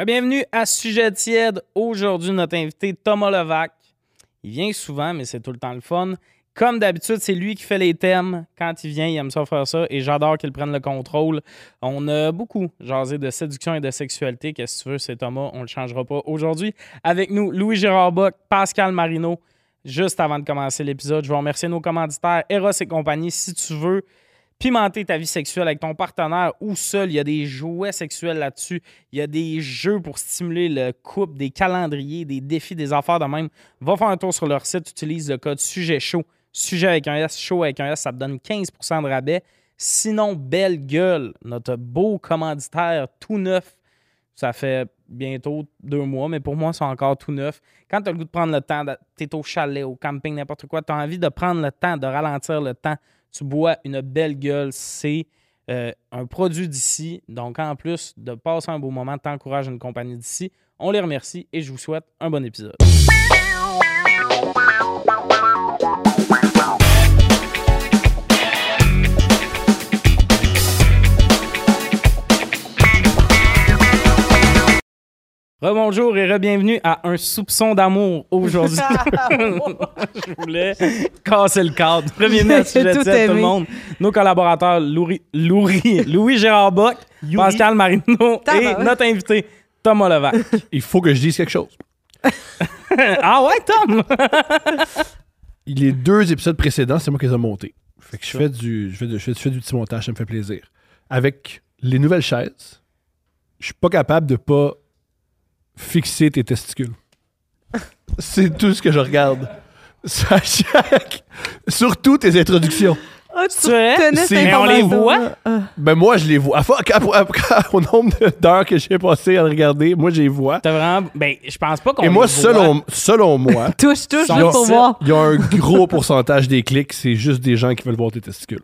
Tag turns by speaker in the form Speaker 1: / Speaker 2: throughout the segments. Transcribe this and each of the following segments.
Speaker 1: Bienvenue à Sujet tiède. Aujourd'hui, notre invité Thomas Levac. Il vient souvent, mais c'est tout le temps le fun. Comme d'habitude, c'est lui qui fait les thèmes. Quand il vient, il aime ça faire ça et j'adore qu'il prenne le contrôle. On a beaucoup jasé de séduction et de sexualité. Qu'est-ce que tu veux, c'est Thomas, on ne le changera pas aujourd'hui. Avec nous, Louis Gérard Bock, Pascal Marino. Juste avant de commencer l'épisode, je veux remercier nos commanditaires Eros et compagnie. Si tu veux pimenter ta vie sexuelle avec ton partenaire ou seul. Il y a des jouets sexuels là-dessus. Il y a des jeux pour stimuler le couple, des calendriers, des défis, des affaires de même. Va faire un tour sur leur site. Utilise le code sujet chaud. Sujet avec un S, chaud avec un S, ça te donne 15 de rabais. Sinon, belle gueule, notre beau commanditaire tout neuf. Ça fait bientôt deux mois, mais pour moi, c'est encore tout neuf. Quand tu as le goût de prendre le temps, tu es au chalet, au camping, n'importe quoi, tu as envie de prendre le temps, de ralentir le temps tu bois une belle gueule. C'est euh, un produit d'ici. Donc, en plus de passer un beau moment, t'encourages une compagnie d'ici. On les remercie et je vous souhaite un bon épisode. Rebonjour et re-bienvenue à Un soupçon d'amour aujourd'hui. je voulais casser le cadre. Bienvenue à Sujet
Speaker 2: Tout
Speaker 1: Tiède, tout,
Speaker 2: aimé.
Speaker 1: le monde. Nos collaborateurs, Louis, Louis, Louis Gérard Bock, Pascal Marino et
Speaker 2: Tabarouette.
Speaker 1: notre invité, Thomas Levac.
Speaker 3: Il faut que je dise quelque chose.
Speaker 1: ah ouais, Tom?
Speaker 3: Les deux épisodes précédents, c'est moi qui les ai montés. Fait que je fais, du, je, fais du, je fais- je fais du petit montage, ça me fait plaisir. Avec les nouvelles chaises, je suis pas capable de pas fixer tes testicules. c'est tout ce que je regarde. Ça, à chaque- Surtout tes introductions.
Speaker 2: Ah, tu
Speaker 1: C'est vrai?
Speaker 2: retenais
Speaker 3: C'est-
Speaker 2: cette
Speaker 3: Mais on les
Speaker 2: information-là.
Speaker 1: voit?
Speaker 2: Ah.
Speaker 3: Ben moi, je les vois. À fo- à- à- à- au nombre de- d'heures que j'ai passé à le regarder, moi, je les vois.
Speaker 1: T'as vraiment. Ben, je pense pas qu'on.
Speaker 3: Et moi,
Speaker 1: les voit.
Speaker 3: selon, selon moi,
Speaker 2: Touche, touche,
Speaker 1: Son
Speaker 2: juste pour
Speaker 1: site.
Speaker 2: voir.
Speaker 3: il y a un gros pourcentage des clics, c'est juste des gens qui veulent voir tes testicules.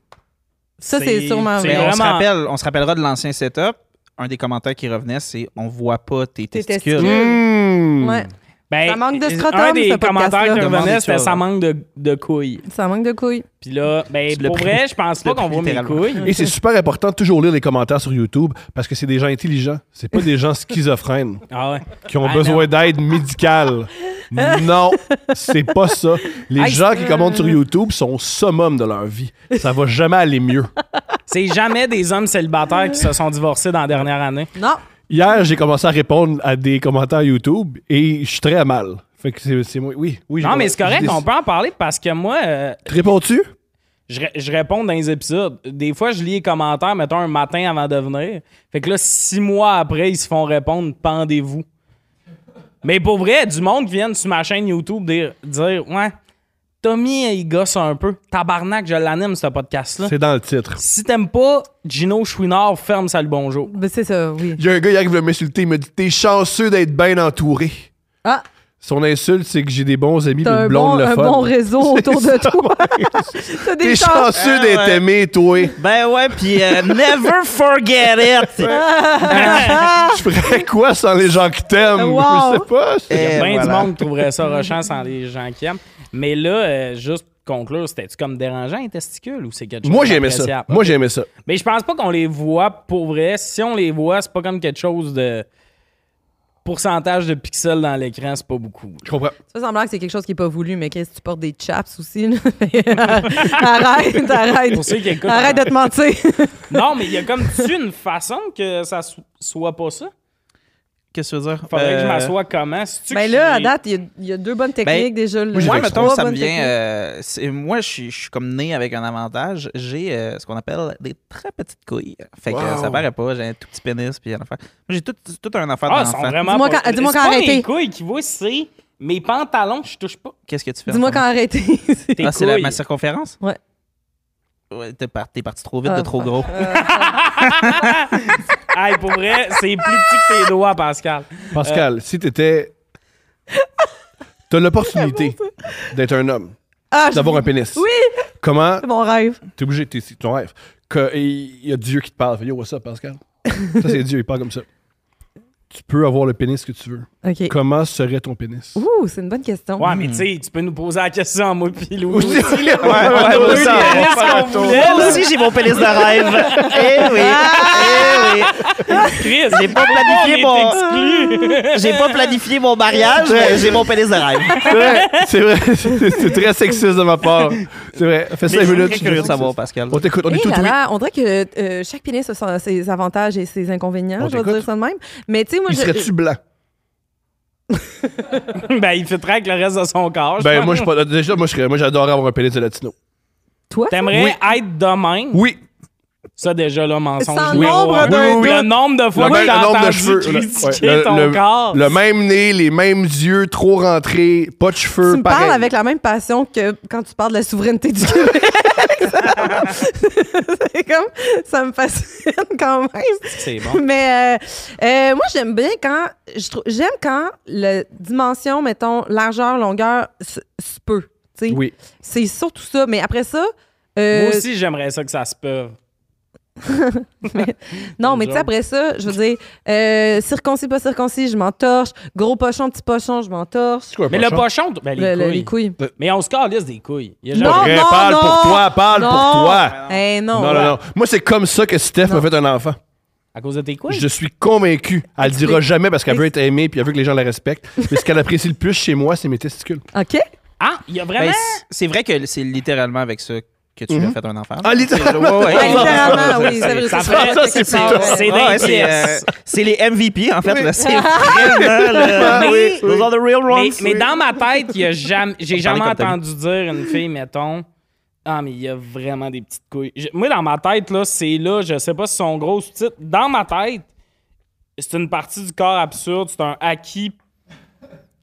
Speaker 2: Ça, c'est
Speaker 1: C'est-
Speaker 2: sûrement
Speaker 1: c'est
Speaker 4: Mais
Speaker 2: vrai.
Speaker 4: on, se
Speaker 1: vraiment-
Speaker 4: rappelle, on se rappellera de l'ancien setup. Un des commentaires qui revenait, c'est on voit pas tes,
Speaker 2: Tes
Speaker 4: testicules.
Speaker 2: testicules.
Speaker 3: Ouais.
Speaker 2: Ouais.
Speaker 1: Ben,
Speaker 2: Ça manque de
Speaker 1: Un
Speaker 2: scrotum,
Speaker 1: des
Speaker 2: ce
Speaker 1: commentaires
Speaker 2: podcast-là.
Speaker 1: qui revenait,
Speaker 4: Demandez
Speaker 1: c'était
Speaker 4: ça,
Speaker 1: ça
Speaker 4: là.
Speaker 1: manque de, de couilles.
Speaker 2: Ça manque de couilles.
Speaker 1: Puis là, ben,
Speaker 4: Tu l'as
Speaker 1: pour
Speaker 4: pris-
Speaker 1: vrai, je pense
Speaker 4: tu
Speaker 1: pas
Speaker 4: l'as
Speaker 1: qu'on
Speaker 4: pris
Speaker 1: voit mes
Speaker 4: littéralement.
Speaker 1: couilles.
Speaker 3: Et c'est super important de toujours lire les commentaires sur YouTube parce que c'est des gens intelligents. C'est pas des gens schizophrènes
Speaker 1: Ah ouais.
Speaker 3: qui ont
Speaker 1: Ah,
Speaker 3: besoin d'aide médicale. Non, c'est pas ça. Les
Speaker 1: Hey,
Speaker 3: gens qui commentent sur YouTube sont au summum de leur vie. Ça va jamais aller mieux.
Speaker 1: C'est jamais des hommes célibataires qui se sont divorcés dans la dernière année.
Speaker 2: Non.
Speaker 3: Hier, j'ai commencé à répondre à des commentaires YouTube et je suis très mal. Fait que c'est c'est moi. Oui, oui. j'ai-
Speaker 1: Non, mais c'est correct,
Speaker 3: j'ai-
Speaker 1: on peut en parler parce que moi, euh,
Speaker 3: Te Réponds-tu?
Speaker 1: je, ré- je réponds dans les épisodes. Des fois, je lis les commentaires, mettons, un matin avant de venir. Fait que là, six mois après, ils se font répondre « Pendez-vous ». Mais pour vrai, du monde qui vient sur ma chaîne YouTube dire, dire Ouais, Tommy, il gosse un peu. Tabarnak, je l'anime, ce podcast-là.
Speaker 3: C'est dans le titre.
Speaker 1: Si t'aimes pas, Gino Chouinard ferme Salut Bonjour.
Speaker 2: Ben, c'est ça, oui.
Speaker 3: Il y a un gars hier qui voulait m'insulter. Il m'a dit T'es chanceux d'être bien entouré.
Speaker 2: Ah,
Speaker 3: Son insulte, c'est que j'ai des bons amis,
Speaker 2: t'as
Speaker 3: une
Speaker 2: un
Speaker 3: blonde
Speaker 2: bon,
Speaker 3: le
Speaker 2: un
Speaker 3: fun.
Speaker 2: bon réseau autour de toi. t'as
Speaker 3: T'es
Speaker 2: des chances.
Speaker 3: chanceux
Speaker 4: Ah,
Speaker 3: d'être
Speaker 4: ouais.
Speaker 3: aimé, toi.
Speaker 4: Ben ouais, puis euh, never forget it.
Speaker 3: Tu ferais quoi sans les gens qui t'aiment?
Speaker 2: Wow.
Speaker 3: Je sais pas.
Speaker 1: Il y
Speaker 3: c'est-
Speaker 1: a
Speaker 4: Eh,
Speaker 1: bien
Speaker 4: voilà.
Speaker 1: Ben, du monde qui trouverait ça rochant sans les gens qui aiment. Mais là, euh, juste pour conclure, c'était-tu comme dérangeant les testicules ou c'est quelque chose
Speaker 3: Moi, j'aimais ça.
Speaker 1: d'appréciable?
Speaker 3: Moi, j'aimais ça.
Speaker 1: Mais je pense pas qu'on les voit pour vrai. Si on les voit, c'est pas comme quelque chose de pourcentage de pixels dans l'écran, c'est pas beaucoup.
Speaker 3: Je comprends.
Speaker 2: Tu fais semblant que c'est quelque chose qui n'est pas voulu, mais qu'est-ce que tu portes des chaps aussi? là? euh, arrête,
Speaker 1: Pour ceux
Speaker 2: arrête.
Speaker 1: qui écoutent,
Speaker 2: Arrête de te mentir.
Speaker 1: Non, mais il y a comme tu une façon que ça so- soit pas ça.
Speaker 4: Qu'est-ce que tu veux dire?
Speaker 1: Faudrait que je
Speaker 4: Euh,
Speaker 1: m'assoie comment si tu
Speaker 2: Ben là, à date, il y a- il y, a deux bonnes techniques déjà. le-
Speaker 4: Moi, mettons,
Speaker 2: trois
Speaker 4: ça me
Speaker 2: bonnes
Speaker 4: vient.
Speaker 2: techniques.
Speaker 4: euh, c'est- moi, je suis- je suis comme né avec un avantage. J'ai euh, ce qu'on appelle des très petites couilles. Fait que
Speaker 3: Wow.
Speaker 4: euh, ça paraît pas. J'ai un tout petit pénis. Puis un affaire. Moi, j'ai tout, tout un affaire
Speaker 1: Ah, ils sont
Speaker 4: d'enfant.
Speaker 1: vraiment
Speaker 2: Dis-moi
Speaker 1: pas-
Speaker 2: quand- dis-moi
Speaker 1: C'est
Speaker 2: quand
Speaker 1: pas mes
Speaker 2: arrêter.
Speaker 1: couilles qui voient, c'est mes pantalons, je touche pas.
Speaker 4: Qu'est-ce que tu fais?
Speaker 2: Dis-moi
Speaker 4: en ce
Speaker 2: quand
Speaker 4: moment?
Speaker 2: arrêter.
Speaker 1: Tes
Speaker 4: Ah, c'est la-
Speaker 1: couilles.
Speaker 4: ma circonférence?
Speaker 2: Ouais.
Speaker 4: Ouais, t'es par- t'es parti trop vite
Speaker 2: Ah,
Speaker 4: de trop gros.
Speaker 1: Hey, pour vrai, c'est plus petit que tes doigts, Pascal.
Speaker 3: Pascal, si t'étais. T'as l'opportunité d'être un homme,
Speaker 2: Ah, je-
Speaker 3: d'avoir un pénis.
Speaker 2: Oui,
Speaker 3: Comment.
Speaker 2: c'est mon rêve.
Speaker 3: T'es obligé, t'es c'est ton rêve. Que- et Il y a Dieu qui te parle. Fait, Yo, what's up, Pascal? Ça, c'est Dieu, il parle comme ça. tu peux avoir le pénis que tu veux.
Speaker 2: OK.
Speaker 3: Comment serait ton pénis?
Speaker 2: Ouh, c'est une bonne question.
Speaker 1: Ouais,
Speaker 3: Hmm.
Speaker 1: mais tu sais, tu peux nous poser la question, moi, puis Louis.
Speaker 3: Aussi,
Speaker 1: aussi,
Speaker 3: là.
Speaker 1: là. On a
Speaker 4: ouais,
Speaker 1: deux
Speaker 4: ça, on va
Speaker 1: pénis
Speaker 4: faire un
Speaker 1: qu'on
Speaker 4: tour.
Speaker 1: voulait, là.
Speaker 4: aussi, j'ai mon pénis de rêve. Eh oui. Eh oui.
Speaker 1: Chris,
Speaker 4: J'ai pas planifié
Speaker 1: Ah. on est
Speaker 4: mon-
Speaker 1: exclu.
Speaker 4: J'ai pas planifié mon mariage, mais j'ai mon pénis de rêve.
Speaker 3: C'est vrai, c'est vrai, c'est c'est très sexiste de ma part. C'est vrai, fais ça
Speaker 4: Mais je
Speaker 3: une
Speaker 4: suis
Speaker 3: minute.
Speaker 4: très curieux de savoir, Pascal.
Speaker 3: On t'écoute, on est
Speaker 2: Eh
Speaker 3: tout
Speaker 2: là
Speaker 3: oui.
Speaker 2: là, on dirait que euh, chaque pénis a son- ses avantages et ses inconvénients,
Speaker 3: On
Speaker 2: je vais
Speaker 3: t'écoute.
Speaker 2: dire ça de même. Mais tu sais, moi,
Speaker 3: Il
Speaker 2: je-
Speaker 3: serait-tu blanc?
Speaker 1: ben, il fait très avec le reste de son corps. je
Speaker 3: Ben,
Speaker 1: pense.
Speaker 3: moi, je suis pas- déjà, moi, je serais- moi, j'adorerais avoir un pénis de latino.
Speaker 4: Oh.
Speaker 2: toi,
Speaker 1: T'aimerais être de même?
Speaker 3: Oui,
Speaker 1: Ça, déjà, là, mensonge.
Speaker 2: Sans
Speaker 1: numéro
Speaker 2: nombre
Speaker 1: un.
Speaker 3: d'un Oui, oui, oui.
Speaker 1: Le nombre de fois
Speaker 3: même-
Speaker 1: que t'as
Speaker 3: nombre de
Speaker 1: entendu
Speaker 3: cheveux, le-
Speaker 1: critiquer
Speaker 3: ouais, le-
Speaker 1: ton
Speaker 3: le-
Speaker 1: corps.
Speaker 4: Oh.
Speaker 3: le même nez, les mêmes yeux, trop rentrés, pas de cheveux,
Speaker 2: tu me
Speaker 3: pareil.
Speaker 2: parles avec la même passion que quand tu parles de la souveraineté du Québec. c'est comme, ça me fascine quand même.
Speaker 1: C'est bon.
Speaker 2: Mais euh, euh, moi, j'aime bien quand. je trou- J'aime quand la dimension, mettons, largeur, longueur se se peut. tu sais.
Speaker 3: Oui.
Speaker 2: C'est surtout ça. Mais après ça. euh,
Speaker 1: Moi aussi, j'aimerais ça que ça se peut.
Speaker 2: non, mais tu sais,
Speaker 1: genre.
Speaker 2: après ça, je veux dire, euh, circoncis, pas circoncis, je m'en torche. Gros pochon, petit pochon, je m'en torche.
Speaker 3: C'est quoi,
Speaker 1: Mais le pochon,
Speaker 3: Ah,
Speaker 1: t- ben, les,
Speaker 2: Le- le-
Speaker 1: couilles.
Speaker 2: les couilles.
Speaker 1: Mais on se calisse des couilles. Il y a
Speaker 2: Non,
Speaker 1: jamais-
Speaker 3: Vrai, parle pour toi, parle
Speaker 2: non.
Speaker 3: pour toi.
Speaker 2: Eh non.
Speaker 3: Non, non, non. Moi, c'est comme ça que Steph m'a fait un enfant.
Speaker 1: À cause de tes couilles?
Speaker 3: Je suis convaincu. Elle le dira
Speaker 2: Explique.
Speaker 3: jamais parce qu'elle veut être aimée puis elle veut que les gens la respectent. Mais ce qu'elle apprécie le plus chez moi, c'est mes testicules.
Speaker 2: OK?
Speaker 1: Ah, il y a
Speaker 4: Ben,
Speaker 1: vraiment...
Speaker 4: c'est- c'est vrai que c'est littéralement avec ça que tu as fait un enfant.
Speaker 3: Ah, littéralement.
Speaker 4: Ouais, ouais.
Speaker 2: Ouais, littéralement, oui, Ah, c'est vrai.
Speaker 1: ça
Speaker 2: c'est
Speaker 1: fait-
Speaker 2: ça,
Speaker 1: c'est
Speaker 2: quelque part,
Speaker 1: plutôt-
Speaker 2: ouais.
Speaker 1: c'est-
Speaker 4: Ah Ouais,
Speaker 1: dingue,
Speaker 4: ouais, c'est,
Speaker 1: yes.
Speaker 4: euh, c'est les MVP, en fait.
Speaker 3: Oui.
Speaker 4: là. C'est vraiment le-
Speaker 1: Oui,
Speaker 4: Those are the real
Speaker 1: Mais,
Speaker 4: ones.
Speaker 1: mais dans ma tête, il y a jamais- j'ai
Speaker 4: parlait
Speaker 1: jamais
Speaker 4: comme t'as
Speaker 1: entendu dire une fille, mettons, ah, mais il y a vraiment des petites couilles. Je- moi, dans ma tête, là, c'est là, je sais pas si son gros titre. Dans ma tête, c'est une partie du corps absurde, c'est un acquis,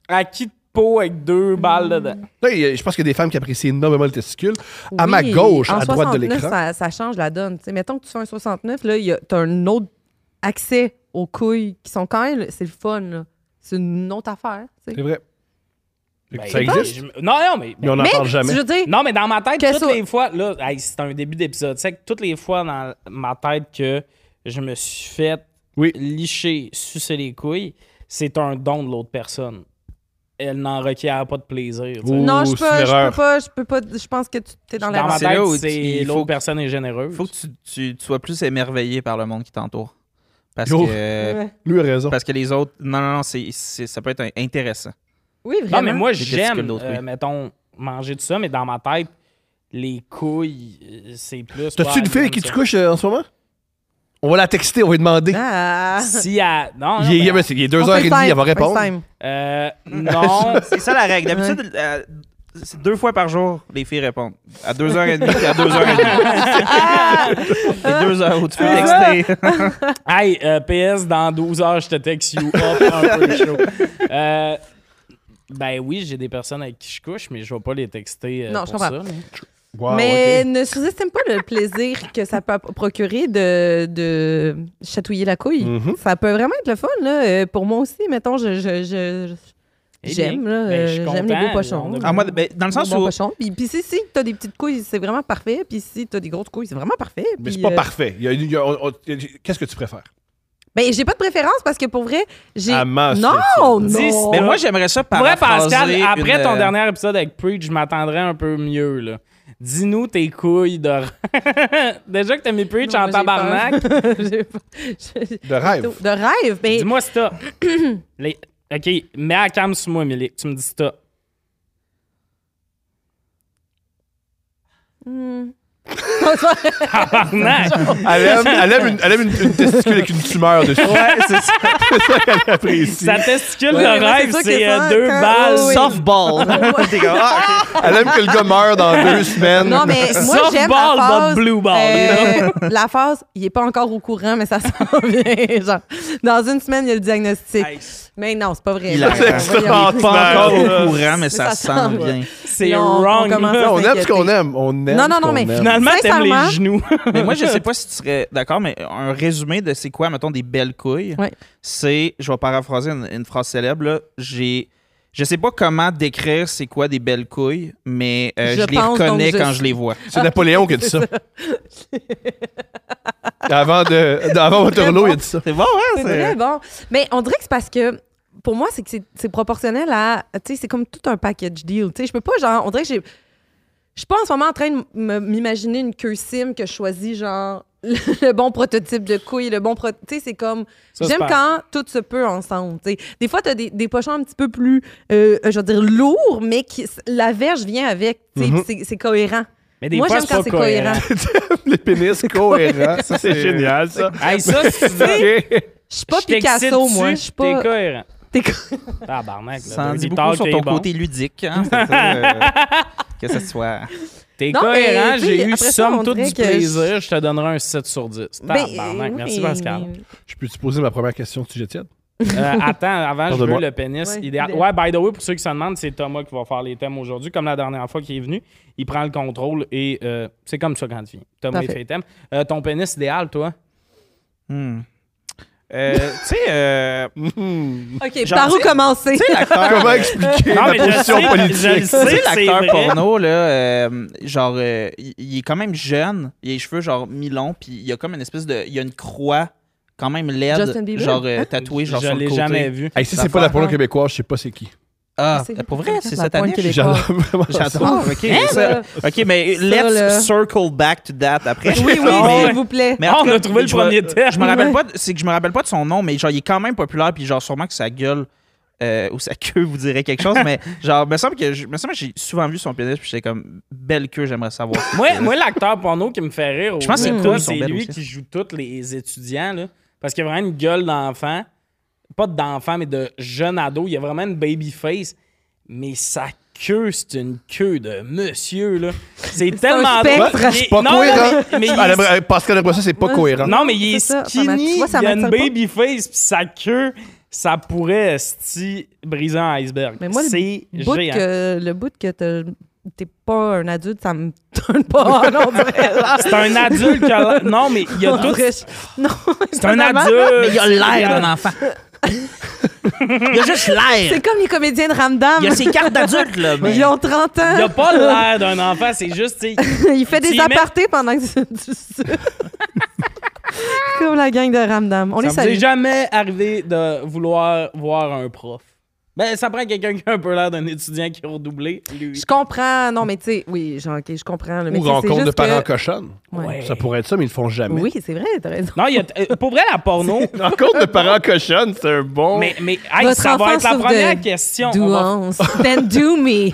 Speaker 1: acquis de peau avec deux balles dedans.
Speaker 3: Là, il y a- je pense qu'il y a des femmes qui apprécient énormément le testicule. À
Speaker 2: Oui,
Speaker 3: ma gauche,
Speaker 2: en
Speaker 3: à droite de
Speaker 2: 69,
Speaker 3: l'écran.
Speaker 2: Ça, ça change la donne. Tu sais, mettons que tu fais un 69, là, il y a- t'as un autre accès aux couilles qui sont quand même. C'est le fun, là. C'est une autre affaire. tu sais.
Speaker 3: C'est vrai. Fait que
Speaker 1: Ben,
Speaker 3: ça existe,
Speaker 1: je- non, non, mais.
Speaker 3: mais on n'en
Speaker 2: Mais,
Speaker 3: parle jamais.
Speaker 2: je veux dire,
Speaker 1: Non, mais dans ma tête,
Speaker 2: Que
Speaker 1: toutes
Speaker 2: ça-
Speaker 1: les fois, là, hey, c'est un début d'épisode. C'est que toutes les fois dans ma tête que je me suis fait
Speaker 3: Oui.
Speaker 1: licher, sucer les couilles, c'est un don de l'autre personne. Elle n'en requiert pas de plaisir. tu sais.
Speaker 3: Ouh,
Speaker 2: non, je
Speaker 3: c'est
Speaker 2: peux pas,
Speaker 3: une
Speaker 2: je
Speaker 3: erreur.
Speaker 2: peux pas, je peux pas, je pense que tu t'es dans
Speaker 1: Dans
Speaker 2: la
Speaker 1: ma
Speaker 4: C'est là
Speaker 1: tête,
Speaker 4: où
Speaker 1: c'est
Speaker 4: il faut
Speaker 1: l'autre
Speaker 4: que-
Speaker 1: personne est généreuse.
Speaker 4: faut que tu, tu- tu sois plus émerveillé par le monde qui t'entoure. Parce
Speaker 3: Yo.
Speaker 4: que,
Speaker 2: Ouais.
Speaker 3: Lui a raison.
Speaker 4: parce que les autres. Non, non, non, c'est- c'est- ça peut être un- intéressant.
Speaker 2: Oui, vraiment.
Speaker 1: Non, mais moi,
Speaker 4: testicules
Speaker 1: j'aime,
Speaker 4: d'autrui.
Speaker 1: euh, mettons, manger tout ça, mais dans ma tête, les couilles, euh, c'est plus...
Speaker 3: T'as-tu
Speaker 1: ouais,
Speaker 3: une fille avec
Speaker 1: j'aime
Speaker 3: qui
Speaker 1: ça.
Speaker 3: tu couches euh, en ce moment? On va la texter, on va lui demander.
Speaker 2: Ah. ben,
Speaker 1: Si elle... Non, non,
Speaker 3: Il est,
Speaker 1: mais-
Speaker 3: il est- il est
Speaker 2: On
Speaker 3: 2h30,
Speaker 2: FaceTime,
Speaker 3: elle va répondre.
Speaker 2: FaceTime.
Speaker 1: euh, non.
Speaker 4: C'est ça la règle. D'habitude, euh, c'est deux fois par jour, les filles répondent. À 2h30 et à 2h30. les deux heures où tu peux texter.
Speaker 1: Hey, euh, PS, dans 12 heures, je te texte you up un peu chaud. Euh, ben oui, j'ai des personnes avec qui je couche, mais je vais pas les texter euh,
Speaker 2: Non, je
Speaker 1: pour
Speaker 2: comprends.
Speaker 1: ça. là.
Speaker 3: Wow,
Speaker 2: mais
Speaker 3: ok.
Speaker 2: ne sous-estime pas le plaisir que ça peut procurer de, de chatouiller la couille.
Speaker 3: Mhm.
Speaker 2: Ça peut vraiment être le fun, là. Euh, pour moi aussi, mettons, je, je, je-
Speaker 1: Eh
Speaker 2: j'aime,
Speaker 1: bien,
Speaker 2: là.
Speaker 1: ben,
Speaker 2: euh,
Speaker 1: je suis
Speaker 2: j'aime les
Speaker 1: content,
Speaker 2: beaux pochons.
Speaker 1: on a-
Speaker 4: Ah, moi, ben, dans le
Speaker 2: Les
Speaker 4: sens
Speaker 2: beaux
Speaker 4: où.
Speaker 2: pochons. Puis, puis si, si t'as des petites couilles, c'est vraiment parfait. Puis si t'as des grosses couilles, c'est vraiment parfait.
Speaker 3: Mais c'est
Speaker 2: Puis,
Speaker 3: pas
Speaker 2: euh,
Speaker 3: parfait. Il y a une- il y a- on- on- il y a- Qu'est-ce que tu préfères?
Speaker 2: Ben, j'ai pas de préférence parce que pour vrai, j'ai.
Speaker 3: À masse,
Speaker 2: non, non.
Speaker 3: Ah, c'est-
Speaker 1: Dis-
Speaker 4: Mais ben, moi, j'aimerais ça
Speaker 1: Pour vrai, Pascal,
Speaker 4: paraphraser
Speaker 1: après
Speaker 4: une,
Speaker 1: ton
Speaker 4: euh,
Speaker 1: dernier épisode avec Preach, je m'attendrais un peu mieux. là. Dis-nous tes couilles de. Déjà que t'as mis Preach
Speaker 2: Non,
Speaker 1: en
Speaker 2: moi, j'ai peur.
Speaker 1: tabarnak,
Speaker 2: J'ai pas- j'ai-
Speaker 3: De rêve.
Speaker 2: De rêve, mais
Speaker 1: dis-moi stop. Les- Ok, mets la cam sur moi, Milik. Tu me dis stop. Tabarnak!
Speaker 3: Elle aime, elle aime une, elle aime une- une testicule avec une tumeur dessus.
Speaker 4: Ouais, c'est ça.
Speaker 3: Elle apprécie.
Speaker 1: Sa testicule de
Speaker 2: Ouais, mais c'est
Speaker 1: rêve,
Speaker 2: sûr que
Speaker 1: c'est euh,
Speaker 2: ça,
Speaker 1: deux
Speaker 2: quand- Oh,
Speaker 1: balles.
Speaker 2: oui, oui.
Speaker 4: Softball. T'es comme, ah, ok.
Speaker 3: Elle aime que le gars meure dans deux semaines.
Speaker 2: Non, mais moi,
Speaker 1: Soft
Speaker 2: j'aime
Speaker 1: ball,
Speaker 2: la
Speaker 1: pas de
Speaker 2: phase...
Speaker 1: blue ball,
Speaker 2: euh, la phase, il est pas encore au courant, mais ça s'en vient. Genre, dans une semaine, il y a le diagnostic. Mais non, c'est pas vrai.
Speaker 4: Il
Speaker 2: là. On
Speaker 4: a-
Speaker 2: va y aller.
Speaker 3: extraordinaire.
Speaker 4: pas encore au
Speaker 3: Ouais.
Speaker 4: courant, mais ça,
Speaker 2: ça
Speaker 4: sent
Speaker 2: sent,
Speaker 4: bien.
Speaker 1: C'est
Speaker 2: Là, on- on
Speaker 1: wrong.
Speaker 2: commence
Speaker 1: là.
Speaker 2: à-
Speaker 3: Non, on aime ce
Speaker 2: s'inquiéter.
Speaker 3: qu'on aime. On aime
Speaker 2: Non, non,
Speaker 3: ce
Speaker 2: non,
Speaker 3: qu'on
Speaker 2: mais
Speaker 3: aime.
Speaker 1: Finalement, t'aimes
Speaker 2: Sincèrement-
Speaker 1: les genoux.
Speaker 4: Mais moi, je sais pas si tu serais d'accord, mais un résumé de c'est quoi, mettons, des belles couilles,
Speaker 2: Ouais.
Speaker 4: c'est, je vais paraphraser une, une phrase célèbre, là, j'ai, Je sais pas comment décrire c'est quoi des belles couilles, mais euh,
Speaker 2: Je
Speaker 4: je, les
Speaker 2: pense, donc,
Speaker 4: reconnais
Speaker 2: je
Speaker 4: quand
Speaker 2: sais.
Speaker 4: je les vois.
Speaker 3: C'est Napoléon qui a dit ça. avant de, avant Waterloo, il a dit ça.
Speaker 4: C'est bon, hein?
Speaker 2: C'est vrai, bon. Mais on dirait que c'est parce que. Pour moi, c'est que c'est- c'est proportionnel à. Tu sais, c'est comme tout un package deal. Tu sais, je peux pas, genre. On dirait que j'ai. Je suis pas en ce moment en train de m- m'imaginer une queue sim que je choisis, genre, le bon prototype de couille, le bon. pro- Tu sais, c'est comme.
Speaker 1: Ça, c'est
Speaker 2: J'aime
Speaker 1: pas-
Speaker 2: quand tout se peut ensemble. t'sais. Des fois, tu as des, des pochons un petit peu plus, euh, euh, je veux dire, lourds, mais qui, la verge vient avec. t'sais, pis
Speaker 3: Mhm.
Speaker 2: c'est- C'est cohérent.
Speaker 1: Mais Mm-hmm. des
Speaker 2: Moi,
Speaker 1: fois,
Speaker 2: j'aime quand
Speaker 1: pas
Speaker 2: c'est cohérent.
Speaker 3: Les pénis cohérents. Ça, c'est génial, ça.
Speaker 1: hey, ça, si tu dis,
Speaker 3: Ok.
Speaker 2: Je suis pas
Speaker 1: je t'excite
Speaker 2: Picasso, moi.
Speaker 1: dessus,
Speaker 2: Je suis pas.
Speaker 1: T'es cohérent.
Speaker 2: T'es co-
Speaker 1: Tabarnak, là.
Speaker 4: Ça en
Speaker 1: t'as
Speaker 4: dit
Speaker 1: dit
Speaker 4: beaucoup
Speaker 1: tard
Speaker 4: sur
Speaker 1: que
Speaker 4: ton
Speaker 1: t'es bon.
Speaker 4: côté ludique. hein, c'est-à-dire, euh, que ce soit.
Speaker 1: T'es
Speaker 2: Non, mais,
Speaker 1: cohérent,
Speaker 2: tu sais,
Speaker 1: j'ai eu
Speaker 2: après ça, on
Speaker 1: somme toute
Speaker 2: dirait
Speaker 1: du
Speaker 2: que je-
Speaker 1: plaisir, je te donnerai un 7 sur 10.
Speaker 2: Ben,
Speaker 1: Tabarnak,
Speaker 2: oui,
Speaker 1: merci Pascal.
Speaker 3: Je peux te poser ma première question que tu jettes
Speaker 1: Euh, attends, avant, je veux
Speaker 3: Pardonne-moi.
Speaker 1: le pénis
Speaker 2: Ouais, ben.
Speaker 1: idéal.
Speaker 2: idéal.
Speaker 1: Ouais, by the way, pour ceux qui se demandent, c'est Thomas qui va faire les thèmes aujourd'hui. Comme la dernière fois qu'il est venu, il prend le contrôle et euh, c'est comme ça quand tu viens. Thomas, il
Speaker 2: Parfait.
Speaker 1: fait les thèmes. Euh, ton pénis idéal, toi?
Speaker 4: Hmm. Euh, tu sais, euh,
Speaker 2: OK,
Speaker 4: Genre,
Speaker 2: par où
Speaker 4: tu sais-
Speaker 2: commencer?
Speaker 4: tu sais, l'acteur.
Speaker 3: Comment expliquer
Speaker 1: Non,
Speaker 3: ma
Speaker 1: mais je
Speaker 3: position
Speaker 1: le sais, je le
Speaker 3: politique?
Speaker 1: sais.
Speaker 4: Tu sais,
Speaker 1: c'est
Speaker 4: l'acteur
Speaker 1: vrai.
Speaker 4: porno, là, euh, genre, euh, il il est quand même jeune, il a les cheveux, genre, mi-longs, puis il y a comme une espèce de. Il y a une croix, quand même
Speaker 2: Justin
Speaker 4: laide,
Speaker 2: Bieber? Ah.
Speaker 4: genre, euh, tatouée, genre,
Speaker 1: je
Speaker 4: sur le
Speaker 1: l'ai
Speaker 4: côté.
Speaker 1: jamais vu.
Speaker 3: Hey, si c'est pas la porno québécoise, je sais pas c'est qui.
Speaker 4: Ah,
Speaker 2: C'est-
Speaker 4: pour vrai, c'est
Speaker 2: la
Speaker 4: cette
Speaker 2: pointe
Speaker 4: année.
Speaker 2: québécoise.
Speaker 3: J'adore vraiment ça.
Speaker 4: J'adore. Ok,
Speaker 2: Hein,
Speaker 4: ça-
Speaker 2: là?
Speaker 4: ok, mais
Speaker 2: là.
Speaker 4: let's circle back to that après.
Speaker 2: Oui, oui,
Speaker 4: Mais-
Speaker 2: s'il vous plaît.
Speaker 4: Mais
Speaker 1: Ah,
Speaker 4: en tout
Speaker 1: on
Speaker 4: cas,
Speaker 1: a trouvé le
Speaker 4: je me-
Speaker 1: premier terme.
Speaker 4: Je me rappelle
Speaker 2: Ouais.
Speaker 4: pas, de- c'est que je me rappelle pas de son nom, mais genre il est quand même populaire, puis genre sûrement que sa gueule euh, ou sa queue vous dirait quelque chose, mais genre me semble que je- me semble que j'ai souvent vu son pénis, puis j'étais comme belle queue, j'aimerais savoir.
Speaker 1: Moi, moi l'acteur porno qui me fait rire,
Speaker 4: Je pense que
Speaker 1: au- toi,
Speaker 4: c'est cool, ils sont
Speaker 1: c'est
Speaker 4: belles
Speaker 1: lui
Speaker 4: aussi.
Speaker 1: qui joue tous les étudiants. Là, parce qu'il a vraiment une gueule d'enfant. Pas d'enfant, mais de jeune ado. Il a vraiment une baby face. Mais sa queue, c'est une queue de monsieur. là. C'est tellement
Speaker 2: un
Speaker 1: drôle.
Speaker 2: spectre.
Speaker 1: Il est-
Speaker 3: C'est pas
Speaker 1: non,
Speaker 3: cohérent.
Speaker 1: mais- mais il est-
Speaker 3: Ah, la- Pascal Lagrange, ça, c'est pas
Speaker 2: Ouais.
Speaker 3: cohérent.
Speaker 1: non, mais il est
Speaker 2: C'est ça, ça m'attire-
Speaker 1: skinny.
Speaker 2: tu vois, ça
Speaker 1: il a une
Speaker 2: m'attire pas.
Speaker 1: baby face. Puis sa queue, ça pourrait esti, briser un iceberg.
Speaker 2: Mais moi, le
Speaker 1: c'est
Speaker 2: Le bout
Speaker 1: géant.
Speaker 2: que- le bout que t'as- t'es pas un adulte, ça me tourne pas on dirait, là.
Speaker 1: C'est un adulte. qui a l'air- Non, mais il y a
Speaker 2: On
Speaker 1: tout.
Speaker 2: dirait, je- Non,
Speaker 1: C'est un
Speaker 2: vraiment.
Speaker 1: adulte.
Speaker 4: Mais il a l'air d'un enfant. il a juste l'air.
Speaker 2: C'est comme les comédiens de Ramdam.
Speaker 4: Il a ses cartes d'adulte là. mais-
Speaker 2: Ils ont 30 ans.
Speaker 1: Il a pas l'air d'un enfant, c'est juste, tu sais,
Speaker 2: Il fait
Speaker 1: Tu
Speaker 2: des
Speaker 1: y mets-
Speaker 2: apartés pendant que tu- tu- tu- Comme la gang de Ramdam. On les
Speaker 1: ça m'est
Speaker 2: salue.
Speaker 1: jamais arrivé de vouloir voir un prof. Ben, ça prend quelqu'un qui a un peu l'air d'un étudiant qui a redoublé, lui.
Speaker 2: Je comprends. Non, mais tu sais, oui, genre, OK, je comprends. là, mais
Speaker 3: Ou
Speaker 2: tu sais, c'est
Speaker 3: rencontre de
Speaker 2: juste
Speaker 3: parents
Speaker 2: que-
Speaker 3: cochonnes.
Speaker 2: Ouais.
Speaker 3: Ça pourrait être ça, mais ils le font jamais.
Speaker 2: Oui, c'est vrai, t'as raison.
Speaker 1: Non, il y a- euh, pour vrai, la porno,
Speaker 3: Rencontre de parents cochonnes, c'est un bon.
Speaker 1: mais, mais hey,
Speaker 2: Votre
Speaker 1: ça va
Speaker 2: enfant
Speaker 1: être la
Speaker 2: souffre
Speaker 1: première
Speaker 2: de
Speaker 1: question. On va,
Speaker 2: Douance. Then do me.
Speaker 1: on-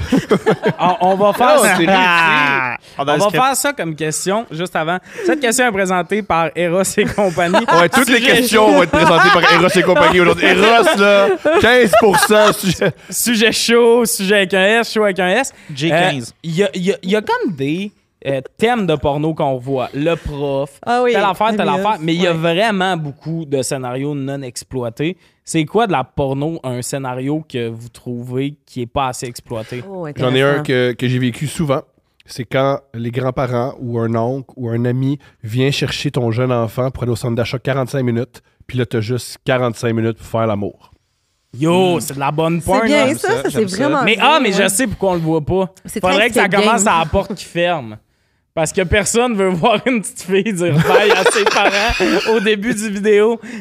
Speaker 1: on
Speaker 2: Ah,
Speaker 1: va faire
Speaker 3: Oh,
Speaker 1: ça.
Speaker 3: c'est
Speaker 4: Ah!
Speaker 1: On
Speaker 4: On a le
Speaker 1: va
Speaker 4: script.
Speaker 1: faire ça comme question juste avant. Cette question est présentée par Eros et compagnie.
Speaker 3: Ouais, toutes les
Speaker 1: Sujet-
Speaker 3: questions vont être présentées par Eros et compagnie aujourd'hui. Eros, là, 15 sujet.
Speaker 1: Sujet chaud, sujet avec un S, chaud avec un S.
Speaker 4: J15.
Speaker 1: Euh, Il y, a, il y a- il y a comme des euh, thèmes de porno qu'on voit. Le prof,
Speaker 2: Ah oui,
Speaker 1: telle affaire, telle
Speaker 2: Emile,
Speaker 1: affaire. Mais il y a
Speaker 2: ouais.
Speaker 1: vraiment beaucoup de scénarios non exploités. C'est quoi de la porno, un scénario que vous trouvez qui est pas assez exploité?
Speaker 2: Oh,
Speaker 3: J'en ai un
Speaker 2: intéressant.
Speaker 3: que, que j'ai vécu souvent. C'est quand les grands-parents ou un oncle ou un ami vient chercher ton jeune enfant pour aller au centre d'achat 45 minutes, puis là, t'as juste 45 minutes pour faire l'amour.
Speaker 1: Yo, c'est de la bonne
Speaker 2: C'est
Speaker 1: porn. hein? là.
Speaker 2: bien
Speaker 4: j'aime
Speaker 2: ça,
Speaker 4: ça,
Speaker 2: ça, c'est
Speaker 4: j'aime ça.
Speaker 2: vraiment.
Speaker 1: Mais
Speaker 2: bien,
Speaker 1: ah, mais
Speaker 2: ouais.
Speaker 1: je sais pourquoi on le voit pas.
Speaker 2: C'est très hein.
Speaker 1: Faudrait que ça
Speaker 2: escape
Speaker 1: commence
Speaker 2: game.
Speaker 1: à la porte qui ferme. Parce que personne veut voir une petite fille dire bye à ses parents au début du vidéo. Mouah,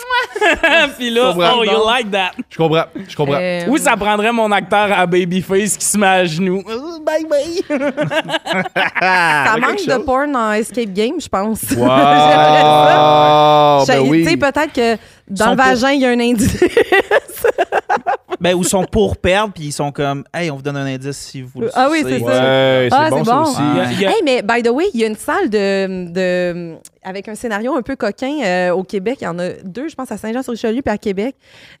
Speaker 1: mouah. Puis là,
Speaker 3: Faut
Speaker 1: oh, you
Speaker 3: vraiment.
Speaker 1: like that.
Speaker 3: Je comprends, je comprends.
Speaker 2: Euh,
Speaker 1: Ou ça prendrait mon acteur à Babyface qui se met à genoux.
Speaker 2: Bye bye. ça manque
Speaker 3: quelque
Speaker 2: de
Speaker 3: chose.
Speaker 2: porn en escape game, je pense.
Speaker 3: Wow!
Speaker 2: Je-
Speaker 3: ben
Speaker 2: Tu sais,
Speaker 3: oui.
Speaker 2: peut-être que dans
Speaker 4: Sont
Speaker 2: le
Speaker 4: pour-
Speaker 2: vagin, il y a un indice.
Speaker 4: Ben, ou ils sont pour perdre, puis ils sont comme, hey, on vous donne un indice si vous le
Speaker 2: Ah oui,
Speaker 4: sucez.
Speaker 2: c'est ça.
Speaker 3: Ouais, c'est
Speaker 2: Ah,
Speaker 3: bon,
Speaker 2: c'est
Speaker 3: ça
Speaker 2: bon.
Speaker 3: aussi.
Speaker 4: Ouais.
Speaker 1: Il y a-
Speaker 2: Hey, mais by the way, il y a une salle de, de- avec un scénario un peu coquin euh, au Québec. Il y en a deux, je pense, à Saint-Jean-sur-Richelieu puis à Québec.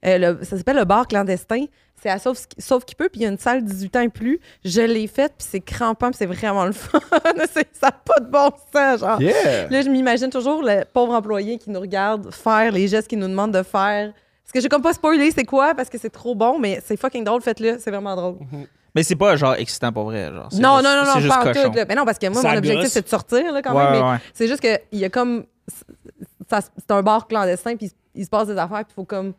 Speaker 2: Euh, le- ça s'appelle le bar clandestin. C'est à sauf, sauf qui peut, puis il y a une salle 18 ans et plus. Je l'ai faite, puis c'est crampant, puis c'est vraiment le fun. C'est- ça n'a pas de bon sens, genre.
Speaker 3: Yeah!
Speaker 2: Là, je m'imagine toujours le pauvre employé qui nous regarde faire les gestes qu'il nous demande de faire. Parce que j'ai comme pas spoilé c'est quoi, parce que c'est trop bon, mais c'est fucking drôle, faites-le, c'est vraiment drôle.
Speaker 4: Mais c'est pas genre excitant pour vrai. Genre, c'est
Speaker 2: Non,
Speaker 4: juste-
Speaker 2: non, non,
Speaker 4: C'est
Speaker 2: non,
Speaker 4: juste
Speaker 2: pas en
Speaker 4: cochon.
Speaker 2: tout. là. Mais non, parce que moi,
Speaker 1: Ça
Speaker 2: mon objectif,
Speaker 1: gosse.
Speaker 2: c'est de sortir, là, quand
Speaker 4: Ouais,
Speaker 2: même. mais
Speaker 4: ouais.
Speaker 2: C'est juste qu'il y a comme. ça- C'est un bar clandestin, puis il se passe des affaires, puis il faut comme.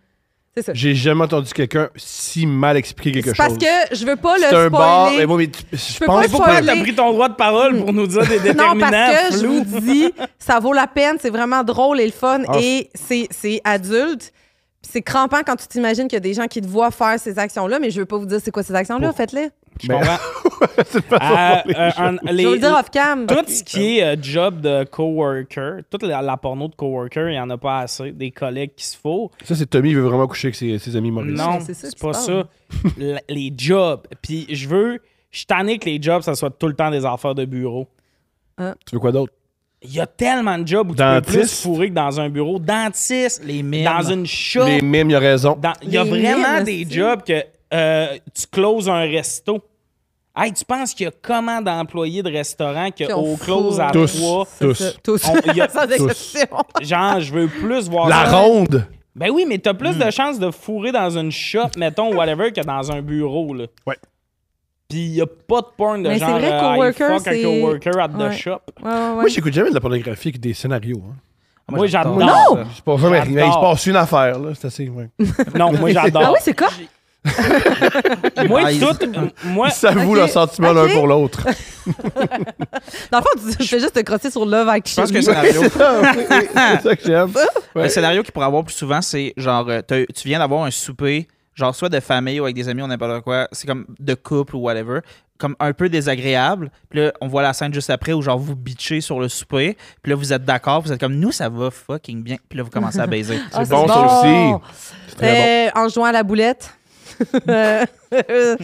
Speaker 2: C'est ça.
Speaker 3: J'ai jamais entendu quelqu'un si mal expliquer
Speaker 2: C'est
Speaker 3: quelque chose.
Speaker 2: parce que je veux pas Ah, le
Speaker 3: c'est un bar.
Speaker 2: spoiler.
Speaker 3: Mais moi, mais tu- je
Speaker 2: peux pas
Speaker 3: pense
Speaker 2: le
Speaker 3: pas.
Speaker 1: Pourquoi
Speaker 2: spoiler.
Speaker 3: que-
Speaker 1: t'as pris ton droit de parole pour nous dire des déterminants
Speaker 2: non, parce que je
Speaker 1: flous?
Speaker 2: vous dis, ça vaut la peine, c'est vraiment drôle et le fun,
Speaker 3: Ah.
Speaker 2: et c'est c'est adulte. Puis C'est crampant quand tu t'imagines qu'il y a des gens qui te voient faire ces actions-là, mais je veux pas vous dire c'est quoi ces actions-là, faites-les.
Speaker 1: Je
Speaker 3: Ben,
Speaker 1: comprends.
Speaker 3: c'est une façon de
Speaker 1: Euh,
Speaker 3: parler.
Speaker 1: euh, en- les-
Speaker 2: Je vais vous le dire off-cam.
Speaker 1: tout ce
Speaker 3: ben
Speaker 1: qui est euh, job de coworker, toute la, la porno de coworker, il n'y en a pas assez. Des collègues qui se font.
Speaker 3: Ça, c'est Tommy, il veut vraiment coucher avec ses, ses amis Maurice.
Speaker 1: Non,
Speaker 2: Mais c'est ça
Speaker 1: c'est
Speaker 2: qui
Speaker 1: pas
Speaker 2: se
Speaker 1: ça. La- les jobs. Puis je veux. Je suis tanné que les jobs, ça soit tout le temps des affaires de bureau.
Speaker 3: Tu veux quoi d'autre?
Speaker 1: Il y a tellement de jobs où tu peux plus
Speaker 3: Dentiste.
Speaker 1: fourrer que dans un bureau. Dentiste,
Speaker 4: Les mimes.
Speaker 1: dans une shop.
Speaker 3: Les mimes, il a raison.
Speaker 1: dans- Il y a
Speaker 2: Les
Speaker 1: vraiment
Speaker 2: mimes
Speaker 1: des
Speaker 2: aussi.
Speaker 1: jobs que euh, tu closes un resto. Hey, tu penses qu'il y a comment d'employés de restaurant
Speaker 2: Qui
Speaker 1: qu'on
Speaker 2: ont
Speaker 1: close à
Speaker 3: Tous.
Speaker 1: trois?
Speaker 2: C'est
Speaker 3: Tous.
Speaker 2: ça, Tous.
Speaker 1: On- y a-
Speaker 2: Sans
Speaker 3: tous.
Speaker 2: exception.
Speaker 1: Genre, je veux plus voir
Speaker 3: La
Speaker 1: ça.
Speaker 3: ronde!
Speaker 1: Ben oui, mais t'as plus de chances de fourrer dans une shop, mettons, whatever, que dans un bureau, là.
Speaker 3: Ouais.
Speaker 1: Pis y a pas de porn de
Speaker 2: Mais c'est
Speaker 1: genre.
Speaker 2: vrai,
Speaker 1: euh, I
Speaker 2: coworker,
Speaker 1: fuck a
Speaker 2: c'est-
Speaker 1: coworker at the
Speaker 2: Ouais.
Speaker 1: shop.
Speaker 2: Ouais, ouais, ouais.
Speaker 3: Moi, j'écoute jamais de la pornographie que des scénarios. hein.
Speaker 1: Moi, j'adore.
Speaker 2: Non!
Speaker 3: C'est pas jamais rien. Il se
Speaker 1: J'adore.
Speaker 3: passe une affaire, là. C'est assez. Ouais.
Speaker 1: Non, moi,
Speaker 2: Ah
Speaker 1: j'adore.
Speaker 2: oui, c'est quoi? Ah
Speaker 1: moi,
Speaker 4: Nice.
Speaker 1: tout. euh, Moi,
Speaker 3: Ça vaut
Speaker 2: Ok,
Speaker 3: le sentiment l'un
Speaker 2: ok.
Speaker 3: pour l'autre.
Speaker 2: Dans le fond, tu- je fais juste te crosser sur Love
Speaker 4: Je
Speaker 2: Action.
Speaker 4: pense que le scénario,
Speaker 3: c'est ça que j'aime.
Speaker 2: Ah,
Speaker 4: le scénario qu'il pourrait avoir plus souvent, c'est genre, euh, t'as- tu viens d'avoir un souper, genre soit de famille ou avec des amis ou n'importe quoi, c'est comme de couple ou whatever, comme un peu désagréable. Puis là, on voit la scène juste après où genre vous bitchez sur le souper, puis là vous êtes d'accord, vous êtes comme nous ça va fucking bien, puis là vous commencez à baiser.
Speaker 2: Ah,
Speaker 3: c'est bon, ça C'est très
Speaker 2: Euh, En jouant à la boulette. Euh,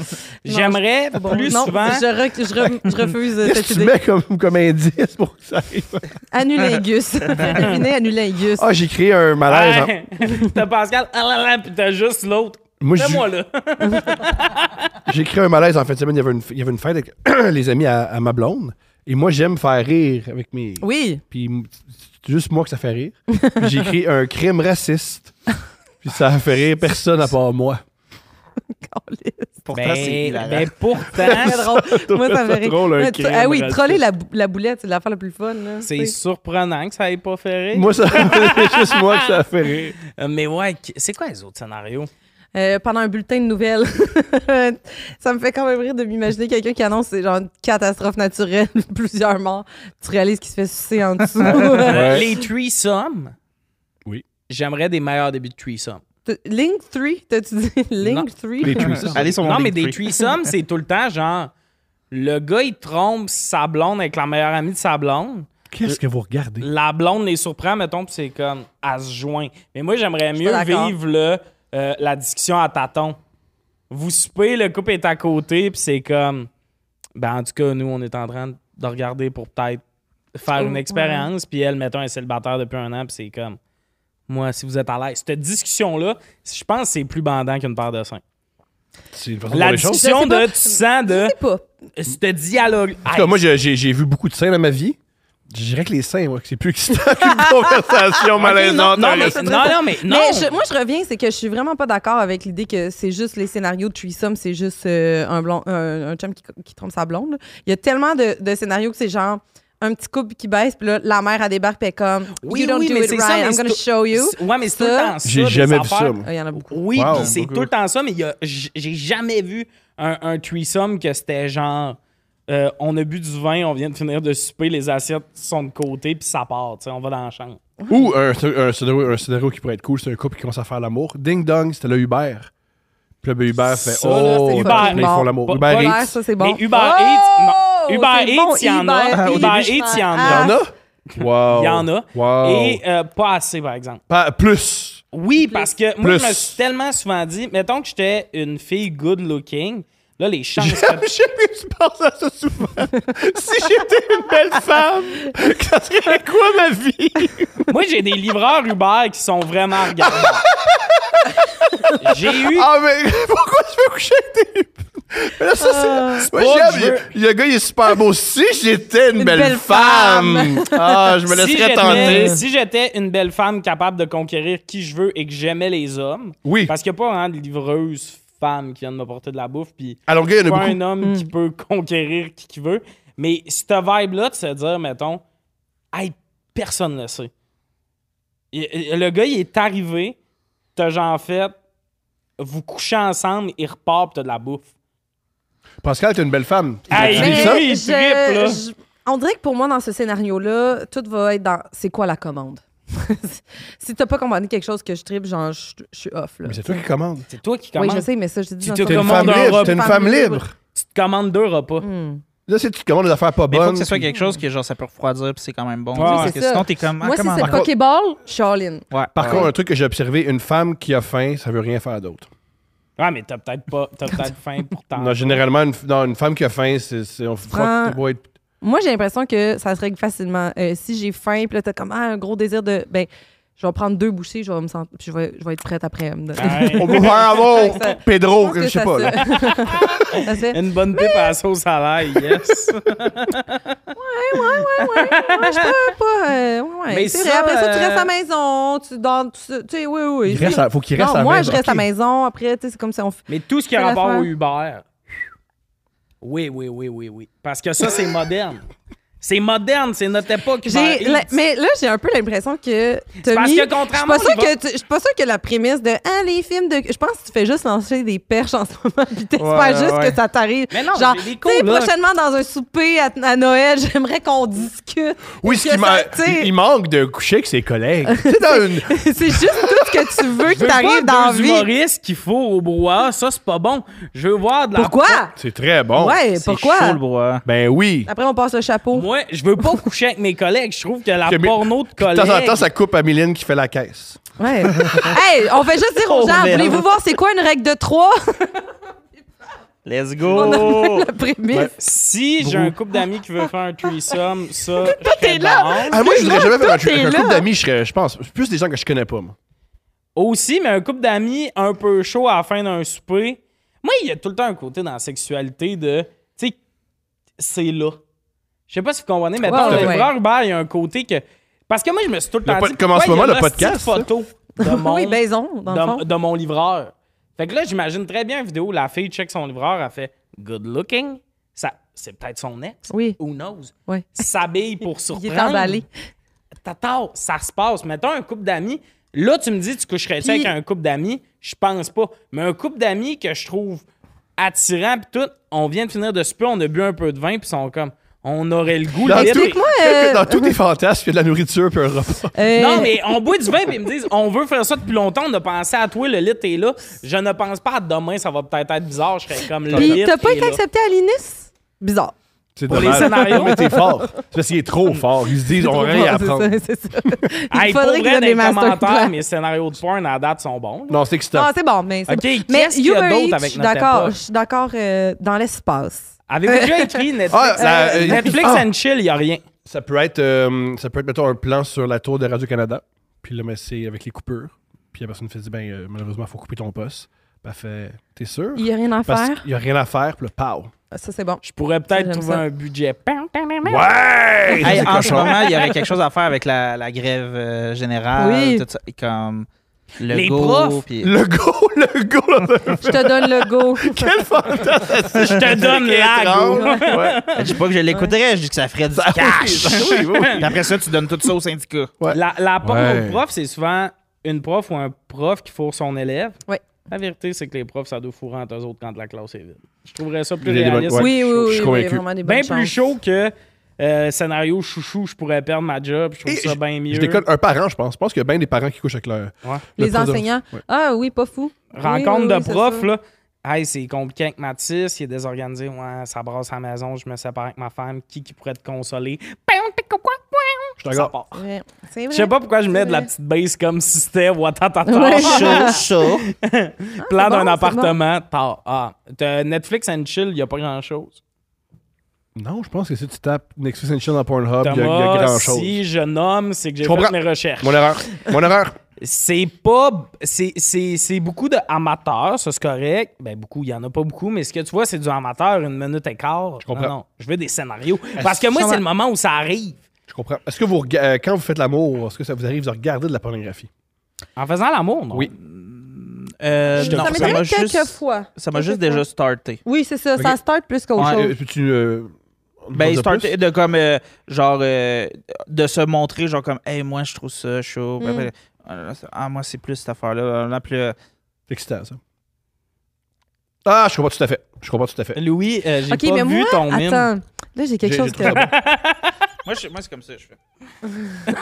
Speaker 1: j'aimerais plus
Speaker 2: non,
Speaker 1: souvent.
Speaker 2: Je, rec- je re- je refuse
Speaker 3: bon. Qu'est-ce
Speaker 2: cette
Speaker 3: que tu
Speaker 2: idée.
Speaker 3: mets comme, comme indice pour que ça arrive?
Speaker 2: Annulingus. Terminé Annulingus.
Speaker 3: Ah, j'ai créé un malaise. hein.
Speaker 1: Ouais. t'as Pascal, ah là là, pis t'as juste l'autre.
Speaker 3: Moi, j'ai-
Speaker 1: Fais-moi là.
Speaker 3: j'ai créé un malaise en fin de semaine. Il y avait une, il y avait une fête avec les amis à, à ma blonde. Et moi, j'aime faire rire avec mes.
Speaker 2: Oui.
Speaker 3: Puis c'est juste moi que ça fait rire. Puis j'ai écrit un crime raciste. Puis ça a fait rire personne à part moi.
Speaker 4: Pourtant,
Speaker 1: Ben,
Speaker 4: c'est hilarant.
Speaker 1: ben
Speaker 2: C'est
Speaker 1: pourtant,
Speaker 2: drôle. Moi, ça me fait
Speaker 3: ça drôle, un
Speaker 2: rire.
Speaker 3: crime
Speaker 2: Ah oui,
Speaker 1: raciste.
Speaker 2: troller la, bou- la boulette, c'est l'affaire la plus fun. là.
Speaker 1: c'est
Speaker 2: Tu sais.
Speaker 1: surprenant que ça ait pas fait rire.
Speaker 3: Moi, ça c'est juste moi que ça a fait rire.
Speaker 1: Euh, Mais ouais, qu- c'est quoi les autres scénarios?
Speaker 2: Euh, pendant un bulletin de nouvelles. ça me fait quand même rire de m'imaginer quelqu'un qui annonce c'est genre une catastrophe naturelle, plusieurs morts. Tu réalises qu'il se fait sucer en dessous.
Speaker 1: Euh, Les threesomes.
Speaker 3: Oui.
Speaker 1: J'aimerais des meilleurs débuts de threesome.
Speaker 2: T- Link 3, t'as-tu dit?
Speaker 1: Non.
Speaker 2: Link 3?
Speaker 3: Les threesomes.
Speaker 4: Allez sur mon
Speaker 1: Non, mais des
Speaker 4: Linktree.
Speaker 1: threesomes, c'est tout le temps genre. Le gars, il trompe sa blonde avec la meilleure amie de sa blonde.
Speaker 3: Qu'est-ce que vous regardez?
Speaker 1: La blonde les surprend, mettons, puis c'est comme, à se joint. Mais moi, j'aimerais
Speaker 2: suis
Speaker 1: mieux
Speaker 2: pas d'accord.
Speaker 1: vivre le, euh, la discussion à tâtons. Vous soupez, le couple est à côté, puis c'est comme, ben, en tout cas, nous, on est en train de regarder pour peut-être faire
Speaker 2: Oh,
Speaker 1: une
Speaker 2: ouais.
Speaker 1: expérience, puis elle, mettons, est célibataire depuis un an, puis c'est comme, moi, si vous êtes à l'aise. Cette discussion-là, je pense que c'est plus bandant qu'une paire de seins.
Speaker 3: C'est une façon de voir
Speaker 1: La
Speaker 3: les choses.
Speaker 1: discussion
Speaker 2: Je sais
Speaker 1: de
Speaker 2: pas.
Speaker 1: tu sens
Speaker 2: Je
Speaker 1: de
Speaker 2: sais pas.
Speaker 1: ce dialogue.
Speaker 3: En tout cas, moi, j'ai- j'ai j'ai vu beaucoup de scènes dans ma vie. Je dirais que les scènes, moi, que c'est plus excitant qu'une conversation malaisante.
Speaker 1: non, mais,
Speaker 3: Allez.
Speaker 1: non, non, mais non.
Speaker 2: Mais je- moi, je reviens, c'est que je suis vraiment pas d'accord avec l'idée que c'est juste les scénarios de threesome, c'est juste euh, un, blond, un, un chum qui, qui trompe sa blonde. là. Il y a tellement de, de scénarios que c'est genre un petit couple qui baisse, puis là, la mère, elle débarque, puis elle est comme
Speaker 1: Oui,
Speaker 2: You don't
Speaker 1: oui,
Speaker 2: do
Speaker 1: mais
Speaker 2: it
Speaker 1: c'est
Speaker 2: right,
Speaker 1: ça, mais
Speaker 2: I'm
Speaker 1: c'est
Speaker 2: gonna
Speaker 1: tout-
Speaker 2: show you.
Speaker 1: C'est- Ouais, mais c'est tout
Speaker 2: Ça,
Speaker 1: le temps ça.
Speaker 3: J'ai
Speaker 1: des
Speaker 3: jamais vu
Speaker 1: affaires-
Speaker 3: ça, moi.
Speaker 2: Ah, Il y en a beaucoup.
Speaker 1: Oui,
Speaker 3: Wow.
Speaker 1: puis c'est
Speaker 3: Beaucoup.
Speaker 1: tout le temps ça, mais il y a- j- j'ai jamais vu un, un threesome que c'était genre. euh, on a bu du vin, on vient de finir de souper, les assiettes sont de côté, puis ça part, tu sais, on va dans la chambre.
Speaker 3: Ou un, un scénario, un scénario qui pourrait être cool, c'est un couple qui commence à faire l'amour. Ding dong, c'était le Uber. Puis le Uber fait
Speaker 1: Ça, là,
Speaker 3: Oh,
Speaker 1: c'est
Speaker 3: puis
Speaker 1: Uber.
Speaker 3: là, ils font
Speaker 1: Pas-
Speaker 3: l'amour.
Speaker 1: pas
Speaker 3: Uber
Speaker 2: Uber,
Speaker 3: Eats.
Speaker 2: ça, c'est bon.
Speaker 1: Mais Uber
Speaker 2: Oh!
Speaker 1: Eats, non. Uber
Speaker 2: C'est
Speaker 1: Eats, il y en a.
Speaker 2: Eats, Ah.
Speaker 1: Au
Speaker 2: il-
Speaker 1: début, je pense-
Speaker 2: il y en a.
Speaker 3: Il y en a? Wow.
Speaker 1: Il y en a.
Speaker 3: Oh, Wow.
Speaker 1: Et euh, pas assez, par exemple.
Speaker 3: Pas- plus.
Speaker 1: Oui, parce que moi, je me
Speaker 3: Plus.
Speaker 1: suis tellement souvent dit, mettons que j'étais une fille good looking, là, les chances que
Speaker 3: Je sais plus, tu penses à ça souvent. si j'étais une belle femme, ça serait quoi ma vie?
Speaker 1: Moi, j'ai des livreurs Uber qui sont vraiment regardants. j'ai eu.
Speaker 3: Ah, mais pourquoi tu veux coucher avec tes Mais là,
Speaker 1: Ah.
Speaker 3: ça, c'est. Moi,
Speaker 1: pas
Speaker 3: j'aime.
Speaker 1: que
Speaker 3: Le gars, il est super beau. Si j'étais une, belle,
Speaker 2: belle
Speaker 3: femme. Ah, je me
Speaker 1: si
Speaker 3: laisserais
Speaker 1: j'étais-
Speaker 3: tenter.
Speaker 1: si j'étais une belle femme capable de conquérir qui je veux et que j'aimais les hommes,
Speaker 3: Oui.
Speaker 1: parce qu'il n'y a pas vraiment de livreuses femmes qui viennent me porter de la bouffe, puis
Speaker 3: Alors, gars, il y en a
Speaker 1: pas
Speaker 3: beaucoup.
Speaker 1: un homme
Speaker 2: Mm.
Speaker 1: qui peut conquérir qui qu'il veut. Mais cette vibe-là de se dire, mettons, hey, personne ne le sait. Et- et- Le gars, il est arrivé, t'as genre fait, vous couchez ensemble, il repart, pis t'as de la bouffe.
Speaker 3: Pascal, t'es une belle femme.
Speaker 1: Hey,
Speaker 3: Tu dis
Speaker 1: mais-
Speaker 3: ça?
Speaker 1: lui, il trippe, là.
Speaker 2: je- on dirait que pour moi, dans ce scénario-là, tout va être dans c'est quoi la commande. si t'as pas commandé quelque chose que je tripe, genre, je je suis off. Là.
Speaker 3: Mais c'est toi qui commandes.
Speaker 1: C'est toi qui
Speaker 2: Oui,
Speaker 1: commandes.
Speaker 2: je sais, mais ça, je te dis.
Speaker 1: Tu
Speaker 2: dans
Speaker 1: te
Speaker 2: le
Speaker 3: T'es une
Speaker 1: commandes
Speaker 3: femme
Speaker 1: un
Speaker 3: libre.
Speaker 1: repas.
Speaker 3: T'es une femme libre.
Speaker 1: Tu te commandes deux repas.
Speaker 2: Hmm.
Speaker 3: Là, si tu commandes des affaires pas
Speaker 4: Mais faut
Speaker 3: bonnes.
Speaker 4: que ce soit quelque chose que genre ça peut refroidir puis c'est quand même bon.
Speaker 1: Ouais,
Speaker 4: Parce
Speaker 1: c'est
Speaker 4: que
Speaker 2: ça.
Speaker 4: sinon t'es comme ah,
Speaker 2: Moi, si
Speaker 4: comment-
Speaker 2: c'est
Speaker 3: Par contre-
Speaker 2: Pokéball, je suis all-in.
Speaker 4: Ouais.
Speaker 1: Ah.
Speaker 3: Par contre, un truc que j'ai observé, une femme qui a faim, ça veut rien faire d'autre.
Speaker 1: Ouais, Ah, mais t'as peut-être pas. T'as peut-être faim pourtant.
Speaker 3: Non, généralement, une, non, une femme qui a faim, c'est, c'est- on frotte
Speaker 2: Prends-
Speaker 3: tes boîtes.
Speaker 2: Moi, j'ai l'impression que ça se règle facilement. Euh, si j'ai faim, puis là, t'as comme ah, un gros désir de. Ben, je vais prendre deux bouchées, je vais me sentir. Puis je vais, je vais être prête après. à me donner.
Speaker 1: Ouais.
Speaker 3: On peut faire
Speaker 2: Ouais, ça-
Speaker 3: avoir
Speaker 2: Ben, oh, Je
Speaker 3: Pedro,
Speaker 2: pense
Speaker 3: je
Speaker 2: que
Speaker 3: sais
Speaker 2: ça
Speaker 3: pas.
Speaker 2: se-
Speaker 3: là.
Speaker 2: ça se fait.
Speaker 1: Une bonne pipe à la sauce à l'ail, yes.
Speaker 2: Ouais, je peux pas. euh, ouais,
Speaker 1: Mais
Speaker 2: c'est
Speaker 1: ça,
Speaker 2: vrai. Après ça, tu
Speaker 1: euh,
Speaker 2: restes à la maison, tu dors, tu, tu sais, oui, oui.
Speaker 3: Il
Speaker 2: oui.
Speaker 3: reste à- faut qu'il
Speaker 2: non,
Speaker 3: reste à la
Speaker 2: moi,
Speaker 3: maison.
Speaker 2: je reste à
Speaker 3: Ok.
Speaker 2: la maison. Après, tu sais, c'est comme si on. f-
Speaker 1: Mais tout ce qui a
Speaker 2: Quelle
Speaker 1: rapport au
Speaker 2: affaire?
Speaker 1: Uber. Oui, oui, oui, oui, oui. Parce que ça, c'est moderne. C'est moderne, c'est notre époque. Uber
Speaker 2: J'ai, la-
Speaker 1: Eats.
Speaker 2: mais là, j'ai un peu l'impression que.
Speaker 1: parce
Speaker 2: Tommy,
Speaker 1: que
Speaker 2: je suis pas
Speaker 1: contrairement,
Speaker 2: sûre
Speaker 1: il va-
Speaker 2: que tu- Je suis pas sûre que la prémisse de. Ah, les films de. Je pense que tu fais juste lancer des perches en ce moment, puis t'espères
Speaker 4: Ouais,
Speaker 2: juste
Speaker 4: ouais.
Speaker 2: que ça t'arrive.
Speaker 1: Mais non,
Speaker 2: Genre,
Speaker 1: j'ai des
Speaker 2: tu sais,
Speaker 1: colocs.
Speaker 2: prochainement dans un souper à, à Noël, j'aimerais qu'on discute.
Speaker 3: Oui,
Speaker 2: Parce
Speaker 3: ce qui
Speaker 2: que
Speaker 3: m'a-
Speaker 2: ça, tu sais-
Speaker 3: il manque de coucher avec ses collègues. tu sais, dans une.
Speaker 2: c'est juste tout ce que tu veux
Speaker 1: Je
Speaker 2: qui
Speaker 1: veux
Speaker 2: t'arrive
Speaker 1: pas
Speaker 2: dans la
Speaker 1: deux
Speaker 2: vie.
Speaker 1: humoristes qu'il faut au brouhaha, ça, c'est pas bon. Je veux voir de la.
Speaker 2: Pourquoi?
Speaker 3: C'est très bon.
Speaker 2: ouais,
Speaker 4: C'est
Speaker 2: pourquoi?
Speaker 4: chaud, le brouhaha.
Speaker 3: Ben oui.
Speaker 2: Après, on passe le chapeau.
Speaker 1: Moi, je veux pas coucher avec mes collègues. Je trouve que la
Speaker 3: Que- mais-
Speaker 1: porno de
Speaker 3: De
Speaker 1: collègues.
Speaker 3: temps en temps, ça coupe à Mylène qui fait la caisse.
Speaker 2: Ouais. hey, on fait juste dire aux
Speaker 4: Oh,
Speaker 2: gens,
Speaker 4: merde.
Speaker 2: voulez-vous voir c'est quoi une règle de trois?
Speaker 4: Let's
Speaker 2: On
Speaker 4: go.
Speaker 2: a la prémisse.
Speaker 3: Ouais.
Speaker 1: Si j'ai un couple d'amis qui veut faire un threesome, ça. je serais
Speaker 2: est là.
Speaker 1: down.
Speaker 3: Ah, moi, je voudrais jamais faire un,
Speaker 2: tout est
Speaker 3: un couple
Speaker 2: là.
Speaker 3: d'amis, je serais, je pense. Plus des gens que je connais pas, moi.
Speaker 1: Aussi, mais un couple d'amis un peu chaud à la fin d'un souper. Moi, il y a tout le temps un côté dans la sexualité de. Tu sais, c'est là. Je sais pas si vous comprenez, mais dans
Speaker 2: Ouais,
Speaker 1: le
Speaker 2: ouais.
Speaker 1: frère Hubert, il y a un côté que. Parce que moi, je me suis tout le temps
Speaker 3: pod-
Speaker 1: dit.
Speaker 3: comment en ce
Speaker 1: pourquoi
Speaker 3: moment,
Speaker 1: il y a une
Speaker 3: le
Speaker 1: hostie
Speaker 3: podcast, ça?
Speaker 1: de photo de mon,
Speaker 2: oui, baison, dans le fond.
Speaker 1: de, de mon livreur. Fait que là, j'imagine très bien une vidéo où la fille check son livreur, elle fait good looking. Ça, c'est peut-être son ex.
Speaker 2: Oui.
Speaker 1: Who knows?
Speaker 2: Ouais.
Speaker 1: S'habille pour
Speaker 2: Il
Speaker 1: surprendre.
Speaker 2: est emballé.
Speaker 1: Tata, ça se passe. Mettons un couple d'amis. Là, tu me dis, tu coucherais
Speaker 2: Puis-
Speaker 1: avec un couple d'amis? Je pense pas. Mais un couple d'amis que je trouve attirant, pis tout, on vient de finir de souper, on a bu un peu de vin, puis ils sont comme, on aurait le goût.
Speaker 3: Dans
Speaker 1: les
Speaker 3: tous-
Speaker 1: deux.
Speaker 2: Explique-moi, euh,
Speaker 3: Dans tous tes fantasmes, il y a de la nourriture puis un repas.
Speaker 2: Euh,
Speaker 1: Non, mais on boit du vin, puis ils me disent, on veut faire ça depuis longtemps, on a pensé à toi, le lit est là. Je ne pense pas à demain, ça va peut-être être bizarre, je serais comme le
Speaker 2: Puis
Speaker 1: lit.
Speaker 2: t'as pas
Speaker 1: est
Speaker 2: été
Speaker 1: là.
Speaker 2: accepté à l'INIS? Bizarre.
Speaker 3: C'est
Speaker 1: Pour les
Speaker 3: dommage.
Speaker 1: scénarios.
Speaker 3: Mais t'es fort. C'est parce qu'il est trop fort. Ils se disent, on a rien à
Speaker 2: C'est
Speaker 3: apprendre.
Speaker 2: ça, c'est ça. Il
Speaker 1: Hey, pour
Speaker 2: faudrait
Speaker 1: vrai,
Speaker 2: qu'il donne
Speaker 1: dans
Speaker 2: des
Speaker 1: les
Speaker 2: masterclass.
Speaker 1: commentaires, mes scénarios de porn à date sont bons. là.
Speaker 3: Non, c'est excitant.
Speaker 2: Non, c'est bon, mais c'est
Speaker 1: Ok,
Speaker 2: bon.
Speaker 1: qu'est-ce
Speaker 2: Mais
Speaker 1: qu'il y a
Speaker 2: Uber
Speaker 1: d'autre
Speaker 2: Eats,
Speaker 1: avec
Speaker 2: je suis
Speaker 1: notre
Speaker 2: d'accord,
Speaker 1: époque?
Speaker 2: je suis d'accord euh, dans l'espace.
Speaker 1: Avez-vous déjà écrit Netflix,
Speaker 3: Ah, la- euh,
Speaker 1: Netflix
Speaker 3: ah.
Speaker 1: and Chill, il n'y a rien.
Speaker 3: Ça peut être, euh, ça peut être mettons, un plan sur la tour de Radio-Canada. Puis là, mais c'est avec les coupures. Puis la personne fait dit, ben, euh, malheureusement, il faut couper ton poste. Puis elle fait, t'es sûr?
Speaker 2: Il y a rien à
Speaker 3: Parce
Speaker 2: faire.
Speaker 3: qu'il n'y a rien à faire. Puis le pow.
Speaker 2: Ça, c'est bon.
Speaker 1: Je pourrais peut-être
Speaker 2: J'aime
Speaker 1: trouver
Speaker 2: ça.
Speaker 1: un budget. Pam, pam, pam, pam.
Speaker 3: Ouais!
Speaker 4: Hey, en ce moment, il y avait quelque chose à faire avec la, la grève euh, générale,
Speaker 2: Oui.
Speaker 4: tout ça, et comme le
Speaker 1: Les
Speaker 4: go,
Speaker 1: profs.
Speaker 4: puis-
Speaker 3: Le go, le go, là, ça
Speaker 2: Je te donne le go.
Speaker 3: Quel fantasme!
Speaker 1: Je te donne la go.
Speaker 3: Ouais.
Speaker 4: Je dis pas que je l'écouterais, je dis que ça ferait du cash.
Speaker 3: Oui, oui, oui.
Speaker 4: Puis après ça, tu donnes tout ça au syndicat.
Speaker 3: Ouais.
Speaker 1: La, la porte
Speaker 3: Ouais.
Speaker 1: aux profs, c'est souvent une prof ou un prof qui fourre son élève.
Speaker 2: Ouais.
Speaker 1: La vérité, c'est que les profs, ça doit fourrer entre eux autres quand la classe est vide. Je trouverais ça plus
Speaker 3: Il y a des bonnes-
Speaker 1: réaliste.
Speaker 2: oui,
Speaker 3: ouais.
Speaker 2: oui,
Speaker 3: je- je
Speaker 2: oui.
Speaker 3: suis
Speaker 2: oui,
Speaker 3: convaincu.
Speaker 2: vraiment des bonnes
Speaker 1: Bien plus
Speaker 2: chances.
Speaker 1: chaud que euh, scénario chouchou, je pourrais perdre ma job. Je trouve
Speaker 3: Et
Speaker 1: ça bien mieux.
Speaker 3: Je déconne, un parent, je pense. Je pense qu'il y a bien des parents qui couchent avec leur.
Speaker 1: Ouais.
Speaker 3: le
Speaker 2: Les
Speaker 3: prof de-
Speaker 2: enseignants.
Speaker 3: Ouais.
Speaker 2: Ah oui, pas fou. Oui,
Speaker 1: Rencontre
Speaker 2: oui,
Speaker 1: de
Speaker 2: oui, c'est
Speaker 1: prof,
Speaker 2: ça.
Speaker 1: là. Hey, c'est compliqué avec Mathis, il est désorganisé. Ouais, ça brasse à la maison, je me sépare avec ma femme. Qui qui pourrait te consoler?
Speaker 3: Je suis
Speaker 1: Ça
Speaker 3: d'accord.
Speaker 1: part.
Speaker 2: Ouais, C'est vrai.
Speaker 1: Je sais pas euh, pourquoi je mets
Speaker 2: C'est
Speaker 1: de la
Speaker 2: vrai.
Speaker 1: petite base comme si c'était Watatata.
Speaker 2: Ouais. Ah,
Speaker 4: Chaud, chaud.
Speaker 1: Plan
Speaker 2: c'est bon,
Speaker 1: d'un
Speaker 2: c'est
Speaker 1: appartement. tard. Ah, t'as Netflix and chill, il n'y a pas grand-chose.
Speaker 3: Non, je pense que si tu tapes Netflix and Chill dans Pornhub, il y a- il y a,
Speaker 1: Thomas,
Speaker 3: grand-chose.
Speaker 1: si je nomme, c'est que j'ai
Speaker 3: Je
Speaker 1: fait
Speaker 3: comprends.
Speaker 1: mes recherches.
Speaker 3: Mon erreur. Mon erreur.
Speaker 1: C'est pas... C'est c'est- c'est beaucoup d'amateurs, ça c'est correct. Ben beaucoup, il y en a pas beaucoup, mais ce que tu vois, c'est du amateur, une minute et quart. Je
Speaker 3: comprends. Euh,
Speaker 1: Non, non, je veux des scénarios. Parce que moi,
Speaker 2: Je
Speaker 1: c'est le moment où ça arrive.
Speaker 3: Je comprends. Est-ce que vous, rega- euh, quand vous faites l'amour, est-ce que ça vous arrive de regarder de la pornographie?
Speaker 1: En faisant l'amour, non?
Speaker 3: Oui.
Speaker 4: Euh,
Speaker 1: Je te
Speaker 4: non,
Speaker 1: le
Speaker 2: Ça
Speaker 1: fais.
Speaker 4: ça m'a
Speaker 2: m'étonne
Speaker 4: juste,
Speaker 2: quelques fois.
Speaker 4: ça m'a juste
Speaker 2: Quelques
Speaker 4: déjà
Speaker 2: fois.
Speaker 4: starté.
Speaker 2: Oui, c'est ça. Ça
Speaker 3: Ok.
Speaker 2: start plus qu'autre
Speaker 4: Ouais,
Speaker 2: chose.
Speaker 3: Euh, Peux-tu. euh, nous en
Speaker 4: Ben,
Speaker 3: dire
Speaker 4: starté
Speaker 3: plus?
Speaker 4: de comme, euh, genre, euh, de se montrer, genre, comme, hey, moi, je trouve ça chaud. Puis
Speaker 2: Mm.
Speaker 4: après, ah, moi, c'est plus cette affaire-là. Là, puis, euh,
Speaker 3: C'est excitant, ça. Ah, je comprends tout à fait. Je comprends tout à fait.
Speaker 1: Louis, euh, j'ai
Speaker 2: Ok,
Speaker 1: pas
Speaker 2: mais
Speaker 1: vu
Speaker 2: moi,
Speaker 1: ton mime.
Speaker 2: Attends, là, j'ai quelque
Speaker 3: J'ai-
Speaker 2: chose
Speaker 3: j'ai
Speaker 2: que.
Speaker 3: trouvé ça
Speaker 4: Moi, je- moi, c'est comme ça, je fais.
Speaker 3: bon.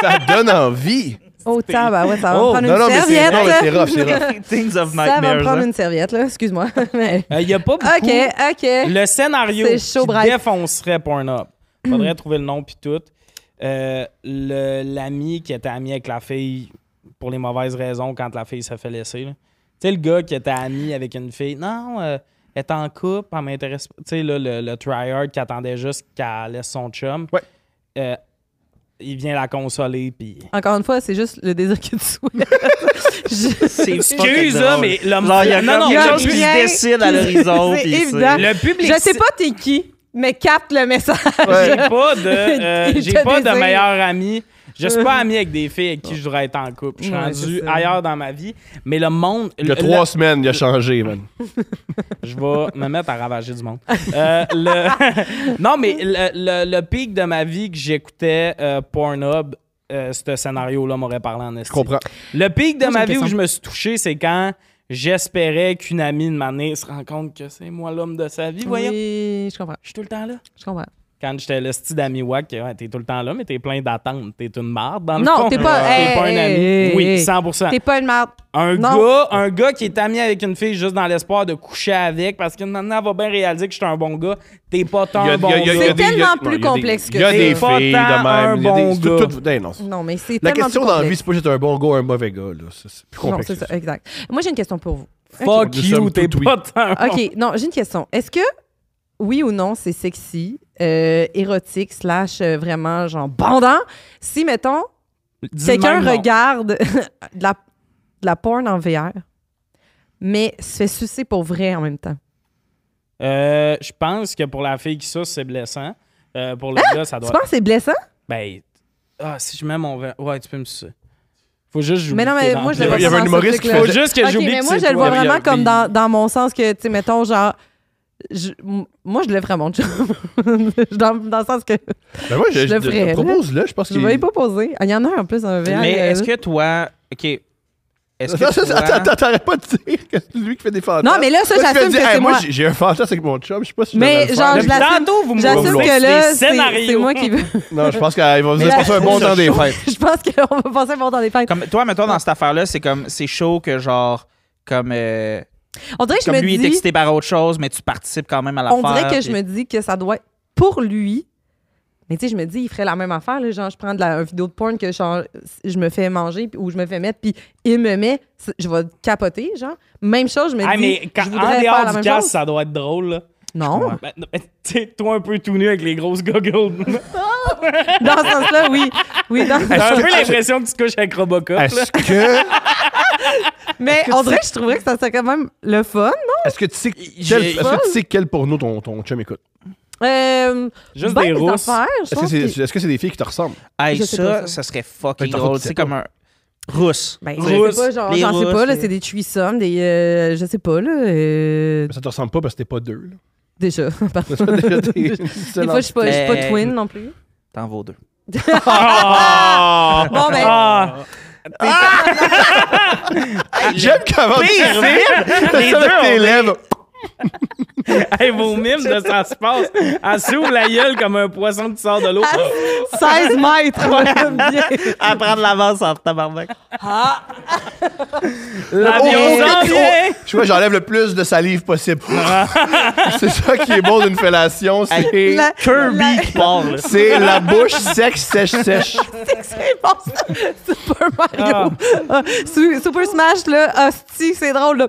Speaker 3: ça donne envie.
Speaker 2: Oh, ça va, ouais, ça va
Speaker 1: Oh,
Speaker 2: me prendre
Speaker 3: non,
Speaker 2: une
Speaker 3: non, mais c'est,
Speaker 2: serviette.
Speaker 3: non, mais
Speaker 2: là.
Speaker 3: c'est rough, c'est rough.
Speaker 4: Things of
Speaker 2: Ça va me
Speaker 4: nightmares.
Speaker 2: prendre
Speaker 4: hein.
Speaker 2: une serviette, là. Excuse-moi. mais-
Speaker 1: Il n'y Euh, a pas beaucoup.
Speaker 2: OK, OK.
Speaker 1: Le scénario
Speaker 2: C'est chaud,
Speaker 1: qui
Speaker 2: Brad.
Speaker 1: défoncerait Pornhub. Faudrait trouver le nom puis tout. Euh, le- L'ami qui était ami avec la fille pour les mauvaises raisons quand la fille s'est fait laisser. là. Tu sais, le gars qui était ami avec une fille. Non, euh, elle est en couple, elle m'intéresse pas. Tu sais, là, le, le tryhard qui attendait juste qu'elle laisse son chum.
Speaker 3: Ouais.
Speaker 1: Euh, il vient la consoler puis...
Speaker 2: Encore une fois, c'est juste le désir que tu souhaites. Je-
Speaker 4: C'est fucking
Speaker 1: Excuse, là,
Speaker 4: drôle.
Speaker 1: mais l'homme...
Speaker 4: Genre, il y a
Speaker 1: Non, non,
Speaker 4: comme
Speaker 2: il y
Speaker 4: quelque
Speaker 2: a
Speaker 4: chose qui
Speaker 2: rien
Speaker 4: se dessine à
Speaker 2: qui-
Speaker 4: l'horizon.
Speaker 2: c'est
Speaker 4: puis c'est-
Speaker 2: évident.
Speaker 1: le public...
Speaker 2: Je sais pas t'es qui, mais capte le message.
Speaker 1: J'ai pas de, euh,
Speaker 2: Il
Speaker 1: j'ai
Speaker 2: te
Speaker 1: pas de
Speaker 2: désire.
Speaker 1: meilleur ami. Je suis pas ami avec des filles avec qui
Speaker 3: Ah.
Speaker 1: je voudrais être en couple. Je suis
Speaker 2: Ouais,
Speaker 1: rendu
Speaker 2: c'est ça.
Speaker 1: ailleurs dans ma vie. Mais le monde.
Speaker 3: Il y a
Speaker 1: le-
Speaker 3: trois
Speaker 1: le-
Speaker 3: semaines, il a changé, man.
Speaker 1: je vais me mettre à ravager du monde. Euh, le- non, mais le, le- le pic de ma vie que j'écoutais euh, Pornhub, euh, ce scénario-là m'aurait parlé en
Speaker 3: Je
Speaker 1: esti.
Speaker 3: comprends.
Speaker 1: Le pic de
Speaker 2: Moi, j'ai
Speaker 1: ma
Speaker 2: une
Speaker 1: vie où je
Speaker 2: question.
Speaker 1: me suis touché, c'est quand j'espérais qu'une amie de ma année se rende compte que c'est moi l'homme de sa vie. Voyons,
Speaker 2: Oui, je comprends.
Speaker 1: je suis tout le temps là.
Speaker 2: Je comprends.
Speaker 1: quand j'étais le style d'ami WAC, ouais, t'es tout le temps là, mais t'es plein d'attentes. T'es une marde dans le
Speaker 2: Non,
Speaker 1: fond.
Speaker 2: t'es pas-
Speaker 1: T'es
Speaker 2: hey,
Speaker 1: pas un
Speaker 2: hey,
Speaker 1: ami.
Speaker 2: hey,
Speaker 1: oui,
Speaker 2: hey.
Speaker 3: Ah.
Speaker 1: 100%.
Speaker 2: T'es pas une merde.
Speaker 1: Un
Speaker 2: Non.
Speaker 1: gars, un gars qui est ami avec une fille juste dans l'espoir de coucher avec parce que maintenant, elle va bien réaliser que je suis un bon gars. T'es pas tant
Speaker 3: Il y a-
Speaker 1: un
Speaker 3: il y
Speaker 1: bon
Speaker 3: a- il y a- il y a
Speaker 1: gars.
Speaker 2: C'est
Speaker 3: des- il y a-
Speaker 2: tellement plus
Speaker 3: il y a des-
Speaker 2: complexe que
Speaker 3: Il y a
Speaker 1: ça.
Speaker 3: des
Speaker 1: C'est pas
Speaker 3: filles de
Speaker 1: tant
Speaker 3: même.
Speaker 1: un
Speaker 3: il y a des-
Speaker 1: bon
Speaker 3: c'est tout-
Speaker 1: gars.
Speaker 3: tout- hey, non, c'est-
Speaker 2: Non, mais c'est
Speaker 3: La
Speaker 2: tellement
Speaker 3: question
Speaker 2: plus
Speaker 3: dans la vie,
Speaker 2: complexe.
Speaker 3: c'est pas juste un bon gars ou un mauvais gars. Là. C'est, c'est plus
Speaker 2: Non,
Speaker 3: complexe.
Speaker 2: c'est ça,
Speaker 3: que ça.
Speaker 2: exact. Moi, j'ai une question pour vous.
Speaker 1: Fuck
Speaker 3: Nous
Speaker 1: you,
Speaker 3: sommes
Speaker 1: t'es
Speaker 3: tout oui.
Speaker 1: pas tant un bon
Speaker 2: OK, non, j'ai une question. Est-ce que, oui ou non, c'est sexy, euh, érotique, slash euh, vraiment, genre, bandant, si, mettons,
Speaker 1: Dis
Speaker 2: quelqu'un
Speaker 1: même non.
Speaker 2: regarde de, la, de la porn en VR, mais se fait sucer pour vrai en même temps?
Speaker 1: Euh, je pense que pour la fille qui suce, c'est blessant. Euh, pour le gars, ça
Speaker 2: Tu
Speaker 1: doit.
Speaker 2: penses que Ah! c'est blessant?
Speaker 1: Ben, ah, si je mets mon verre. Ouais, tu peux me sucer. Faut juste jouer.
Speaker 2: Mais non, mais moi, je
Speaker 3: Il y
Speaker 2: le
Speaker 3: avait- il
Speaker 2: vois
Speaker 3: y avait un
Speaker 2: vraiment
Speaker 3: humoriste
Speaker 2: ce
Speaker 3: qui
Speaker 2: truc-là.
Speaker 1: Faut
Speaker 3: faisait-
Speaker 1: juste que
Speaker 2: OK,
Speaker 1: j'oublie
Speaker 2: mais
Speaker 1: que
Speaker 2: moi,
Speaker 1: c'est
Speaker 2: je le vois
Speaker 1: toi.
Speaker 3: Il y a-
Speaker 2: vraiment comme
Speaker 3: il-
Speaker 2: dans, dans mon sens que, tu sais, mettons, genre, je- m- moi, je le ferais mon job. dans, dans le sens que
Speaker 3: Ben moi, je,
Speaker 2: Je le
Speaker 3: je-
Speaker 2: ferais, là.
Speaker 3: propose là. Je pense
Speaker 2: je
Speaker 3: qu'il.
Speaker 2: vais y pas poser. Il y en a en plus un VR.
Speaker 4: Mais
Speaker 2: euh,
Speaker 4: est-ce que toi. Ok. Est-ce
Speaker 3: Non,
Speaker 4: que
Speaker 3: ça,
Speaker 4: toi...
Speaker 3: Attends, attends, t'arrêtes pas de dire que c'est lui qui fait des fantasmes.
Speaker 2: Non, mais là, ça,
Speaker 3: Toi, tu
Speaker 2: j'assume
Speaker 3: fais dire,
Speaker 2: que
Speaker 3: Hey,
Speaker 2: c'est moi.
Speaker 3: j'ai- J'ai un fantasme avec mon chum. Je sais pas si
Speaker 2: Mais
Speaker 3: je devrais le
Speaker 2: genre,
Speaker 3: faire.
Speaker 2: je la- l'assume.
Speaker 1: Tantôt, vous me
Speaker 2: J'assume
Speaker 3: Vouloir.
Speaker 2: que
Speaker 1: des
Speaker 2: là, c'est
Speaker 1: scénarios.
Speaker 2: c'est moi qui veux.
Speaker 3: Non, je pense qu'elle va vous
Speaker 2: Mais
Speaker 3: dire
Speaker 2: la-
Speaker 3: passer un bon temps des fêtes.
Speaker 2: je pense qu'on va passer un bon temps des fêtes.
Speaker 4: Comme, toi, mettons, dans cette affaire-là, c'est comme. C'est chaud que genre. Comme, euh,
Speaker 2: On dirait que je me
Speaker 4: comme lui est
Speaker 2: dis,
Speaker 4: excité par autre chose, mais tu participes quand même à l'affaire.
Speaker 2: on dirait que je
Speaker 4: puis-
Speaker 2: me dis que ça doit être pour lui. Mais tu sais, je me dis, il ferait la même affaire. Là, genre, je prends de la une vidéo de porn que genre, je me fais manger puis- ou je me fais mettre, puis il me met, c'est- je vais capoter, genre. Même chose, je me
Speaker 1: Ah,
Speaker 2: dis,
Speaker 1: mais quand,
Speaker 2: je
Speaker 1: en
Speaker 2: voudrais faire la
Speaker 1: dehors du
Speaker 2: même
Speaker 1: casque,
Speaker 2: chose.
Speaker 1: ça doit être drôle. là.
Speaker 2: Non,
Speaker 1: Ben, non, mais tu sais, toi un peu tout nu avec les grosses goggles.
Speaker 2: dans ce sens-là, oui. oui dans-
Speaker 1: J'ai un peu l'impression que tu te couches avec Robocop. là.
Speaker 3: Est-ce que,
Speaker 2: Mais on dirait que je trouverais que ça serait quand même le fun,
Speaker 3: est-ce que tu sais quel,
Speaker 4: J'ai-
Speaker 3: est-ce que tu sais quel porno ton, ton chum écoute?
Speaker 2: non? Euh,
Speaker 1: Juste
Speaker 2: ben
Speaker 1: des rousses.
Speaker 2: affaires, je
Speaker 3: Est-ce que
Speaker 2: pense
Speaker 3: c'est,
Speaker 2: qu'il-
Speaker 3: est-ce que c'est des filles qui te ressemblent?
Speaker 4: Hey,
Speaker 2: Je sais pas,
Speaker 4: ça,
Speaker 2: ça.
Speaker 4: ça serait
Speaker 3: Mais
Speaker 4: fucking
Speaker 3: t'en
Speaker 4: drôle.
Speaker 3: fous, tu
Speaker 4: C'est
Speaker 3: sais
Speaker 4: comme un. Rousse.
Speaker 2: Ben, je
Speaker 1: Rousses,
Speaker 2: sais pas, genre,
Speaker 4: les
Speaker 2: j'en sais
Speaker 4: rousses,
Speaker 2: pas, là,
Speaker 4: les-
Speaker 2: c'est des threesomes, des. euh, je sais pas, là. euh,
Speaker 3: Mais ça te ressemble pas parce que t'es pas deux. Là.
Speaker 2: déjà. pardon.
Speaker 3: C'est pas déjà des-
Speaker 2: Des fois, je suis pas, je suis pas
Speaker 4: Mais-
Speaker 2: twin non plus.
Speaker 4: T'en vaux deux.
Speaker 3: Ah!
Speaker 2: Bon, ben.
Speaker 1: Ah!
Speaker 3: J'aime comment tu fais ça avec tes lèvres.
Speaker 1: Hey, vos mimes de ça se passe. Elle s'ouvre la gueule comme un poisson qui sort de l'eau.
Speaker 2: Ah,
Speaker 1: Oh,
Speaker 2: 16 mètres! Bien.
Speaker 4: À prendre l'avance en tabarnak.
Speaker 1: L'avion
Speaker 2: Oh,
Speaker 1: s'en
Speaker 3: oh,
Speaker 1: vient!
Speaker 3: Je vois, j'enlève le plus de salive possible. c'est ça qui est bon d'une fellation. C'est
Speaker 2: La-
Speaker 4: Kirby
Speaker 2: la-
Speaker 4: qui part, là.
Speaker 3: c'est la bouche sèche, sèche, sèche.
Speaker 2: C'est bon, ça. Super Mario. Ah, Su- Super Smash, là, hostie, c'est drôle, là.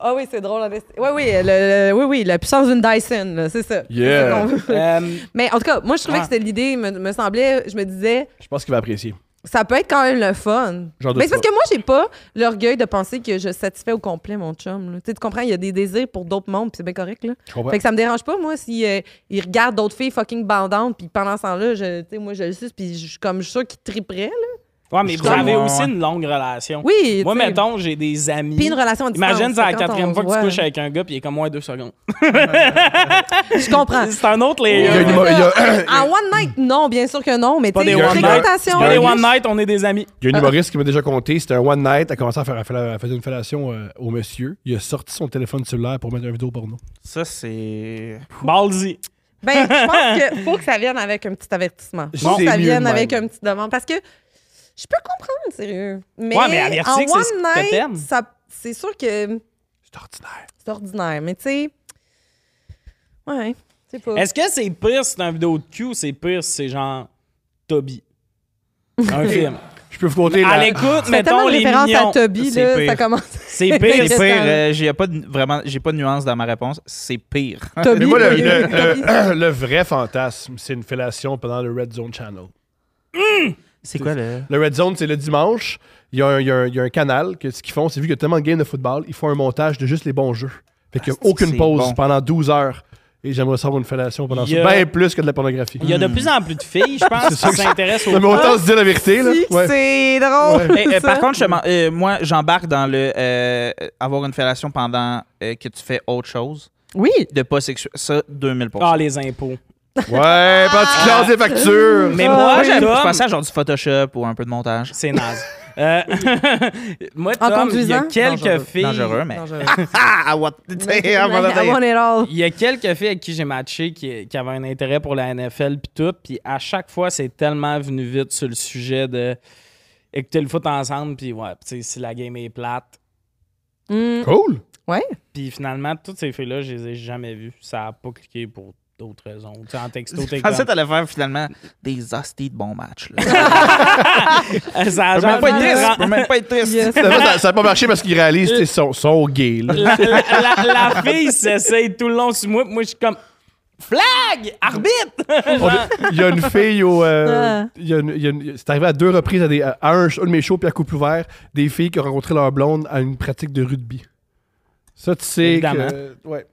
Speaker 2: Ah oui, c'est drôle. en esti. Oui, oui, le- le- oui, oui, la puissance d'une Dyson, là, c'est ça.
Speaker 3: Yeah.
Speaker 2: C'est ça qu'on veut.
Speaker 1: Euh,
Speaker 2: Mais en tout cas, moi, je trouvais
Speaker 1: Ouais.
Speaker 2: que c'était l'idée, me, me semblait, je me disais,
Speaker 3: Je pense qu'il va apprécier.
Speaker 2: ça peut être quand même le fun.
Speaker 3: J'en doute
Speaker 2: Mais c'est parce
Speaker 3: pas.
Speaker 2: que moi, j'ai pas l'orgueil de penser que je satisfais au complet mon chum. là. Tu sais, tu comprends, il y a des désirs pour d'autres mondes, puis c'est bien correct. Là.
Speaker 3: Je comprends.
Speaker 2: Fait que ça me dérange pas, moi, si euh, il regarde d'autres filles fucking bandantes, puis pendant ce temps-là, je, tu sais, moi, je le suce, puis je suis comme je suis sûre qu'il triperait. Là.
Speaker 1: Ouais, mais
Speaker 4: Je
Speaker 1: vous avez
Speaker 4: comprends.
Speaker 1: aussi une longue relation.
Speaker 2: Oui,
Speaker 1: Moi,
Speaker 2: tu sais.
Speaker 1: mettons, j'ai des amis.
Speaker 2: Puis une relation à distance.
Speaker 1: Imagine, c'est la
Speaker 2: quand
Speaker 1: quatrième
Speaker 2: on
Speaker 1: fois que
Speaker 2: se
Speaker 1: tu
Speaker 2: voit.
Speaker 1: couches avec un gars, puis il est comme moins deux secondes.
Speaker 2: Je comprends.
Speaker 1: C'est un autre
Speaker 3: Il y a
Speaker 1: layer.
Speaker 3: une- il y a-
Speaker 2: En one night, non, bien sûr que non, mais
Speaker 1: euh, Pas
Speaker 2: tu sais,
Speaker 1: des
Speaker 3: il y a
Speaker 1: one
Speaker 3: une
Speaker 1: night.
Speaker 2: fréquentation.
Speaker 1: Pas des
Speaker 3: il y a
Speaker 1: one night, on est des amis.
Speaker 3: Il y a un humoriste qui m'a déjà compté, c'était un one night, elle a commencé à faire, à faire- à faire une fellation euh, au monsieur. Il a sorti son téléphone cellulaire pour mettre un vidéo porno.
Speaker 4: Ça, c'est.
Speaker 1: Ballsy.
Speaker 2: Ben, je pense qu'il faut que ça vienne avec un petit avertissement. Faut que
Speaker 3: C'est
Speaker 2: ça
Speaker 3: mieux
Speaker 2: vienne
Speaker 3: de même.
Speaker 2: avec un petit demande. Parce que je peux comprendre, sérieux. Mais,
Speaker 1: Ouais, mais avertir
Speaker 2: en
Speaker 1: que c'est ce que
Speaker 2: one
Speaker 1: t'aimes.
Speaker 2: night, ça- c'est sûr que
Speaker 3: C'est ordinaire.
Speaker 2: c'est ordinaire. Mais tu sais, ouais, c'est pas.
Speaker 1: Est-ce que c'est pire si c'est un vidéo de cul ou c'est pire si c'est genre Toby? Un film.
Speaker 3: Je peux vous compter.
Speaker 1: À
Speaker 3: la-
Speaker 1: l'écoute,
Speaker 2: C'est
Speaker 1: mettons
Speaker 2: tellement de
Speaker 1: les
Speaker 2: références
Speaker 1: mignons.
Speaker 2: à Toby,
Speaker 4: C'est
Speaker 2: là,
Speaker 4: pire.
Speaker 2: ça commence.
Speaker 1: C'est pire.
Speaker 4: C'est pire.
Speaker 2: Qu'est-ce que-
Speaker 4: euh, j'ai pas de, vraiment, j'ai pas de nuance dans ma réponse. C'est pire.
Speaker 2: Toby,
Speaker 3: Mais moi, le,
Speaker 2: oui,
Speaker 3: le-
Speaker 2: oui, Toby.
Speaker 3: le- le vrai fantasme, c'est une fellation pendant le Red Zone Channel.
Speaker 4: C'est quoi le
Speaker 3: Le Red Zone, c'est le dimanche. Il y, a un- il y a un- il y a un canal que ce qu'ils font, c'est vu qu'il y a tellement de games de football, ils font un montage de juste les bons jeux. Fait qu'il n'y
Speaker 4: Ah,
Speaker 3: a aucune
Speaker 4: c'est
Speaker 3: pause
Speaker 4: bon.
Speaker 3: pendant 12 heures. Et j'aimerais savoir une fellation pendant
Speaker 1: Il y a-
Speaker 3: ça. Bien plus que de la pornographie.
Speaker 1: Il y a de plus en plus de filles, je pense,
Speaker 3: C'est ça
Speaker 1: qui
Speaker 3: que je-
Speaker 1: s'intéressent
Speaker 3: Non,
Speaker 1: au
Speaker 3: mais autant se dire la vérité, là. Ouais.
Speaker 2: C'est drôle.
Speaker 4: Mais,
Speaker 2: ça.
Speaker 4: euh, par contre, je te man- euh, moi, j'embarque dans le euh, avoir une fellation pendant euh, que tu fais autre chose,
Speaker 2: Oui.
Speaker 4: de pas sexuel. Ça, 2000
Speaker 1: Ah, les impôts.
Speaker 3: Ouais, pendant que tu classes des factures.
Speaker 1: Mais moi,
Speaker 4: Moi, j'aime- Ah, je
Speaker 1: Tom,
Speaker 4: pensais à genre du Photoshop ou un peu de montage.
Speaker 1: c'est naze. Euh, moi,
Speaker 2: En
Speaker 1: Tom, il y a
Speaker 2: conduisant?
Speaker 1: quelques
Speaker 2: Dangereux.
Speaker 1: filles...
Speaker 4: Dangereux, mais.
Speaker 2: Non, je-
Speaker 4: Ah, what the
Speaker 2: I want it all.
Speaker 1: Il y a quelques filles avec qui j'ai matché qui, qui avaient un intérêt pour la NFL puis tout, puis à chaque fois, c'est tellement venu vite sur le sujet de écouter le foot ensemble, puis ouais, tu sais, si la game est plate.
Speaker 2: Mm.
Speaker 3: Cool.
Speaker 2: Ouais.
Speaker 1: Puis finalement, toutes ces filles-là, je les ai jamais vues. Ça a pas cliqué pour d'autres raisons. Tu sais, en texto, t'es
Speaker 4: Je pensais que
Speaker 1: comme-
Speaker 4: t'allais faire finalement des hosties de bons matchs. là.
Speaker 1: Ça a
Speaker 3: Je peux même
Speaker 1: genre été trente-
Speaker 3: pas être triste,
Speaker 4: Ça peut même pas être triste.
Speaker 2: Yes.
Speaker 3: Finalement, ça- Ça n'a pas marché parce qu'ils réalisent qu'ils sont, sont gays. là.
Speaker 1: la, la- la- la fille s'essaye tout le long sur moi. puis Moi, je suis comme flag, arbitre.
Speaker 3: On a- Il y a une fille au. euh,
Speaker 2: Ah.
Speaker 3: il y a une- il y a une- c'est arrivé à deux reprises à, des, à un, un de mes shows puis à couple ouvert, des filles qui ont rencontré leur blonde à une pratique de rugby. Ça, tu sais
Speaker 1: Évidemment.
Speaker 3: que. euh, Ouais.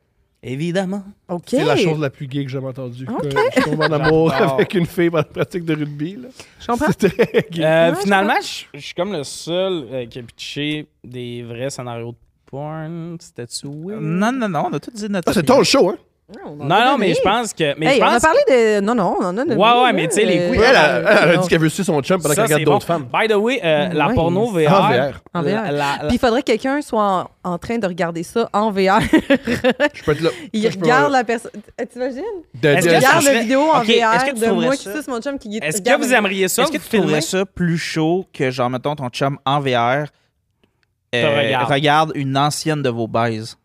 Speaker 1: Évidemment.
Speaker 2: OK.
Speaker 3: C'est la chose la plus gay que j'ai jamais entendue.
Speaker 2: Ok.
Speaker 3: Que je tombe en amour
Speaker 1: J'adore.
Speaker 3: avec une fille pendant une pratique de rugby. là.
Speaker 2: Je comprends.
Speaker 3: C'est très gay.
Speaker 1: Euh,
Speaker 2: Ouais,
Speaker 1: finalement, je je suis comme le seul euh, qui a pitché des vrais scénarios de porn. C'était-tu weird?
Speaker 2: Euh,
Speaker 4: Non, non, non, on a tout dit notre.
Speaker 3: Ah, c'est ton show, hein?
Speaker 2: Ah,
Speaker 1: Non, non, mais je pense que. Mais
Speaker 2: Hey,
Speaker 1: je
Speaker 2: on a
Speaker 1: pense
Speaker 2: parlé de. Non, non, on en a de.
Speaker 1: Ouais, ouais, mais tu sais, les couilles-
Speaker 3: Elle,
Speaker 1: Ouais,
Speaker 3: elle a- elle a dit qu'elle veut sucer son chum pendant
Speaker 1: ça,
Speaker 3: qu'elle regarde
Speaker 1: c'est bon. ah.
Speaker 3: d'autres femmes. Ah,
Speaker 1: By the way, euh, la
Speaker 2: Ouais.
Speaker 1: porno VR.
Speaker 3: En VR.
Speaker 2: En
Speaker 1: la-
Speaker 2: VR.
Speaker 1: la- la-
Speaker 2: Puis il faudrait que quelqu'un soit en, en train de regarder ça en VR.
Speaker 3: Je peux être là.
Speaker 2: il
Speaker 3: Ça, je peux-
Speaker 2: regarde la personne. Euh, T'imagines?
Speaker 3: de-
Speaker 1: Est-ce
Speaker 2: Il
Speaker 3: de-
Speaker 1: que ça
Speaker 2: regarde
Speaker 1: serait-
Speaker 2: la vidéo en
Speaker 1: Ok, est-ce que
Speaker 2: VR
Speaker 1: tu
Speaker 2: de
Speaker 1: trouverais
Speaker 2: moi
Speaker 1: ça-
Speaker 2: qui suce mon chum qui
Speaker 1: Est-ce que
Speaker 2: regarde
Speaker 1: vous
Speaker 2: la-
Speaker 1: aimeriez ça?
Speaker 4: Est-ce que
Speaker 1: vous
Speaker 4: tu
Speaker 1: filmer?
Speaker 4: trouverais ça plus chaud que, genre, mettons, ton chum en VR euh,
Speaker 1: regarde.
Speaker 4: regarde une ancienne de vos baises?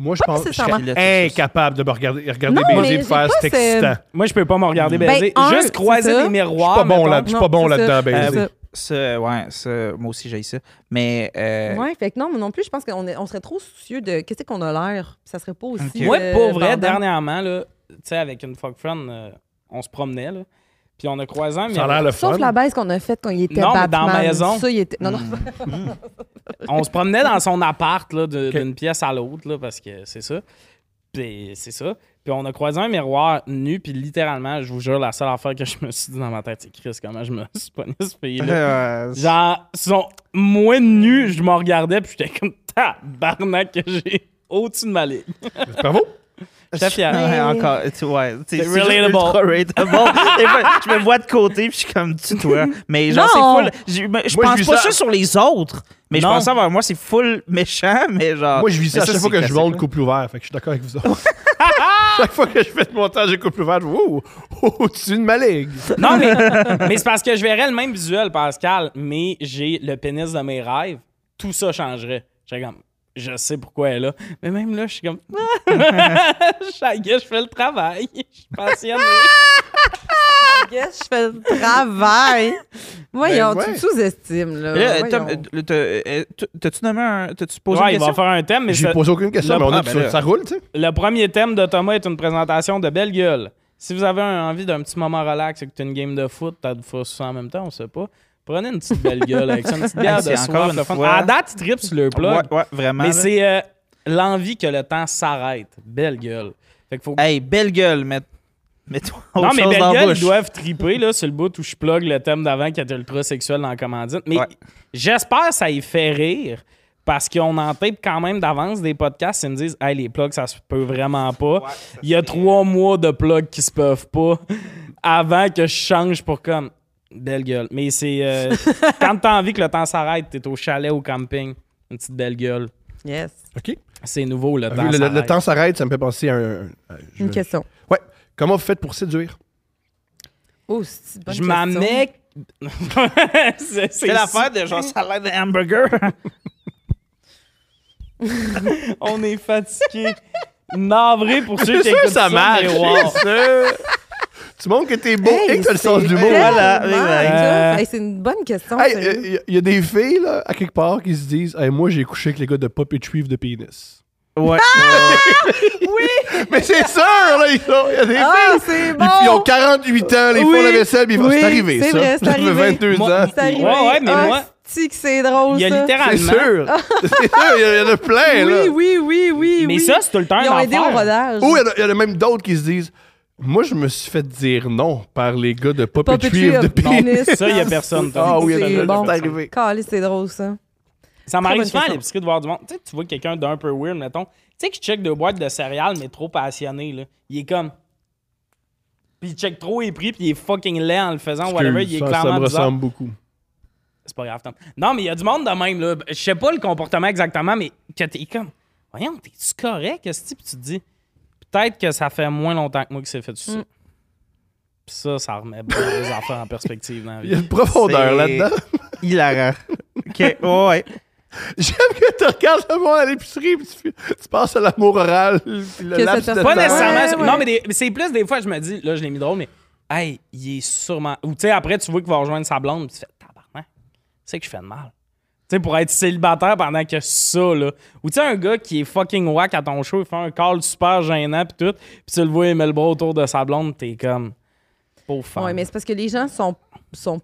Speaker 3: Moi, je
Speaker 2: Pas
Speaker 3: pense que je
Speaker 2: nécessairement.
Speaker 3: serais incapable de me regarder, regarder
Speaker 2: Non,
Speaker 3: baiser
Speaker 2: mais
Speaker 3: et
Speaker 2: j'ai
Speaker 3: faire
Speaker 2: pas
Speaker 3: c'est
Speaker 2: ce-
Speaker 3: excitant.
Speaker 1: Moi, je peux pas me regarder
Speaker 2: Ben,
Speaker 1: baiser.
Speaker 2: un,
Speaker 1: Juste
Speaker 2: c'est
Speaker 1: croiser
Speaker 2: ça.
Speaker 1: des
Speaker 3: Je suis
Speaker 1: miroirs.
Speaker 3: pas bon
Speaker 1: mettons.
Speaker 3: là- je suis
Speaker 2: Non,
Speaker 3: pas bon
Speaker 2: c'est
Speaker 3: là-dedans, ben,
Speaker 2: ça.
Speaker 3: baiser.
Speaker 2: C'est ça.
Speaker 4: Ça, ouais, ça, moi aussi, j'ai ça. Mais. euh,
Speaker 2: Ouais, fait que non, mais non plus, je pense qu'on est- on serait trop soucieux de qu'est-ce qu'on a l'air. Ça serait pas aussi.
Speaker 4: Ok.
Speaker 1: Moi,
Speaker 2: euh,
Speaker 1: pour vrai,
Speaker 2: bandant.
Speaker 1: dernièrement, là, tu sais, avec une fuck friend, euh, on se promenait, là, puis on a croisé un
Speaker 3: Ça a l'air
Speaker 1: miroir.
Speaker 3: le fun.
Speaker 2: Sauf la baisse qu'on a faite quand il était
Speaker 1: Non, mais dans
Speaker 2: Batman.
Speaker 1: la maison.
Speaker 2: Ça, il était... Non, non.
Speaker 1: On se promenait dans son appart, là, de-
Speaker 3: Ok.
Speaker 1: d'une pièce à l'autre, là, parce que c'est ça. Puis c'est ça. Puis on a croisé un miroir nu, puis littéralement, je vous jure, la seule affaire que je me suis dit dans ma tête, c'est Chris, comment je me suis pogné ce pays-là.
Speaker 4: euh,
Speaker 1: Genre, sont moins nus, je m'en regardais, puis j'étais comme tabarnak que j'ai au-dessus de ma ligue.
Speaker 3: Bravo.
Speaker 1: J'étais fier.
Speaker 4: Ouais, encore, tu ouais, tu sais,
Speaker 1: C'est
Speaker 4: c'est juste
Speaker 1: relatable.
Speaker 4: ultra relatable. Des fois, je me vois de côté puis je suis comme tu toi. Mais genre c'est
Speaker 2: Non.
Speaker 4: full. Je, me- je
Speaker 3: Moi, je
Speaker 4: pense
Speaker 3: vis
Speaker 4: pas
Speaker 3: ça-
Speaker 4: ça sur les autres, mais
Speaker 1: Non.
Speaker 4: je pense ça vers moi c'est full méchant, mais genre.
Speaker 3: Moi, je vis ça
Speaker 4: Ah, mais
Speaker 3: à chaque
Speaker 4: c'est
Speaker 3: fois que je
Speaker 4: classique, hein.
Speaker 3: monte
Speaker 4: là.
Speaker 3: couple ouvert. Fait que je suis d'accord avec vous autres. chaque fois que je fais de montage de couple ouvert, je wow, au-dessus de ma ligue.
Speaker 1: Non, mais, mais c'est parce que je verrais le même visuel, Pascal, mais j'ai le pénis de mes rêves. Tout ça changerait. J'étais comme, je sais pourquoi elle est là. Mais même là, je suis comme, ça y est, je fais le travail. Je suis passionné.
Speaker 2: Yes, je fais le travail. Voyons,
Speaker 3: Ben
Speaker 2: tu me
Speaker 3: ouais.
Speaker 2: sous-estimes, là.
Speaker 4: Mais là, Tom,
Speaker 2: Voyons.
Speaker 4: euh, t'as- euh, t'as-tu nommé un. T'as-tu posé
Speaker 1: Ouais,
Speaker 4: une
Speaker 1: il va
Speaker 4: question?
Speaker 1: faire un thème, mais
Speaker 3: J'ai
Speaker 1: ça-
Speaker 3: posé aucune question,
Speaker 1: le
Speaker 3: mais
Speaker 2: ah,
Speaker 3: on a,
Speaker 2: ben
Speaker 4: problème,
Speaker 3: ça,
Speaker 4: là.
Speaker 3: ça roule, tu sais.
Speaker 1: le premier thème de Thomas est une présentation de belle gueule. Si vous avez un- envie d'un petit moment relax et que tu une game de foot, t'as du faux ça en même temps, on sait pas. Prenez une petite belle gueule avec ça, une petite bière de
Speaker 4: C'est encore
Speaker 1: soif,
Speaker 4: une
Speaker 1: le fun.
Speaker 4: fois.
Speaker 1: À date, ils trippent sur le plug.
Speaker 4: Ouais, ouais, vraiment.
Speaker 1: Mais
Speaker 4: là.
Speaker 1: c'est euh, l'envie que le temps s'arrête. Belle gueule. Fait qu'il faut.
Speaker 4: Hey, belle gueule, mais Mets-toi
Speaker 1: Non,
Speaker 4: autre
Speaker 1: mais
Speaker 4: chose
Speaker 1: belle
Speaker 4: dans la
Speaker 1: gueule,
Speaker 4: bouche.
Speaker 1: ils doivent triper là, sur le bout où je plug le thème d'avant qui était ultra-sexuel dans la commandite. Mais
Speaker 4: Ouais.
Speaker 1: j'espère que ça y fait rire parce qu'on en tape quand même d'avance des podcasts ils me disent Hey, les plugs, ça se peut vraiment pas. Il y a trois mois de plugs qui se peuvent pas avant que je change pour comme. Belle gueule. Mais c'est. euh, quand t'as envie que le temps s'arrête, t'es au chalet, au camping, une petite belle gueule.
Speaker 2: Yes.
Speaker 3: OK.
Speaker 1: C'est nouveau, le temps
Speaker 3: Ah, Vu le, le- le
Speaker 1: s'arrête.
Speaker 3: temps s'arrête, ça me fait penser à un. à- je-
Speaker 2: Une question.
Speaker 3: Ouais. Comment vous faites pour séduire?
Speaker 2: Oh, c'est une bonne
Speaker 1: Je
Speaker 2: question.
Speaker 1: m'amenais. c'est
Speaker 4: C'est l'affaire de genre salade de hamburger.
Speaker 1: On est fatigué. Navré pour ceux qui
Speaker 4: sûr,
Speaker 1: écoutent ça,
Speaker 4: ça marche.
Speaker 1: mais wow.
Speaker 3: Tu montres que t'es beau
Speaker 2: Hey,
Speaker 3: et que t'as le sens
Speaker 2: c'est
Speaker 3: du mot.
Speaker 2: tellement
Speaker 4: Voilà, oui,
Speaker 1: voilà.
Speaker 2: tough. Hey, c'est une bonne question.
Speaker 3: Hey, euh,
Speaker 2: sérieux.
Speaker 3: il y, a des filles, là, à quelque part, qui se disent hey, Moi, j'ai couché avec les gars de Pop et Treeve de Penis.
Speaker 4: Ouais.
Speaker 3: Mais c'est sûr, là, il y a des
Speaker 2: Ah,
Speaker 3: filles.
Speaker 2: c'est
Speaker 3: Ils,
Speaker 2: bon!
Speaker 3: ils ont 48 ans, là, ils
Speaker 2: Oui,
Speaker 3: font la vaisselle, puis ils font
Speaker 2: oui,
Speaker 3: c'est arrivé,
Speaker 2: c'est
Speaker 3: ça.
Speaker 2: vrai, c'est
Speaker 3: J'avais
Speaker 2: arrivé.
Speaker 3: 22
Speaker 1: Moi-
Speaker 3: ans.
Speaker 2: C'est arrivé.
Speaker 1: Ouais, ouais, mais
Speaker 2: Ah,
Speaker 1: moi-
Speaker 2: c'est-tu que c'est drôle,
Speaker 1: Il y a
Speaker 2: ça.
Speaker 1: littéralement.
Speaker 3: C'est sûr. c'est sûr, il y, en a plein, là.
Speaker 2: Oui, oui, oui, oui,
Speaker 1: Mais
Speaker 2: oui.
Speaker 1: ça, c'est tout le temps
Speaker 2: Ils ont aidé au
Speaker 1: l'enfer.
Speaker 2: rodage.
Speaker 3: Ou il y en a- il y, en a même d'autres qui se disent Moi, je me suis fait dire non par les gars de Pop, et Treeve de
Speaker 2: Non,
Speaker 3: Penis.
Speaker 1: Ça, il y a personne, Tom.
Speaker 3: Ah oui, il y en a- il y
Speaker 2: euh, c'est
Speaker 3: en a
Speaker 2: bon.
Speaker 3: c'est arrivé.
Speaker 2: Calé, c'est drôle, ça.
Speaker 1: Ça m'arrive
Speaker 2: bonne
Speaker 1: souvent à
Speaker 2: question.
Speaker 1: l'épicerie de voir du monde. Tu sais, tu vois quelqu'un d'un peu weird, mettons. Tu sais, qui check deux boîtes de céréales, mais trop passionné, là. Il est comme. Puis il check trop les prix, puis il est fucking laid en le faisant, whatever. Il est
Speaker 3: ça, ça
Speaker 1: clairement
Speaker 3: me
Speaker 1: bizarre.
Speaker 3: ressemble beaucoup.
Speaker 1: C'est pas grave, Tom. Non, mais il y a du monde de même, là. Je sais pas le comportement exactement, mais que t'es comme. Voyons, t'es-tu correct, Esti? Puis tu te dis, peut-être que ça fait moins longtemps que moi que c'est fait ça.
Speaker 2: Mm.
Speaker 1: Puis ça, ça remet bien les affaires en perspective dans la
Speaker 3: Il y
Speaker 1: vie.
Speaker 3: a une profondeur
Speaker 4: C'est-
Speaker 3: là-dedans.
Speaker 4: Hilarant. OK, ouais.
Speaker 3: J'aime que tu regardes le monde à l'épicerie puis tu, fais- tu passes à l'amour oral. puis le
Speaker 2: Que
Speaker 3: laps
Speaker 2: cette
Speaker 3: de
Speaker 1: Pas
Speaker 2: personne-
Speaker 3: temps.
Speaker 1: nécessairement.
Speaker 2: Ouais, ouais.
Speaker 1: Non, mais des- mais c'est plus des fois, je me dis, là, je l'ai mis drôle, mais hey, il est sûrement. Ou tu sais, après, tu vois qu'il va rejoindre sa blonde, puis tu fais, tabarnak, c'est que je fais de mal. Tu sais, pour être célibataire pendant que ça, là. Ou tu sais, un gars qui est fucking whack à ton show, il fait un call super gênant, puis tout, puis tu le vois aimer le bras autour de sa blonde, t'es comme. Pauvre femme.
Speaker 2: Oui, mais c'est parce que les gens sont, sont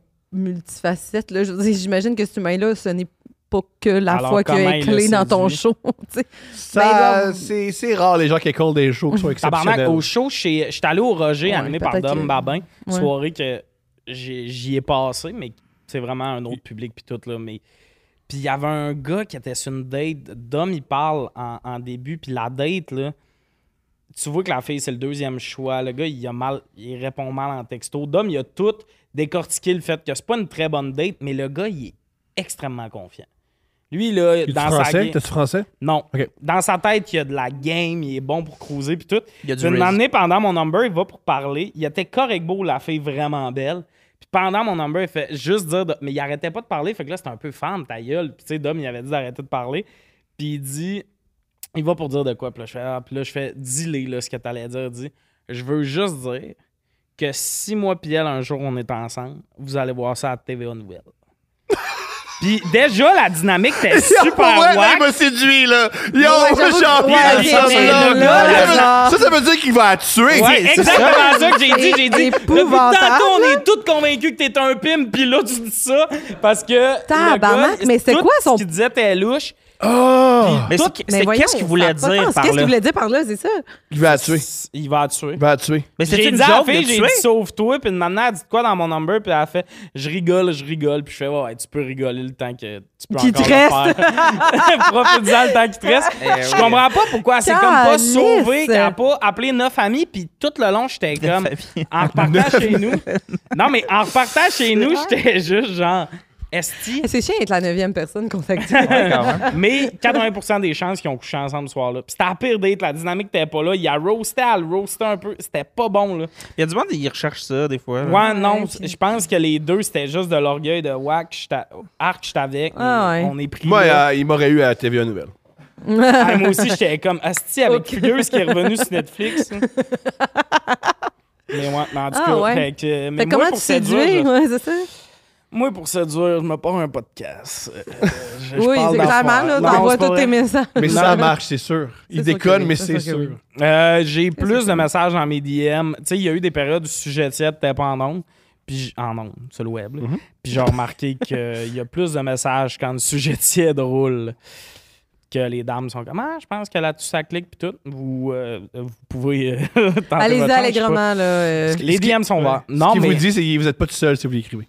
Speaker 2: multifacettes. Là. Je veux dire, J'imagine que cet humain-là, ce n'est pas que la
Speaker 1: Alors,
Speaker 2: fois qu'il
Speaker 1: comment
Speaker 2: a
Speaker 1: il
Speaker 2: éclé
Speaker 1: l'a
Speaker 2: dans ton
Speaker 1: séduit?
Speaker 2: show. tu sais.
Speaker 3: Ça,
Speaker 2: Ben, là-
Speaker 3: c'est, c'est rare les gens qui écolent des shows qui sont
Speaker 1: Tabarnak,
Speaker 3: exceptionnels.
Speaker 1: au show, je suis allé au Roger,
Speaker 2: Ouais,
Speaker 1: animé par
Speaker 2: peut-être
Speaker 1: Dom
Speaker 2: que-
Speaker 1: Babin,
Speaker 2: Ouais.
Speaker 1: soirée que j'ai- j'y ai passé, mais c'est vraiment un autre public puis tout, là, mais... Puis il y avait un gars qui était sur une date, Dom, il parle en, en début, puis la date, là, tu vois que la fille, c'est le deuxième choix. Le gars, il, a mal, il répond mal en texto. Dom, il a tout décortiqué le fait que c'est pas une très bonne date, mais le gars, il est extrêmement confiant. Lui, là,
Speaker 3: Il est
Speaker 1: dans sa...
Speaker 3: français?
Speaker 1: ga-
Speaker 3: T'es-tu français?
Speaker 1: Non.
Speaker 3: Ok.
Speaker 1: Dans sa tête, il y a de la game, il est bon pour cruiser puis tout.
Speaker 4: Il y a du
Speaker 1: Puis une
Speaker 4: riz.
Speaker 1: année, pendant mon number, il va pour parler. Il était correct beau, la fille vraiment belle. Puis pendant mon number, il fait juste dire. de- Mais il arrêtait pas de parler. Fait que là, c'était un peu femme, ta gueule. Puis tu sais, Dom, il avait dit d'arrêter de parler. Puis il dit. Il va pour dire de quoi. Puis là, je fais. ah, puis là, je fais. Dis-les, là, ce que t'allais dire. Dis. Je veux juste dire que si moi puis elle, un jour, on est ensemble, vous allez voir ça à TVA Nouvelle. puis déjà, la dynamique était super
Speaker 3: ouais, là,
Speaker 1: wack.
Speaker 3: il m'a séduit, là. Yo,
Speaker 2: Ouais, j'avoue que-
Speaker 3: champion,
Speaker 1: Ouais,
Speaker 3: ce
Speaker 1: mais
Speaker 3: sens-là.
Speaker 1: le gars,
Speaker 3: Ça
Speaker 1: là,
Speaker 3: veut-
Speaker 2: genre-
Speaker 3: Ça, ça veut dire qu'il va la tuer.
Speaker 1: Ouais,
Speaker 4: c'est
Speaker 1: exactement ça que j'ai dit.
Speaker 2: C'est
Speaker 1: J'ai dit, depuis
Speaker 2: épouvantable.
Speaker 1: tantôt, on est tous convaincus que t'es un pim, puis là, tu dis ça parce que. le
Speaker 2: Tabarnak,
Speaker 1: gars,
Speaker 2: mais c'est
Speaker 1: tout
Speaker 2: quoi son-
Speaker 1: Ce qu'il disait, t'es louche.
Speaker 3: Ah!
Speaker 4: Mais
Speaker 1: Tout-
Speaker 4: c'est-
Speaker 2: Mais
Speaker 4: c'est
Speaker 2: voyons,
Speaker 4: qu'est-ce qu'il voulait
Speaker 2: ça a pas de
Speaker 4: dire
Speaker 2: sens.
Speaker 4: par
Speaker 2: Qu'est-ce
Speaker 4: là?
Speaker 2: qu'il voulait dire par là, c'est ça?
Speaker 3: Il va la tuer.
Speaker 1: Il va la tuer.
Speaker 3: Il va la tuer.
Speaker 4: Mais Ben, c'est
Speaker 1: J'ai
Speaker 4: une
Speaker 1: dit à la
Speaker 4: joke
Speaker 1: fille,
Speaker 4: de
Speaker 1: j'ai dit
Speaker 4: tuer?
Speaker 1: sauve-toi, puis une maintenant, elle dit de quoi dans mon number, puis elle fait je rigole, je rigole, puis je fais ouais, tu peux rigoler le temps que tu peux
Speaker 2: Qu'il
Speaker 1: encore
Speaker 2: te
Speaker 1: le
Speaker 2: reste.
Speaker 1: faire. Profite-en le temps qui te reste.
Speaker 4: Eh
Speaker 1: Je
Speaker 4: oui.
Speaker 1: comprends pas pourquoi c'est comme pas
Speaker 2: Calisse.
Speaker 1: sauvé, qu'elle a pas appelé neuf amis, puis tout le long, j'étais comme Ah.
Speaker 4: famille.
Speaker 1: en repartant chez nous. Non, mais en repartant chez nous, j'étais juste genre esti.
Speaker 2: C'est chiant d'être la neuvième personne contactée.
Speaker 4: Ouais, quand même.
Speaker 1: Mais 80% des chances qu'ils ont couché ensemble ce soir-là. Puis c'était la pire date, la dynamique était pas là. Il a roasté, elle le roastait un peu. C'était pas bon, là.
Speaker 4: Il y a du monde qui recherche ça, des fois. là.
Speaker 1: Ouais, non,
Speaker 2: puis-
Speaker 1: je pense que les deux, c'était juste de l'orgueil de Wack, je t'a- Arc, je t'avais.
Speaker 2: Ah ouais.
Speaker 1: On est pris.
Speaker 3: Moi,
Speaker 1: là.
Speaker 3: euh, il m'aurait eu à la TVA Nouvelle.
Speaker 1: Ah, moi aussi, j'étais comme Asti avec
Speaker 2: Ok.
Speaker 1: Curieuse qui est revenu sur Netflix. hein. mais ouais, mais en tout
Speaker 2: Ah
Speaker 1: cas,
Speaker 2: ouais.
Speaker 1: fait que, euh, mais moi,
Speaker 2: Fait comment
Speaker 1: pour
Speaker 2: tu
Speaker 1: séduire,
Speaker 2: séduis?
Speaker 1: je-
Speaker 2: Ouais, c'est ça?
Speaker 1: Moi, pour séduire, je me pars un podcast. Euh, je- je
Speaker 2: Oui,
Speaker 1: parle
Speaker 2: c'est
Speaker 1: d'affaires.
Speaker 2: clairement, là,
Speaker 1: Non,
Speaker 2: t'envoies
Speaker 1: c'est pas
Speaker 2: tous
Speaker 1: vrai.
Speaker 2: tes messages.
Speaker 3: Mais ça marche, c'est sûr. Il
Speaker 2: sûr que
Speaker 3: déconne,
Speaker 2: oui,
Speaker 3: mais
Speaker 2: c'est
Speaker 3: c'est
Speaker 2: sûr que
Speaker 3: sûr.
Speaker 1: Euh, j'ai plus
Speaker 2: que
Speaker 1: de
Speaker 2: oui.
Speaker 1: messages dans mes DM. Tu sais, il y a eu des périodes où sujet tiède t'es pas en ondes. Puis j- en ondes, sur le web. là.
Speaker 2: Mm-hmm.
Speaker 1: euh, Puis j'ai remarqué qu'il y a plus de messages quand le sujet tiède roule que les dames sont comme Ah, je pense que là-dessus ça clique, puis tout. Vous, euh, vous pouvez. euh, tenter
Speaker 2: Allez-y
Speaker 1: votre chance, je sais pas.
Speaker 2: allègrement, là. euh.
Speaker 3: Ce qui-
Speaker 1: Les
Speaker 3: ce qui-
Speaker 1: DM sont
Speaker 3: ouais.
Speaker 1: verts.
Speaker 3: Ce
Speaker 1: Non,
Speaker 3: qu'il
Speaker 1: mais.
Speaker 3: vous dit, c'est que vous n'êtes pas tout seul si vous l'écrivez.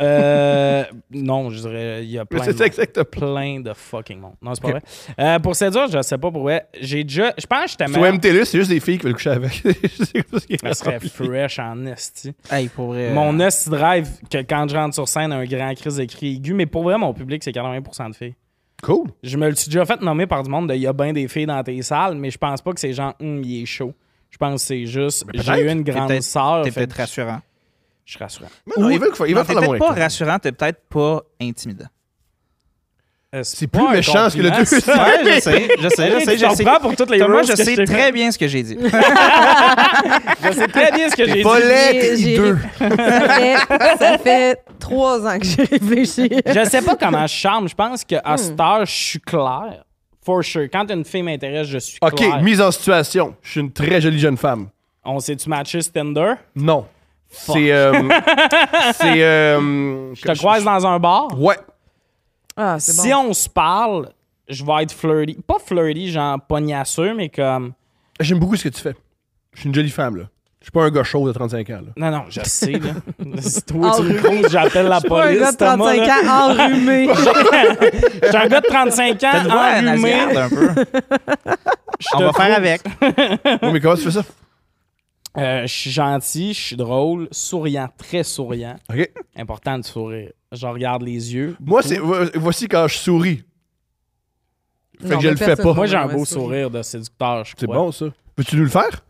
Speaker 1: euh, non, je dirais, il y a plein de
Speaker 3: C'est ça
Speaker 1: monde.
Speaker 3: exactement.
Speaker 1: plein de fucking monde. Non, c'est pas
Speaker 3: Ok.
Speaker 1: vrai. Euh, pour séduire, je sais pas pour vrai. J'ai déjà. Je pense que j'étais
Speaker 3: Sur
Speaker 1: meilleur.
Speaker 3: MTL, c'est juste des filles qui veulent coucher avec. C'est comme ça qui est
Speaker 1: Ça serait
Speaker 3: rempli.
Speaker 1: fresh en esti.
Speaker 4: Hey, pour vrai.
Speaker 1: Mon esti drive, que quand je rentre sur scène, un grand crise de cris aigu. Mais pour vrai, mon public, c'est 80% de filles.
Speaker 3: Cool.
Speaker 1: Je me le suis déjà fait nommer par du monde de il y a bien des filles dans tes salles, mais je pense pas que c'est genre, hum, il est chaud. Je pense que c'est juste, j'ai
Speaker 3: Mais
Speaker 1: eu
Speaker 3: peut-être.
Speaker 1: une grande
Speaker 4: peut-être-
Speaker 1: sœur.
Speaker 4: T'es
Speaker 1: fait
Speaker 4: peut-être
Speaker 1: que je-
Speaker 4: rassurant.
Speaker 1: Je suis rassurant.
Speaker 3: Mais non, ils veulent, ils
Speaker 4: Non,
Speaker 3: veulent
Speaker 4: T'es
Speaker 3: faire l'amour
Speaker 4: peut-être pas
Speaker 3: avec toi.
Speaker 4: rassurant, t'es peut-être pas intimidant.
Speaker 1: Euh,
Speaker 3: C'est
Speaker 1: pas
Speaker 3: plus
Speaker 1: un
Speaker 3: méchant que le
Speaker 1: compliment,
Speaker 3: deux.
Speaker 1: ça.
Speaker 4: Ouais, je sais, je sais, je sais,
Speaker 1: Je
Speaker 4: je sais.
Speaker 1: comprends pour toutes les
Speaker 4: Thomas,
Speaker 1: roasts
Speaker 4: je
Speaker 1: que
Speaker 4: sais
Speaker 1: t'ai
Speaker 4: très bien ce que j'ai dit.
Speaker 1: fait. Je sais très bien ce que j'ai
Speaker 3: T'es
Speaker 1: dit.
Speaker 3: pas laid,
Speaker 2: J'ai-
Speaker 3: t'es
Speaker 2: j'ai-
Speaker 3: hideux.
Speaker 2: ça, fait, ça fait trois ans que j'ai réfléchi.
Speaker 1: Je sais pas comment je charme. Je pense qu'à
Speaker 2: Hmm.
Speaker 1: cette heure, je suis clair. For sure. Quand une fille m'intéresse, je suis
Speaker 3: OK,
Speaker 1: clair.
Speaker 3: mise en situation. Je suis une très jolie jeune femme.
Speaker 1: On s'est-tu matché ce Tinder?
Speaker 3: Non. C'est. euh, c'est. euh,
Speaker 1: Je te croise dans un bar.
Speaker 3: Ouais.
Speaker 2: Ah, c'est
Speaker 1: Si
Speaker 2: bon.
Speaker 1: on se parle, je vais être flirty. Pas flirty, genre pognasseux, mais comme.
Speaker 3: J'aime beaucoup ce que tu fais. Je suis une jolie femme, là. Je suis pas un gars chaud de 35 ans, là.
Speaker 1: Non, non, je sais, là. Si toi, tu
Speaker 2: Enrhumé.
Speaker 1: me croises, j'appelle la
Speaker 2: Pas un
Speaker 1: police.
Speaker 2: gars de
Speaker 1: Thomas,
Speaker 2: 35
Speaker 1: là.
Speaker 2: ans enrhumé.
Speaker 1: Je suis un gars de 35
Speaker 4: T'as le
Speaker 1: ans,
Speaker 4: droit à un
Speaker 1: enrhumé.
Speaker 4: Asgard un peu.
Speaker 1: Je
Speaker 4: On
Speaker 1: te
Speaker 4: va
Speaker 1: trouve-
Speaker 4: faire avec.
Speaker 3: Ouais, mais comment tu fais ça?
Speaker 1: Euh, je suis gentil, je suis drôle, souriant, très souriant.
Speaker 3: OK.
Speaker 1: Important de sourire. Je regarde les yeux.
Speaker 3: Moi, c'est. vo- Voici quand je souris. Fait
Speaker 2: Non,
Speaker 3: que je
Speaker 2: mais
Speaker 3: le fais
Speaker 2: personne-
Speaker 3: pas.
Speaker 1: Moi, j'ai un
Speaker 2: Ouais,
Speaker 1: beau
Speaker 2: ouais,
Speaker 1: sourire de séducteur, je
Speaker 3: C'est
Speaker 1: crois.
Speaker 3: bon, ça. Peux-tu nous le faire?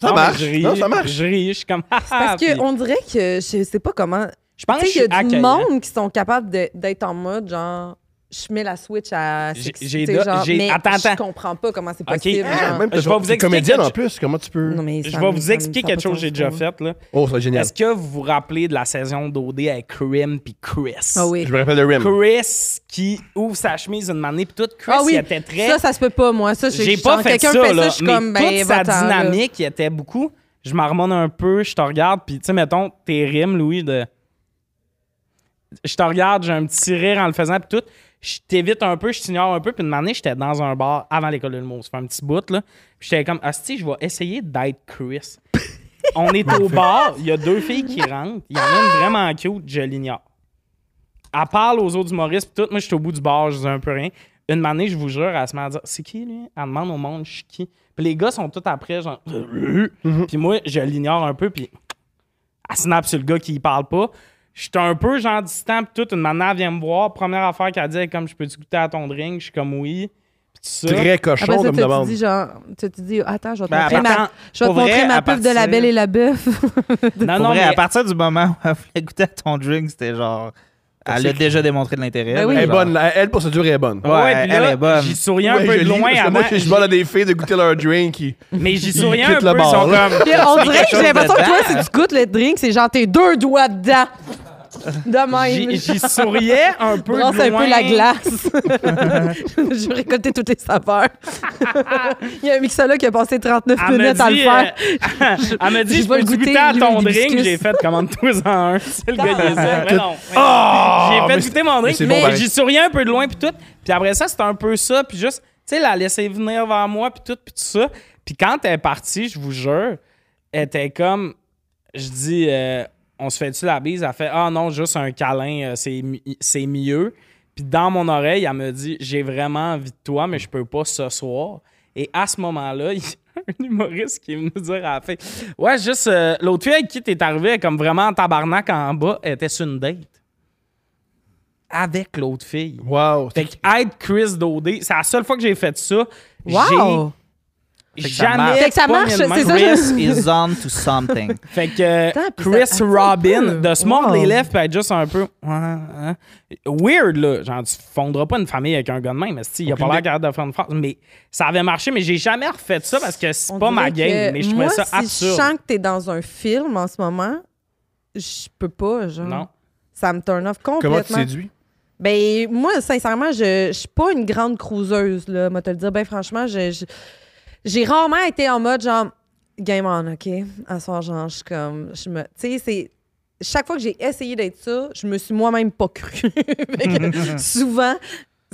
Speaker 3: Ça
Speaker 1: Non, mais
Speaker 3: marche.
Speaker 1: je ris,
Speaker 3: Non, ça marche.
Speaker 1: Je ris, je suis comme. ha, ha,
Speaker 2: Parce
Speaker 1: Ah, puis
Speaker 2: qu'on dirait que je sais pas comment.
Speaker 1: Je pense que
Speaker 2: Tu
Speaker 1: je
Speaker 2: sais,
Speaker 1: suis
Speaker 2: il y a du
Speaker 1: accueillant.
Speaker 2: monde qui sont capables de- d'être en mode genre. Je mets la switch à.
Speaker 1: J'ai-
Speaker 2: sexy,
Speaker 1: j'ai
Speaker 2: tu sais,
Speaker 1: de-
Speaker 2: genre,
Speaker 1: j'ai-
Speaker 2: mais
Speaker 1: attends,
Speaker 2: Je
Speaker 1: attends.
Speaker 2: comprends pas comment c'est
Speaker 1: Ok.
Speaker 2: possible.
Speaker 1: Ah,
Speaker 2: genre.
Speaker 3: Même
Speaker 1: Je vais vous
Speaker 3: t'es
Speaker 1: expliquer
Speaker 3: comédienne
Speaker 1: quelque-
Speaker 3: en plus. Comment tu peux.
Speaker 2: Non, mais
Speaker 1: Je
Speaker 2: ça
Speaker 1: vais
Speaker 2: me-
Speaker 1: vous
Speaker 2: ça me-
Speaker 1: expliquer
Speaker 2: ça a
Speaker 1: quelque
Speaker 2: pas
Speaker 1: chose
Speaker 2: de
Speaker 1: que j'ai
Speaker 2: sens
Speaker 1: déjà
Speaker 2: pour
Speaker 1: fait. là.
Speaker 3: Oh, ça va être génial.
Speaker 1: Est-ce que vous vous rappelez de la saison d'OD avec Krim puis Chris?
Speaker 2: moi. Ah oui.
Speaker 3: Je me rappelle de Rim.
Speaker 1: Chris qui ouvre sa chemise une manée puis tout. Chris,
Speaker 2: ah oui,
Speaker 1: il était très...
Speaker 2: ça, ça se peut pas, moi. Ça, j'ai-
Speaker 1: J'ai
Speaker 2: genre,
Speaker 1: pas fait
Speaker 2: quelqu'un
Speaker 1: ça,
Speaker 2: fait
Speaker 1: là,
Speaker 2: je suis
Speaker 1: mais
Speaker 2: comme, ben,
Speaker 1: toute sa
Speaker 2: va-t'en, là.
Speaker 1: dynamique, il était beaucoup. Je m'harmone un peu, je te regarde, puis tu sais, mettons, tes rimes, Louis, de... Je te regarde, j'ai un petit rire en le faisant, puis tout. Je t'évite un peu, je t'ignore un peu, puis une année, j'étais dans un bar avant l'école de l'humour. Ça fait un petit bout, là. Puis j'étais comme, hostie, je vais essayer d'être Chris. On est au bar, il y a deux filles qui rentrent. Il y en a une vraiment cute, je l'ignore. Elle parle aux autres humoristes, pis tout. Moi, je suis au bout du bar, je dis un peu rien. Une manée, je vous jure, elle se met à dire C'est qui, lui Elle demande au monde, je suis qui. Puis les gars sont tous après, genre.
Speaker 3: Mhm.
Speaker 1: Puis moi, je l'ignore un peu, puis elle snap sur le gars qui y parle pas. J'étais un peu, genre, distant, pis tout. Une manée, elle vient me voir. Première affaire qu'elle dit, elle est comme Je peux-tu goûter à ton drink Je suis comme Oui. Puis tout Ah, ben, ça.
Speaker 3: Très
Speaker 2: Après
Speaker 3: cochon
Speaker 2: Ah, ben, ça,
Speaker 3: comme
Speaker 2: tu te
Speaker 3: demande.
Speaker 2: dis genre, tu te dis, attends, je vais te
Speaker 4: Ben,
Speaker 2: montrer
Speaker 4: à
Speaker 2: ma,
Speaker 1: partant-
Speaker 2: je vais te
Speaker 4: pour
Speaker 2: montrer
Speaker 4: vrai,
Speaker 2: ma
Speaker 4: à
Speaker 2: puf de la
Speaker 4: partir-
Speaker 2: belle et la bœuf.
Speaker 1: Non,
Speaker 4: Pour
Speaker 1: Ah non,
Speaker 4: vrai,
Speaker 1: mais-
Speaker 4: à partir du moment où elle voulait goûter à ton drink, c'était genre. Elle a déjà démontré de l'intérêt.
Speaker 2: Ben
Speaker 4: là,
Speaker 2: oui.
Speaker 3: Elle est
Speaker 4: genre.
Speaker 3: bonne. là. Elle, pour se durer, elle est bonne.
Speaker 4: Ouais,
Speaker 1: Ouais, puis
Speaker 4: elle
Speaker 1: là,
Speaker 4: est bonne.
Speaker 1: J'y souriais un
Speaker 3: Ouais,
Speaker 1: peu de
Speaker 3: je lis,
Speaker 1: loin
Speaker 3: parce que
Speaker 1: avant.
Speaker 3: Moi, je- je demande à des filles de goûter leur drink. ils-
Speaker 1: Mais j'y
Speaker 3: Ils
Speaker 1: souriais un
Speaker 3: quittent
Speaker 1: peu.
Speaker 3: le
Speaker 1: ils sont
Speaker 3: bar, là.
Speaker 1: comme.
Speaker 2: Puis on dirait que j'ai
Speaker 4: chose
Speaker 2: l'impression que toi, si
Speaker 4: dedans.
Speaker 2: tu goûtes le drink, c'est genre tes deux doigts dedans. De
Speaker 1: J'y
Speaker 2: même.
Speaker 1: j'y souriais un peu. de
Speaker 2: Brosse un
Speaker 1: loin.
Speaker 2: peu la glace. je vais récolter toutes les saveurs. Il y a un mixologue qui a passé 39
Speaker 1: Elle me
Speaker 2: minutes à le
Speaker 1: dit,
Speaker 2: faire.
Speaker 1: euh, elle me dit,
Speaker 2: Je
Speaker 1: je
Speaker 2: vais
Speaker 1: peux
Speaker 2: le
Speaker 1: goûter,
Speaker 2: goûter,
Speaker 1: à
Speaker 2: lui,
Speaker 1: ton
Speaker 2: des
Speaker 1: drink.
Speaker 2: biscuits.
Speaker 1: J'ai fait commande tous en un. C'est le gars qui est ça. Mais non. mais-
Speaker 3: Ah,
Speaker 1: J'ai fait
Speaker 3: mais
Speaker 1: goûter mon
Speaker 3: mais
Speaker 1: drink.
Speaker 3: c'est
Speaker 1: Mais
Speaker 3: bon, ben. pareil.
Speaker 1: j'y souriais un peu de loin, puis tout. Puis après ça, c'était un peu ça. Puis juste, tu sais, la laisser venir vers moi, puis tout, puis tout ça. Puis quand elle est partie, je vous jure, elle était comme. Je dis, euh, on se fait-tu la bise? Elle fait, ah non, juste un câlin, euh, c'est mi- c'est mieux. Puis dans mon oreille, elle me dit, j'ai vraiment envie de toi, mais je peux pas ce soir. Et à ce moment-là, il y a un humoriste qui est venu dire à la fin, ouais, juste euh, l'autre fille avec qui t'es arrivé, elle est comme vraiment en tabarnak en bas, elle était sur une date. Avec l'autre fille.
Speaker 3: Wow.
Speaker 1: Fait que être Chris Dodé, c'est la seule fois que j'ai fait ça.
Speaker 2: Wow!
Speaker 1: J'ai
Speaker 4: Fait que ça marche.
Speaker 1: jamais.
Speaker 2: Fait que ça marche,
Speaker 1: pogné le
Speaker 2: c'est
Speaker 1: même.
Speaker 2: ça, je-
Speaker 4: Chris is on to something.
Speaker 1: Fait que euh,
Speaker 2: Attends, puis ça-
Speaker 1: Chris
Speaker 2: attends un
Speaker 1: Robin,
Speaker 2: peu.
Speaker 1: de se mordre
Speaker 2: Wow.
Speaker 1: les lèvres puis être juste un peu. Ouais, ouais. Weird, là. Genre, tu fonderas pas une famille avec un gars de même. Mais si, il a pas
Speaker 3: Aucune
Speaker 1: l'air capable de faire une phrase. Mais ça avait marché, mais j'ai jamais refait ça parce que c'est
Speaker 2: On
Speaker 1: pas ma
Speaker 2: dirait
Speaker 1: game.
Speaker 2: que
Speaker 1: Mais je trouvais
Speaker 2: moi,
Speaker 1: ça
Speaker 2: si
Speaker 1: absurde.
Speaker 2: Je sens que t'es dans un film en ce moment. Je peux pas, genre.
Speaker 1: Non.
Speaker 2: Ça me turn off complètement.
Speaker 3: Comment tu séduis?
Speaker 2: Ben, moi, sincèrement, je, je suis pas une grande cruiseuse, là. Moi, te le dire, ben, franchement, je- je- j'ai rarement été en mode, genre, game on, OK? À ce soir, genre, je suis comme, je me. Tu sais, c'est. Chaque fois que j'ai essayé d'être ça, je me suis moi-même pas cru. Fait que souvent,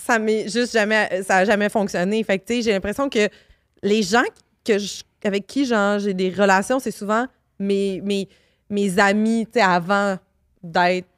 Speaker 2: ça m'est juste jamais ça a jamais fonctionné. Fait que tu sais, j'ai l'impression que les gens que je- avec qui genre j'ai des relations, c'est souvent mes mes mes amis, tu sais avant d'être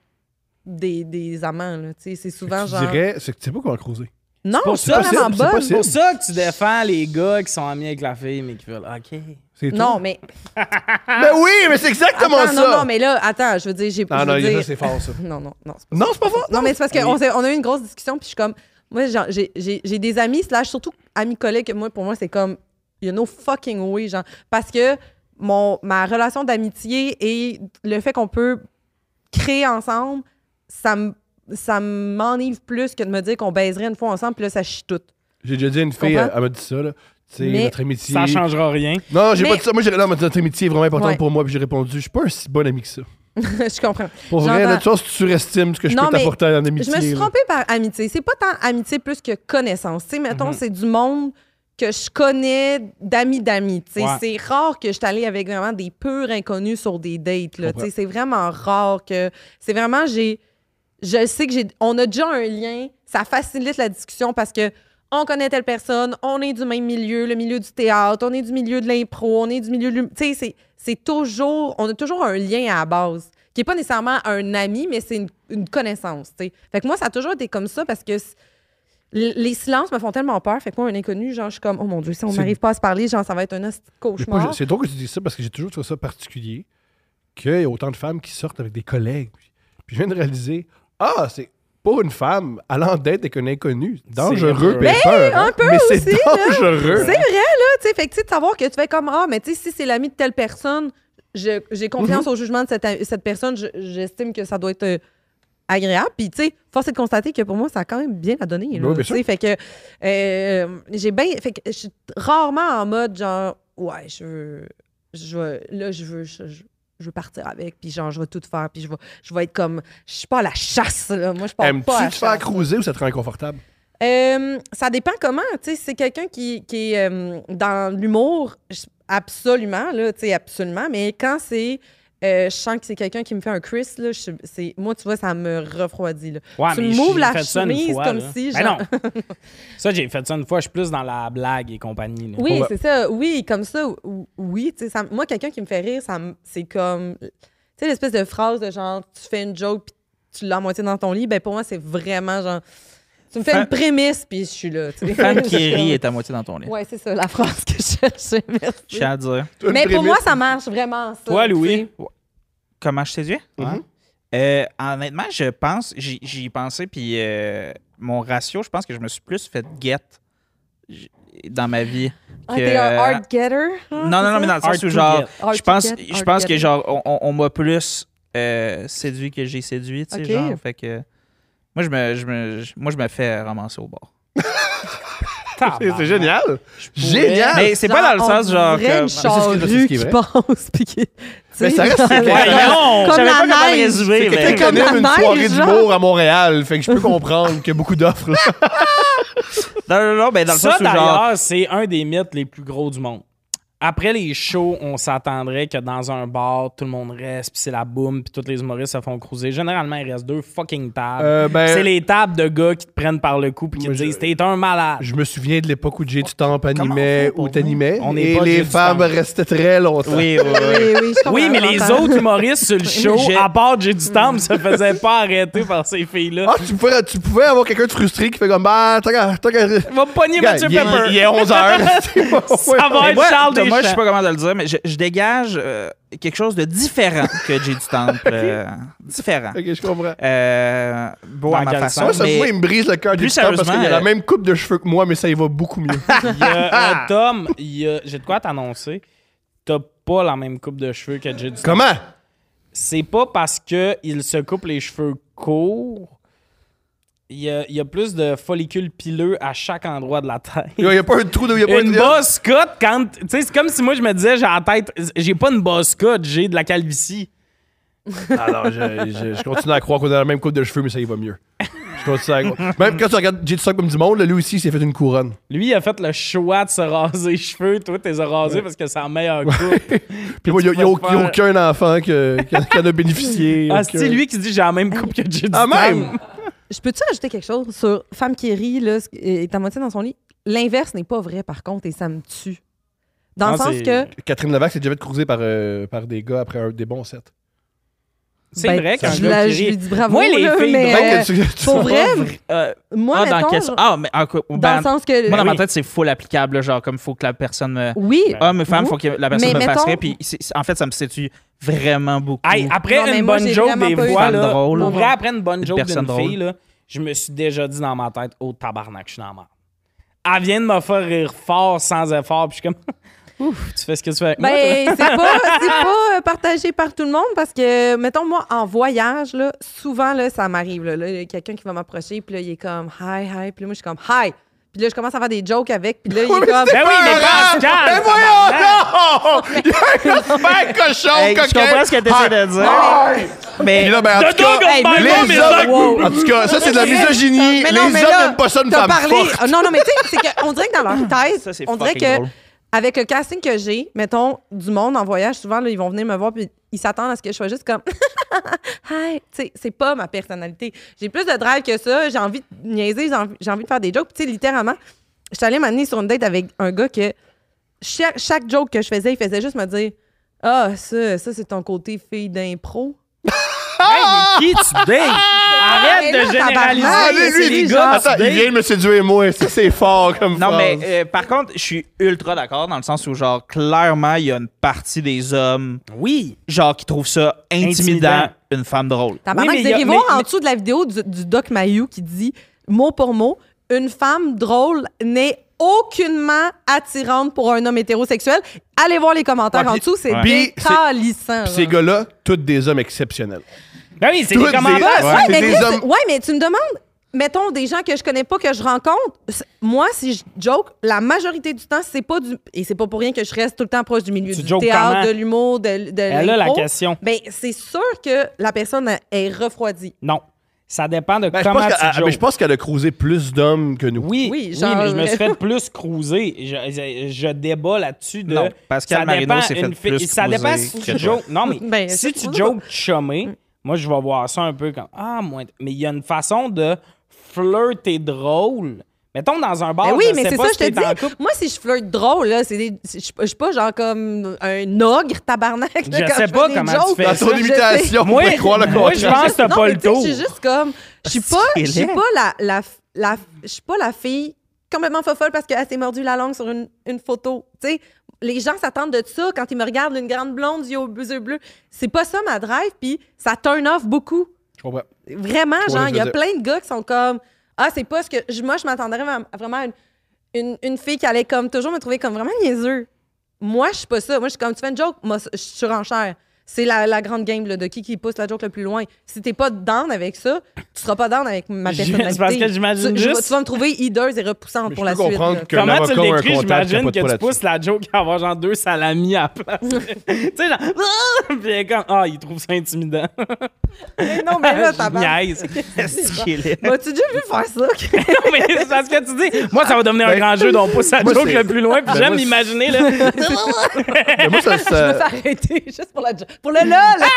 Speaker 2: des, des amants là, tu sais, c'est
Speaker 3: Fait
Speaker 2: souvent
Speaker 3: que tu
Speaker 2: genre
Speaker 3: dirais, c'est que tu sais pas comment creuser.
Speaker 2: Non,
Speaker 1: pour
Speaker 2: je suis pas
Speaker 1: ça,
Speaker 2: vraiment
Speaker 3: c'est pas
Speaker 2: bonne.
Speaker 1: C'est pour ça que tu défends les gars qui sont amis avec la fille, mais qui veulent. OK.
Speaker 3: C'est tout.
Speaker 2: Non, mais
Speaker 3: Mais oui, mais c'est exactement
Speaker 2: attends,
Speaker 3: ça.
Speaker 2: non non, mais là attends, je veux dire j'ai
Speaker 3: non,
Speaker 2: je
Speaker 3: Ah non,
Speaker 2: veux
Speaker 3: il y a
Speaker 2: dire-
Speaker 3: ça, c'est fort ça.
Speaker 2: Non non non, c'est pas
Speaker 3: Non, c'est pas fort.
Speaker 2: Non, mais c'est parce
Speaker 1: Oui.
Speaker 2: qu'on s'est- on a eu une grosse discussion, puis je suis comme, moi, genre, j'ai- j'ai j'ai des amis, slash, surtout amis collègues, que moi, pour moi, c'est comme, you know fucking way, genre, parce que mon, ma relation d'amitié et le fait qu'on peut créer ensemble, ça me ça m'enivre plus que de me dire qu'on baiserait une fois ensemble, puis là, ça chie tout.
Speaker 3: J'ai déjà dit à une fille,
Speaker 2: Comprends?
Speaker 3: elle, elle m'a dit ça, là. Tu sais,
Speaker 2: Mais-
Speaker 3: notre amitié.
Speaker 1: Ça changera rien.
Speaker 3: Non, j'ai
Speaker 2: Mais-
Speaker 3: pas dit ça. Moi, j'ai non, mais notre amitié est vraiment importante
Speaker 2: Ouais.
Speaker 3: pour moi. Puis j'ai répondu, je suis pas un si bon ami que ça.
Speaker 2: je comprends.
Speaker 3: Pour vrai,
Speaker 2: J'entends.
Speaker 3: là, tu vois, si tu surestimes ce que je
Speaker 2: Non,
Speaker 3: peux
Speaker 2: mais
Speaker 3: t'apporter en amitié.
Speaker 2: Je me suis
Speaker 3: là.
Speaker 2: trompée par amitié. C'est pas tant amitié plus que connaissance. Tu sais, mettons,
Speaker 3: Mm-hmm.
Speaker 1: Mhm.
Speaker 2: c'est du monde que je connais d'amis d'amis. Tu sais,
Speaker 1: Ouais.
Speaker 2: C'est rare que je suis allée avec vraiment des purs inconnus sur des dates. là.
Speaker 3: Je comprends.
Speaker 2: Tu sais, C'est vraiment rare que. C'est vraiment, j'ai. Je sais que j'ai. On a déjà un lien. Ça facilite la discussion parce que. On connaît telle personne, on est du même milieu, le milieu du théâtre, on est du milieu de l'impro, on est du milieu de l'hum- Tu sais, c'est- c'est toujours. On a toujours un lien à la base qui n'est pas nécessairement un ami, mais c'est une, une connaissance. tu sais. Fait que moi, ça a toujours été comme ça parce que c- l- les silences me font tellement peur. Fait que moi, un inconnu, genre, je suis comme, oh mon Dieu, si on
Speaker 3: C'est-
Speaker 2: n'arrive pas à se parler, genre, ça va être un hostie de
Speaker 3: Mais pas-
Speaker 2: cauchemar.
Speaker 3: C'est drôle que tu dis ça parce que j'ai toujours trouvé ça particulier qu'il y a autant de femmes qui sortent avec des collègues. Puis, puis je viens de réaliser, ah, c'est pour une femme allant d'être avec un inconnu. Dangereux,
Speaker 1: heureux.
Speaker 3: puis peur. hein.
Speaker 2: un peu
Speaker 3: mais
Speaker 2: aussi,
Speaker 3: c'est
Speaker 2: là. C'est
Speaker 3: dangereux.
Speaker 2: vrai, là, tu sais. Fait que, tu sais, de savoir que tu fais comme, ah, mais tu sais, si c'est l'ami de telle personne, je- j'ai
Speaker 3: Mhm.
Speaker 2: confiance au jugement de cette, a- cette personne, je- j'estime que ça doit être euh, agréable. Puis, tu sais, force est de constater que pour moi, ça a quand même bien la donnée.
Speaker 3: Ben
Speaker 2: Là,
Speaker 3: oui, bien
Speaker 2: tu sais. fait que euh, j'ai bien. Fait que je suis rarement en mode, genre, ouais, je veux. Je veux là, je veux. Je, je- je veux partir avec, puis genre, je vais tout faire, puis je vais, je vais être comme. Je suis pas à la chasse, là. Moi, je pars
Speaker 3: Aimes-tu
Speaker 2: pas hein. à la
Speaker 3: te faire
Speaker 2: chasse.
Speaker 3: cruiser ou ça te rend inconfortable?
Speaker 2: Euh, ça dépend comment. Tu sais, si c'est quelqu'un qui, qui est euh, dans l'humour, je- absolument, là, tu sais, absolument. Mais quand c'est. euh, je sens que c'est quelqu'un qui me fait un Chris, là, je, c'est, moi, tu vois, ça me refroidit. Là.
Speaker 1: Ouais,
Speaker 2: Tu
Speaker 1: mais
Speaker 2: m'ouvres
Speaker 1: j'ai
Speaker 2: la
Speaker 1: fait ça une
Speaker 2: chemise
Speaker 1: fois,
Speaker 2: comme
Speaker 1: là.
Speaker 2: si,
Speaker 1: Ben
Speaker 2: genre-
Speaker 1: non. ça, j'ai fait ça une fois. Je suis plus dans la blague et compagnie. là.
Speaker 2: Oui,
Speaker 3: Ouais.
Speaker 2: c'est ça. Oui, comme ça, ou- oui. tu sais, ça- moi, quelqu'un qui me fait rire, ça, me- c'est comme. Tu sais, l'espèce de phrase de genre, tu fais une joke, puis tu l'as à moitié dans ton lit. Ben, pour moi, c'est vraiment genre. Tu me fais
Speaker 4: Femme-
Speaker 2: une prémisse, puis je suis là. tu sais.
Speaker 4: Femme qui rit est à moitié dans ton lit.
Speaker 2: Ouais, c'est ça, la phrase que je cherchais. Merci.
Speaker 4: Je tiens à dire.
Speaker 3: Toi, une
Speaker 2: Mais pour
Speaker 3: prémisse,
Speaker 2: moi, ça marche vraiment. Ça,
Speaker 1: Toi,
Speaker 2: tu
Speaker 1: Louis.
Speaker 2: sais.
Speaker 4: Comment je séduis?
Speaker 3: Mhm.
Speaker 4: Euh, honnêtement, je pense, j'y j'y ai pensé, puis euh, mon ratio, je pense que je me suis plus fait get j- dans ma vie.
Speaker 2: Ah,
Speaker 4: que-
Speaker 2: t'es un hard getter. hein,
Speaker 4: Non, non,
Speaker 2: c'est
Speaker 4: non, mais dans
Speaker 2: ça?
Speaker 4: le sens
Speaker 1: Hard
Speaker 4: où,
Speaker 1: to
Speaker 4: genre,
Speaker 1: get.
Speaker 2: Hard
Speaker 4: je
Speaker 2: to
Speaker 4: pense,
Speaker 2: get,
Speaker 4: je
Speaker 2: hard
Speaker 4: pense
Speaker 2: to
Speaker 4: que,
Speaker 2: get.
Speaker 4: genre, on, on- on m'a plus euh, séduit que j'ai séduit, tu sais,
Speaker 2: Ok.
Speaker 4: genre. Fait que, moi, je me, je me, je- moi, je me fais ramasser au bord.
Speaker 3: C'est c'est
Speaker 1: Tabarnak.
Speaker 3: génial!
Speaker 4: pourrais-
Speaker 3: Génial!
Speaker 4: Mais c'est pas dans le
Speaker 2: on
Speaker 4: sens, genre,
Speaker 2: dirait
Speaker 4: comme-
Speaker 2: une
Speaker 4: C'est
Speaker 3: ce qui- c'est ce
Speaker 2: charrue
Speaker 3: qui est
Speaker 2: qui
Speaker 3: vrai.
Speaker 2: pense, puis qui...
Speaker 3: Mais ça reste que-
Speaker 1: Ouais, non!
Speaker 4: Je
Speaker 2: Comme
Speaker 4: savais
Speaker 2: la
Speaker 4: pas comment le
Speaker 2: neige.
Speaker 4: résumer,
Speaker 2: C'est
Speaker 4: mais-
Speaker 2: quelqu'un
Speaker 3: Quelqu'un
Speaker 2: comme
Speaker 3: qui
Speaker 2: la
Speaker 3: anime une
Speaker 2: neige,
Speaker 3: soirée
Speaker 2: genre.
Speaker 3: d'humour à Montréal, fait que je peux comprendre qu'il y a beaucoup d'offres. là.
Speaker 4: Non, non, non, mais dans le
Speaker 1: ça,
Speaker 4: sens où, genre,
Speaker 1: d'ailleurs, c'est un des mythes les plus gros du monde. Après les shows, on s'attendrait que dans un bar, tout le monde reste, puis c'est la boum, puis toutes les humoristes se font cruiser. Généralement, il reste deux fucking tables.
Speaker 3: Euh, ben-
Speaker 1: C'est les tables de gars qui te prennent par le cou puis qui te
Speaker 3: Moi, je-
Speaker 1: disent T'es un malade.
Speaker 3: Je me souviens de l'époque où Jay du Temple
Speaker 4: Comment on
Speaker 3: animait
Speaker 4: fait pour
Speaker 3: ou t'animais.
Speaker 1: venir? On est
Speaker 3: Et
Speaker 1: pas Jay
Speaker 3: les
Speaker 1: du
Speaker 3: femmes
Speaker 1: Temple.
Speaker 3: restaient très longtemps.
Speaker 4: oui, oui, oui.
Speaker 2: Eh Oui, oui, je comprends,
Speaker 1: Oui, mais les
Speaker 2: j'entends.
Speaker 1: autres humoristes sur le show,
Speaker 4: J'ai-
Speaker 1: à part Jay du Temple, se faisaient pas arrêter par ces filles-là.
Speaker 3: Ah, tu pouvais, tu pouvais avoir quelqu'un de frustré qui fait comme bah, t'as qu'à- t'as qu'à-
Speaker 1: Va pogner
Speaker 3: Gars,
Speaker 1: Mathieu
Speaker 3: il, est-
Speaker 1: Pepper.
Speaker 3: il est 11h.
Speaker 1: Ça va être
Speaker 4: Moi,
Speaker 1: Charles
Speaker 4: Thomas, je sais
Speaker 1: Deschamps.
Speaker 4: pas comment de le dire, mais je, je dégage euh, quelque chose de différent que Jay du Temple. euh, différent.
Speaker 3: Ok, je
Speaker 1: Ah,
Speaker 3: comprends.
Speaker 4: Euh, beau
Speaker 1: Dans
Speaker 4: à ma
Speaker 1: quel
Speaker 4: façon,
Speaker 3: Moi, ça,
Speaker 4: mais
Speaker 3: moi, il me brise le cœur
Speaker 4: plus
Speaker 3: du Temple parce qu'il a
Speaker 4: sérieusement,
Speaker 3: la même coupe de cheveux que moi, mais ça y va beaucoup mieux.
Speaker 1: Il y a, euh, Tom, il y a- j'ai de quoi t'annoncer. T'as pas la même coupe de cheveux que Jay du Temple.
Speaker 3: Comment?
Speaker 1: c'est pas parce que il se coupe les cheveux courts. Il y, a, il y a plus de follicules pileux à chaque endroit de la tête.
Speaker 3: Il n'y a pas un trou de. il y a pas
Speaker 1: Une
Speaker 3: un-
Speaker 1: boss cut, quand. Tu sais, c'est comme si moi je me disais, j'ai la tête. J'ai pas une boss cut, j'ai de la calvitie.
Speaker 3: Alors, je, je- je continue à croire qu'on a la même coupe de cheveux, mais ça y va mieux. Je continue à croire. Même quand tu regardes Jay du Temple comme du monde, là, lui aussi, il s'est fait une couronne.
Speaker 1: Lui, il a fait le choix de se raser les cheveux. Toi, t'es rasé parce que c'est la meilleure coupe.
Speaker 3: Puis moi, il n'y a,
Speaker 1: Tu peux faire-
Speaker 3: aucun enfant que- qui en qui en a bénéficié.
Speaker 1: ah,
Speaker 3: aucun-
Speaker 1: c'est lui qui dit, j'ai la même coupe que Jay du
Speaker 3: Ah,
Speaker 1: Temple.
Speaker 3: même!
Speaker 2: Je peux-tu ajouter quelque chose sur Femme qui rit, là, ce- est à moitié dans son lit? L'inverse n'est pas vrai, par contre, et ça me tue. Dans le
Speaker 1: Non,
Speaker 2: sens
Speaker 1: c'est-
Speaker 2: que.
Speaker 3: Catherine Levac s'est déjà fait cruiser par, euh, par des gars après un- des bons
Speaker 2: Euh,
Speaker 3: sets.
Speaker 1: C'est
Speaker 2: ben,
Speaker 1: vrai qu'un
Speaker 2: je,
Speaker 1: gars
Speaker 2: la-
Speaker 1: qui
Speaker 2: je
Speaker 1: rit-
Speaker 2: lui dis bravo.
Speaker 1: Moi, les
Speaker 2: là,
Speaker 1: filles,
Speaker 2: mais,
Speaker 1: donc,
Speaker 2: euh,
Speaker 3: Ben tu- tu- Ah,
Speaker 2: pour vrai,
Speaker 4: Euh,
Speaker 2: moi,
Speaker 4: ah, dans
Speaker 2: mettons,
Speaker 4: quelle
Speaker 2: genre,
Speaker 4: Ah, mais en quoi-
Speaker 2: dans
Speaker 4: ben,
Speaker 2: le sens que.
Speaker 4: moi, dans ma
Speaker 1: Oui.
Speaker 4: tête, c'est full applicable. là, genre, comme faut que la personne me.
Speaker 2: Oui,
Speaker 1: Ben,
Speaker 4: Homme et femme,
Speaker 2: Vous?
Speaker 4: faut que la personne
Speaker 2: Mais
Speaker 4: me fasse
Speaker 2: mettons-
Speaker 4: rire. Puis c'est- c'est- en fait, ça me situe vraiment beaucoup.
Speaker 3: Mm.
Speaker 1: Hey, après
Speaker 2: Non, mais
Speaker 1: une
Speaker 2: moi,
Speaker 1: bonne
Speaker 2: j'ai
Speaker 1: joke
Speaker 2: vraiment
Speaker 1: des
Speaker 2: pas eu
Speaker 1: voix,
Speaker 4: de
Speaker 1: là,
Speaker 4: drôle.
Speaker 1: pour
Speaker 2: Non,
Speaker 1: vrai,
Speaker 2: non.
Speaker 1: après une bonne joke
Speaker 4: personne
Speaker 1: d'une
Speaker 4: drôle.
Speaker 1: fille, là, je me suis déjà dit dans ma tête, oh tabarnak, je suis dans la merde. Elle vient de me faire rire fort, sans effort, puis je suis comme, ouf, tu fais ce que tu fais avec moi. toi.
Speaker 2: Ben, c'est pas, c'est pas euh, partagé par tout le monde parce que, mettons, moi, en voyage, là, souvent, là, ça m'arrive. Là, Là, il y a quelqu'un qui va m'approcher, puis là, il est comme hi, hi, puis là, moi, je suis comme hi. Puis là, je commence à faire des jokes avec, puis là, il est comme.
Speaker 1: Ben oui, mais
Speaker 3: Ah,
Speaker 1: Pascal!
Speaker 3: Mais voyons, non! Il y a un super cochon,
Speaker 4: Hey,
Speaker 3: coquin.
Speaker 4: je comprends ce que tu
Speaker 3: Ah,
Speaker 4: de dire.
Speaker 3: ah,
Speaker 4: Mais
Speaker 3: Puis là, ben, en
Speaker 1: T'as
Speaker 3: tout
Speaker 1: deux
Speaker 3: cas,
Speaker 1: gars de
Speaker 2: hey,
Speaker 1: même,
Speaker 2: mais
Speaker 1: non, mais
Speaker 3: les
Speaker 1: ça-
Speaker 3: hommes, en tout cas, ça, c'est de la misogynie.
Speaker 2: Mais
Speaker 3: les
Speaker 2: non,
Speaker 3: hommes
Speaker 2: mais là,
Speaker 3: n'aiment pas ça, une
Speaker 2: t'as
Speaker 3: femme
Speaker 2: parlé.
Speaker 3: forte.
Speaker 2: Ah, Non, non, mais tu sais, c'est qu'on dirait que dans leur
Speaker 4: Ça, c'est
Speaker 2: tête, on dirait
Speaker 4: fucking
Speaker 2: que,
Speaker 4: drôle.
Speaker 2: avec le casting que j'ai, mettons, du monde en voyage, souvent, là, ils vont venir me voir, puis ils s'attendent à ce que je sois juste comme hi. Tu sais, c'est pas ma personnalité. J'ai plus de drive que ça. J'ai envie de niaiser, j'ai envie, j'ai envie de faire des jokes. Puis, tu sais, littéralement, je suis allée m'amener sur une date avec un gars que chaque, chaque joke que je faisais, il faisait juste me dire Ah, ça, ça, c'est ton côté fille d'impro.
Speaker 1: Hey, mais qui tu dates? Arrête
Speaker 2: mais
Speaker 1: de
Speaker 2: là,
Speaker 1: généraliser.
Speaker 2: tabarnak,
Speaker 1: là,
Speaker 3: Ah, lui,
Speaker 1: c'est
Speaker 3: lui,
Speaker 1: les
Speaker 3: il-
Speaker 1: gars,
Speaker 3: attends,
Speaker 1: tu
Speaker 3: il
Speaker 1: dates.
Speaker 3: vient de me séduire, moi. Ça, c'est fort comme
Speaker 4: Non,
Speaker 3: phrase.
Speaker 4: mais euh, par contre, je suis ultra d'accord dans le sens où, genre, clairement, il y a une partie des hommes,
Speaker 1: Oui.
Speaker 4: genre, qui trouvent ça intimidant,
Speaker 1: Intimidant.
Speaker 4: une femme drôle.
Speaker 1: Oui,
Speaker 2: Tabarnak,
Speaker 1: mais
Speaker 2: vous
Speaker 1: y a-
Speaker 2: irez voir
Speaker 1: mais-
Speaker 2: en
Speaker 1: mais-
Speaker 2: dessous de la vidéo du, du Doc Mayou qui dit, mot pour mot, une femme drôle n'est aucunement attirante pour un homme hétérosexuel. Allez voir les commentaires
Speaker 3: Ouais,
Speaker 2: en
Speaker 3: puis-
Speaker 2: dessous, c'est
Speaker 3: ouais. Puis c'est-
Speaker 2: décalissant.
Speaker 3: Ces
Speaker 2: genre.
Speaker 3: gars-là, tous des hommes exceptionnels.
Speaker 1: Ben oui, c'est
Speaker 3: Tous
Speaker 1: des
Speaker 3: des-
Speaker 1: commentaires.
Speaker 3: Ouais,
Speaker 2: Ouais,
Speaker 3: c'est
Speaker 2: mais
Speaker 3: des
Speaker 2: Chris,
Speaker 3: hommes-
Speaker 2: ouais, mais tu me demandes, mettons des gens que je connais pas, que je rencontre. c'est- Moi, si je joke, la majorité du temps, c'est pas du. Et c'est pas pour rien que je reste tout le temps proche du milieu
Speaker 1: Tu
Speaker 2: du
Speaker 1: jokes
Speaker 2: théâtre,
Speaker 1: comment?
Speaker 2: de l'humour, de, de
Speaker 1: Elle a la
Speaker 2: l'impro.
Speaker 1: question.
Speaker 2: Ben, c'est sûr que la personne elle, est refroidie.
Speaker 1: Non. Ça dépend de
Speaker 3: Ben, je
Speaker 1: comment
Speaker 3: pense qu'elle-
Speaker 1: tu
Speaker 3: ah,
Speaker 1: joues.
Speaker 3: mais je pense qu'elle a croisé plus d'hommes que nous.
Speaker 1: Oui,
Speaker 2: Oui,
Speaker 1: oui,
Speaker 2: genre-
Speaker 1: mais je me suis fait plus cruiser. Je, je, je débat là-dessus de.
Speaker 4: Non, Pascal
Speaker 1: ça
Speaker 4: Marino
Speaker 1: dépend
Speaker 4: s'est fait
Speaker 1: une fi-
Speaker 4: plus
Speaker 1: Ça dépend
Speaker 4: cruiser
Speaker 1: si
Speaker 4: que
Speaker 1: tu
Speaker 4: toi.
Speaker 1: jokes. Non, mais
Speaker 2: Ben,
Speaker 1: si
Speaker 2: je
Speaker 1: tu
Speaker 2: sais pas.
Speaker 1: jokes chumé,
Speaker 2: Mm.
Speaker 1: moi, je vais voir ça un peu comme. Ah, moi. Mais il y a une façon de flirter drôle. Mettons dans un bar.
Speaker 2: Ben oui,
Speaker 1: Ah, je
Speaker 2: mais
Speaker 1: sais
Speaker 2: c'est
Speaker 1: pas
Speaker 2: ça,
Speaker 1: si
Speaker 2: je te
Speaker 1: t'es en
Speaker 2: dis.
Speaker 1: couple.
Speaker 2: Moi, si je flirte drôle, là, c'est des- je je suis pas genre comme un ogre tabarnak. là,
Speaker 1: Je
Speaker 2: quand
Speaker 1: sais
Speaker 2: fais
Speaker 1: pas
Speaker 2: des
Speaker 1: comment tu
Speaker 2: jokes.
Speaker 1: fais
Speaker 3: Dans
Speaker 1: ça,
Speaker 3: son
Speaker 2: Je sais.
Speaker 3: imitation, on
Speaker 1: Moi-
Speaker 3: peut croire le
Speaker 1: moi, je
Speaker 3: contraire.
Speaker 1: pense que t'as
Speaker 2: Non,
Speaker 1: pas
Speaker 2: mais
Speaker 1: le
Speaker 2: tu sais,
Speaker 1: tour.
Speaker 2: Je suis juste comme. Je suis pas,
Speaker 4: C'est
Speaker 2: je suis
Speaker 4: laid.
Speaker 2: pas la, la, la, je suis pas la fille complètement fofolle parce qu'elle s'est mordue la langue sur une, une photo. Tu sais, les gens s'attendent de ça quand ils me regardent, une grande blonde, yeux yeux bleus. C'est pas ça ma drive, puis ça turn off beaucoup.
Speaker 3: Je comprends.
Speaker 2: Vraiment,
Speaker 3: Je vois ce
Speaker 2: genre,
Speaker 3: que
Speaker 2: il y
Speaker 3: tu
Speaker 2: a
Speaker 3: veux
Speaker 2: plein de gars qui sont comme Ah, c'est pas ce que. je- Moi, je m'attendrais à- à vraiment à une, une, une fille qui allait comme toujours me trouver comme vraiment niaiseux. Moi, je suis pas ça. Moi, je suis comme tu fais une joke, moi, je suis surenchère. C'est la, la grande game là, de qui qui pousse la joke le plus loin. Si t'es pas down avec ça, tu seras pas down avec ma
Speaker 1: Je-
Speaker 2: personnalité.
Speaker 1: c'est parce que j'imagine
Speaker 2: Tu- je-
Speaker 1: juste-
Speaker 2: tu vas me trouver hideuse et repoussante
Speaker 3: Mais
Speaker 2: pour
Speaker 3: je
Speaker 2: la
Speaker 3: peux
Speaker 2: suite.
Speaker 3: comprendre
Speaker 2: là.
Speaker 3: que-
Speaker 1: Comment
Speaker 3: un
Speaker 1: tu
Speaker 3: avocat ou
Speaker 1: le
Speaker 3: un
Speaker 1: décris,
Speaker 3: comptable
Speaker 1: j'imagine
Speaker 3: capote
Speaker 1: que
Speaker 3: pas
Speaker 1: tu
Speaker 3: là-dessus.
Speaker 1: pousses la joke à avoir genre deux salamis à la place. tu sais, genre, puis elle est comme, ah, il trouve ça intimidant.
Speaker 2: Mais non, mais là, t'as pas.
Speaker 1: Niaise.
Speaker 4: Est-ce qu'il est-
Speaker 2: M'as-tu déjà vu faire ça?
Speaker 1: Non, mais c'est parce que tu dis, moi, ça va devenir un
Speaker 3: Ben,
Speaker 1: grand jeu, donc on pousse la
Speaker 3: moi,
Speaker 1: joke
Speaker 3: c'est-
Speaker 1: le plus loin. Puis
Speaker 3: ben,
Speaker 1: j'aime
Speaker 3: moi, c'est-
Speaker 1: m'imaginer, là.
Speaker 3: Mais moi, ça,
Speaker 2: Je me
Speaker 3: ça-
Speaker 2: fais arrêter juste pour la jo- Pour le LOL!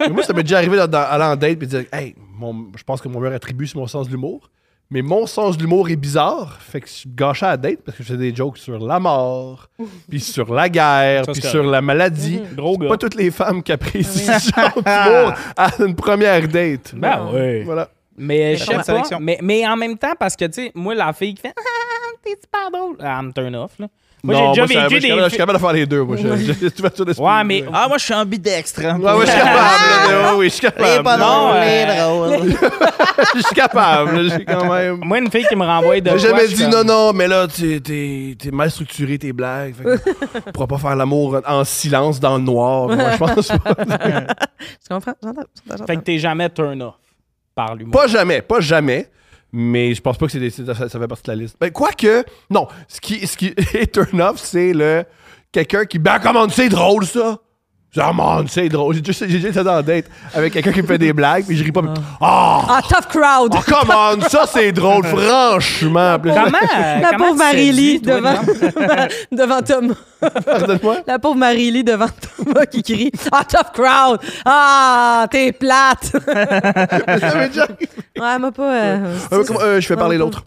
Speaker 3: mais moi, ça m'est déjà arrivé d'aller en date et de dire Hey, mon- je pense que mon meilleur attribut, c'est mon sens de l'humour. Mais mon sens de l'humour est bizarre. Fait que je suis gâché à la date parce que je faisais des jokes sur la mort, puis sur la guerre,
Speaker 1: Ça,
Speaker 3: puis
Speaker 1: c'est
Speaker 3: sur la maladie.
Speaker 1: Gros gars.
Speaker 3: Pas toutes les femmes qui apprécient ce genre d'humour à une première date.
Speaker 1: Ben oui.
Speaker 3: Voilà.
Speaker 1: Mais je
Speaker 4: Chaîne
Speaker 1: sais pas.
Speaker 4: sélection.
Speaker 1: Mais, mais en même temps, parce que, tu sais, moi, la fille qui fait, ah, t'es super drôle. Ah, Elle me turn off, là. Moi,
Speaker 3: Non,
Speaker 1: j'ai
Speaker 3: ça-
Speaker 1: déjà
Speaker 3: moi, je
Speaker 1: vécu
Speaker 3: suis capable- Je
Speaker 1: des.
Speaker 3: suis capable de faire les deux. Moi, je, je, je suis ouvert d'esprit.
Speaker 1: Ouais, mais-
Speaker 4: Ah, moi, je suis ambidextre. hein,
Speaker 3: Ouais, ouais, je suis capable. là, ouais, oui, je suis
Speaker 4: Les
Speaker 3: capable.
Speaker 4: pas
Speaker 1: Non,
Speaker 4: drôles,
Speaker 1: euh,
Speaker 4: les drôles.
Speaker 3: Je suis capable. là, J'ai quand même.
Speaker 1: Moi, une fille qui me renvoie de.
Speaker 3: J'ai
Speaker 1: quoi,
Speaker 3: jamais
Speaker 1: je
Speaker 3: dit
Speaker 1: suis
Speaker 3: non,
Speaker 1: comme,
Speaker 3: non, mais là, t'es t'es- t'es mal structuré tes blagues. Fait que, on pourra pas faire l'amour en silence dans le noir. Moi, je pense pas.
Speaker 2: Je comprends, j'entends, j'entends, j'entends.
Speaker 1: Fait que t'es jamais turn off par l'humour.
Speaker 3: Pas jamais, pas jamais. Mais je pense pas que c'est des- c'est- ça, ça fait partie de la liste. Ben, quoique, non, ce qui, ce qui est turn off, c'est le quelqu'un qui. Ben, comment c'est drôle ça? Je dis, oh man, c'est drôle. J'ai déjà j'ai déjà été dans la date avec quelqu'un qui me fait des blagues, puis je ris pas. mais, Ah!
Speaker 2: Ah, tough crowd!
Speaker 3: Oh, come on, ça c'est drôle, franchement. Puis là,
Speaker 1: Comment? euh,
Speaker 2: La
Speaker 1: comment
Speaker 2: pauvre
Speaker 1: tu séduis,
Speaker 2: Marie-Lee
Speaker 1: toi,
Speaker 2: devant,
Speaker 1: exemple?
Speaker 2: devant Thomas.
Speaker 3: Pardonne-moi.
Speaker 2: La pauvre Marie-Lee devant Thomas qui crie Ah, tough crowd! Ah, t'es plate! ouais,
Speaker 3: Ça veut dire-
Speaker 2: elle m'a pas. euh,
Speaker 3: Euh, comment- euh, je fais parler l'autre.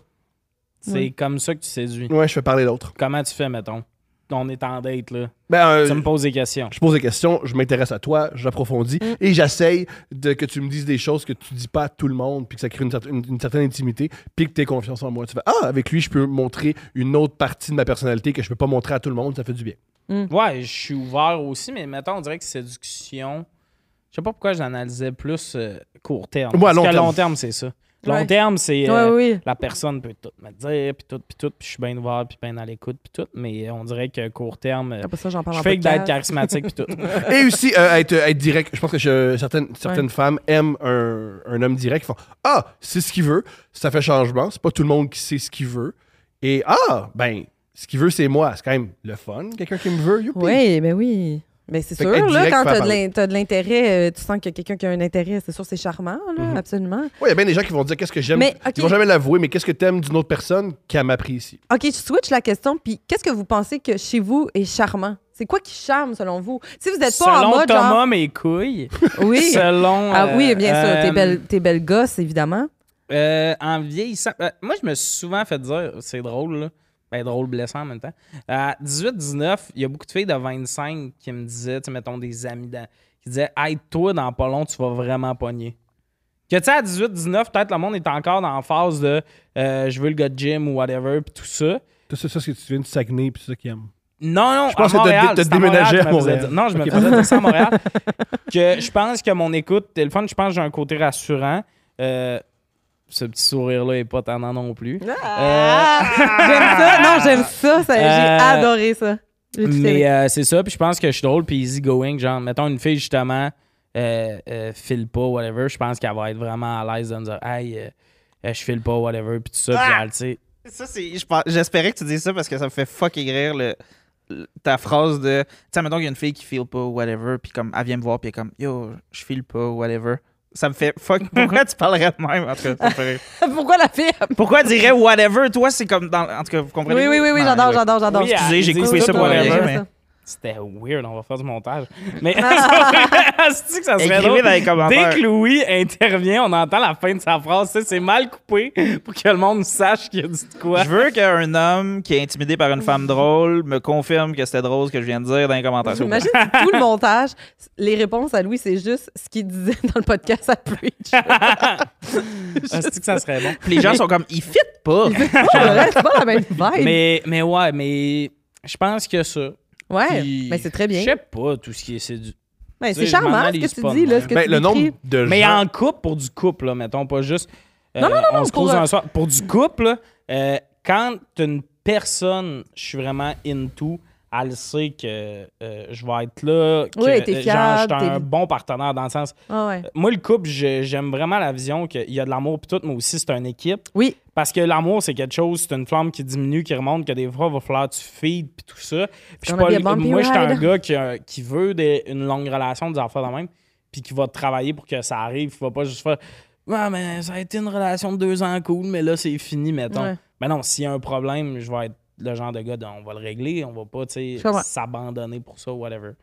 Speaker 1: C'est comme ça que tu séduis.
Speaker 3: Ouais, je fais parler l'autre.
Speaker 1: Comment tu fais, mettons? On est en date, là.
Speaker 3: Ben, euh,
Speaker 1: Tu me poses des questions.
Speaker 3: je pose des questions, je m'intéresse à toi, j'approfondis et j'essaye de que tu me dises des choses que tu dis pas à tout le monde, puis que ça crée une, cer- une- une certaine intimité, puis que tu aies confiance en moi. Tu fais ah avec lui je peux montrer une autre partie de ma personnalité que je peux pas montrer à tout le monde, ça fait du bien.
Speaker 1: Ouais, je suis ouvert aussi, mais mettons, on dirait que séduction. Je sais pas pourquoi j'analysais plus euh, court terme.
Speaker 3: Ouais,
Speaker 1: Parce
Speaker 3: long
Speaker 1: que
Speaker 3: terme.
Speaker 1: long terme, c'est ça. Long
Speaker 2: Ouais.
Speaker 1: terme, c'est. euh,
Speaker 2: Ouais, oui.
Speaker 1: La personne peut tout me dire, puis tout, puis tout, puis je suis bien ouvert, puis bien à l'écoute, puis tout. Mais on dirait que court terme, euh,
Speaker 2: Après ça, j'en parle
Speaker 1: je
Speaker 2: en
Speaker 1: fais que d'être
Speaker 2: podcast.
Speaker 1: charismatique, puis tout.
Speaker 3: Et aussi euh, être, être direct. Je pense que je- certaines, certaines femmes aiment un, un homme direct. Ils font ah c'est ce qu'il veut, ça fait changement. C'est pas tout le monde qui sait ce qu'il veut. Et ah ben ce qu'il veut c'est moi. C'est quand même le fun. Quelqu'un qui me veut. youpi.
Speaker 2: Oui, ben oui. Mais c'est
Speaker 3: Fait
Speaker 2: sûr,
Speaker 3: que être
Speaker 2: là,
Speaker 3: direct,
Speaker 2: quand
Speaker 3: faut en
Speaker 2: t'as de
Speaker 3: parler.
Speaker 2: l'in- t'as de l'intérêt, euh, tu sens qu'il y a quelqu'un qui a un intérêt, c'est sûr, c'est charmant, là,
Speaker 3: Mhm.
Speaker 2: absolument.
Speaker 3: Ouais, il y a bien des gens qui vont dire qu'est-ce que j'aime.
Speaker 2: Mais, ok.
Speaker 3: Ils vont jamais l'avouer, mais qu'est-ce que t'aimes d'une autre personne qu'elle m'apprécie.
Speaker 2: OK, je switch la question, puis qu'est-ce que vous pensez que chez vous est charmant? C'est quoi qui charme, selon vous? Si vous n'êtes pas
Speaker 1: Selon
Speaker 2: en mode
Speaker 1: Thomas,
Speaker 2: genre...
Speaker 1: mes couilles.
Speaker 2: Oui.
Speaker 1: Selon.
Speaker 2: Ah
Speaker 1: euh,
Speaker 2: oui, bien sûr, t'es
Speaker 1: euh,
Speaker 2: belle, t'es belle gosse, évidemment.
Speaker 1: Euh, en vieillissant, euh, moi, je me suis souvent fait dire, c'est drôle, là. Ben, drôle, blessant en même temps. À 18-19, il y a beaucoup de filles de 25 qui me disaient, tu sais, mettons des amis, dans- qui disaient, hey, toi, dans pas long, tu vas vraiment pogner. Que tu sais, à 18-19, peut-être le monde est encore dans la phase de euh, je veux le gars de gym ou whatever, puis tout ça.
Speaker 3: Tout ça, ça, c'est que tu viens de Saguenay, puis c'est ça qu'ils aiment.
Speaker 1: Non, non,
Speaker 3: Je pense
Speaker 1: à
Speaker 3: que t'as
Speaker 1: Montréal,
Speaker 3: dé- t'as
Speaker 1: c'est à Montréal,
Speaker 3: déménagé
Speaker 1: je me
Speaker 3: à
Speaker 1: faisais
Speaker 3: Montréal.
Speaker 1: dire- Non, je me
Speaker 3: Ok,
Speaker 1: faisais dire ça à Montréal. que je pense que mon écoute téléphone, je pense que j'ai un côté rassurant. Euh, ce petit sourire-là est pas tendant non plus.
Speaker 2: Ah! J'aime ça. Non, j'aime ça. ça-
Speaker 1: Euh,
Speaker 2: J'ai adoré ça. J'ai tout aimé.
Speaker 1: Mais euh, c'est ça, puis je pense que je suis drôle, puis easy going. Genre, mettons une fille, justement, euh, euh, file pas, whatever. Je pense qu'elle va être vraiment à l'aise de me dire, hey, euh, euh, je file pas, whatever, puis tout ça, puis
Speaker 4: Ah!
Speaker 1: elle, tu sais.
Speaker 4: Ça, c'est. je pense- J'espérais que tu dises ça parce que ça me fait fuck rire le, le- ta phrase de. Tu sais, mettons qu'il y a une fille qui feel pas, whatever, puis comme, elle vient me voir, puis elle est comme, yo, je feel pas, whatever. Ça me fait fuck. Pourquoi tu parlerais de même? En tout cas, ça me fait rire.
Speaker 1: euh,
Speaker 2: Pourquoi la fille?
Speaker 4: Pourquoi elle dirait whatever? Toi, c'est comme dans. En tout cas, vous comprenez?
Speaker 2: Oui, oui, oui, oui,
Speaker 4: Ah, Non,
Speaker 2: j'adore,
Speaker 4: anyway.
Speaker 2: j'adore, j'adore.
Speaker 1: Oui,
Speaker 4: Excusez, j'ai
Speaker 1: Dis
Speaker 4: coupé
Speaker 1: ça
Speaker 4: ça pour
Speaker 1: pour hein,
Speaker 4: rien,
Speaker 1: rien,
Speaker 4: mais.
Speaker 1: C'était weird, on va faire du montage. Mais c'est que ça serait
Speaker 4: Écrivez
Speaker 1: drôle.
Speaker 4: dans les commentaires.
Speaker 1: Dès que Louis intervient, on entend la fin de sa phrase. tu sais, C'est mal coupé pour que le monde sache qu'il a dit de quoi.
Speaker 4: Je veux qu'un homme qui est intimidé par une femme drôle me confirme que c'était drôle ce que je viens de dire dans les commentaires.
Speaker 2: J'imagine que tout le montage, les réponses à Louis, c'est juste ce qu'il disait dans le podcast à Preach.
Speaker 1: C'est Ah, que ça serait bon.
Speaker 4: Puis les gens sont comme, il fit pas.
Speaker 2: Pour le reste, c'est pas la même vibe.
Speaker 1: Mais, mais ouais, mais je pense que ça.
Speaker 2: ouais,
Speaker 1: Puis,
Speaker 2: mais c'est très bien.
Speaker 1: Je sais pas tout ce qui est séduit.
Speaker 2: Mais
Speaker 1: tu
Speaker 2: c'est
Speaker 1: sais,
Speaker 2: charmant ce
Speaker 1: j'analyse
Speaker 2: que tu
Speaker 1: pas
Speaker 2: dis,
Speaker 1: de
Speaker 2: là,
Speaker 1: même.
Speaker 2: ce que
Speaker 3: Ben,
Speaker 2: tu
Speaker 3: le nombre
Speaker 2: décris.
Speaker 3: de
Speaker 1: Mais
Speaker 3: gens.
Speaker 1: en couple, pour du couple, là, mettons, pas juste. euh,
Speaker 2: Non, non, non,
Speaker 1: on
Speaker 2: non,
Speaker 1: se
Speaker 2: pour,
Speaker 1: cause
Speaker 2: euh,
Speaker 1: un soir. Pour du couple, là, euh, quand une personne, je suis vraiment into, elle sait que euh, je vais être là, que
Speaker 2: Oui,
Speaker 1: euh,
Speaker 2: t'es
Speaker 1: genre, je
Speaker 2: fiable,
Speaker 1: suis un
Speaker 2: t'es-
Speaker 1: bon partenaire dans le sens.
Speaker 2: Ah ouais.
Speaker 1: Moi, le couple, je- j'aime vraiment la vision qu'il y a de l'amour pis tout, mais aussi c'est une équipe.
Speaker 2: Oui,
Speaker 1: Parce que l'amour, c'est quelque chose, c'est une flamme qui diminue, qui remonte, que des fois, il va falloir que tu feed puis tout ça. Puis je suis
Speaker 2: gonna
Speaker 1: pas
Speaker 2: be a
Speaker 1: le-
Speaker 2: bumpy
Speaker 1: moi, je suis un
Speaker 2: ride.
Speaker 1: gars qui, a- qui veut des- une longue relation, des affaires de même, puis qui va travailler pour que ça arrive. Il va pas juste faire Ouais, mais ça a été une relation de deux ans cool, mais là, c'est fini, mettons.
Speaker 2: Ouais.
Speaker 1: Ben non, s'il y a un problème, je vais être le genre de gars, de, on va le régler, on va pas, tu
Speaker 2: Je
Speaker 1: sais,
Speaker 2: comprends.
Speaker 1: s'abandonner pour ça, whatever.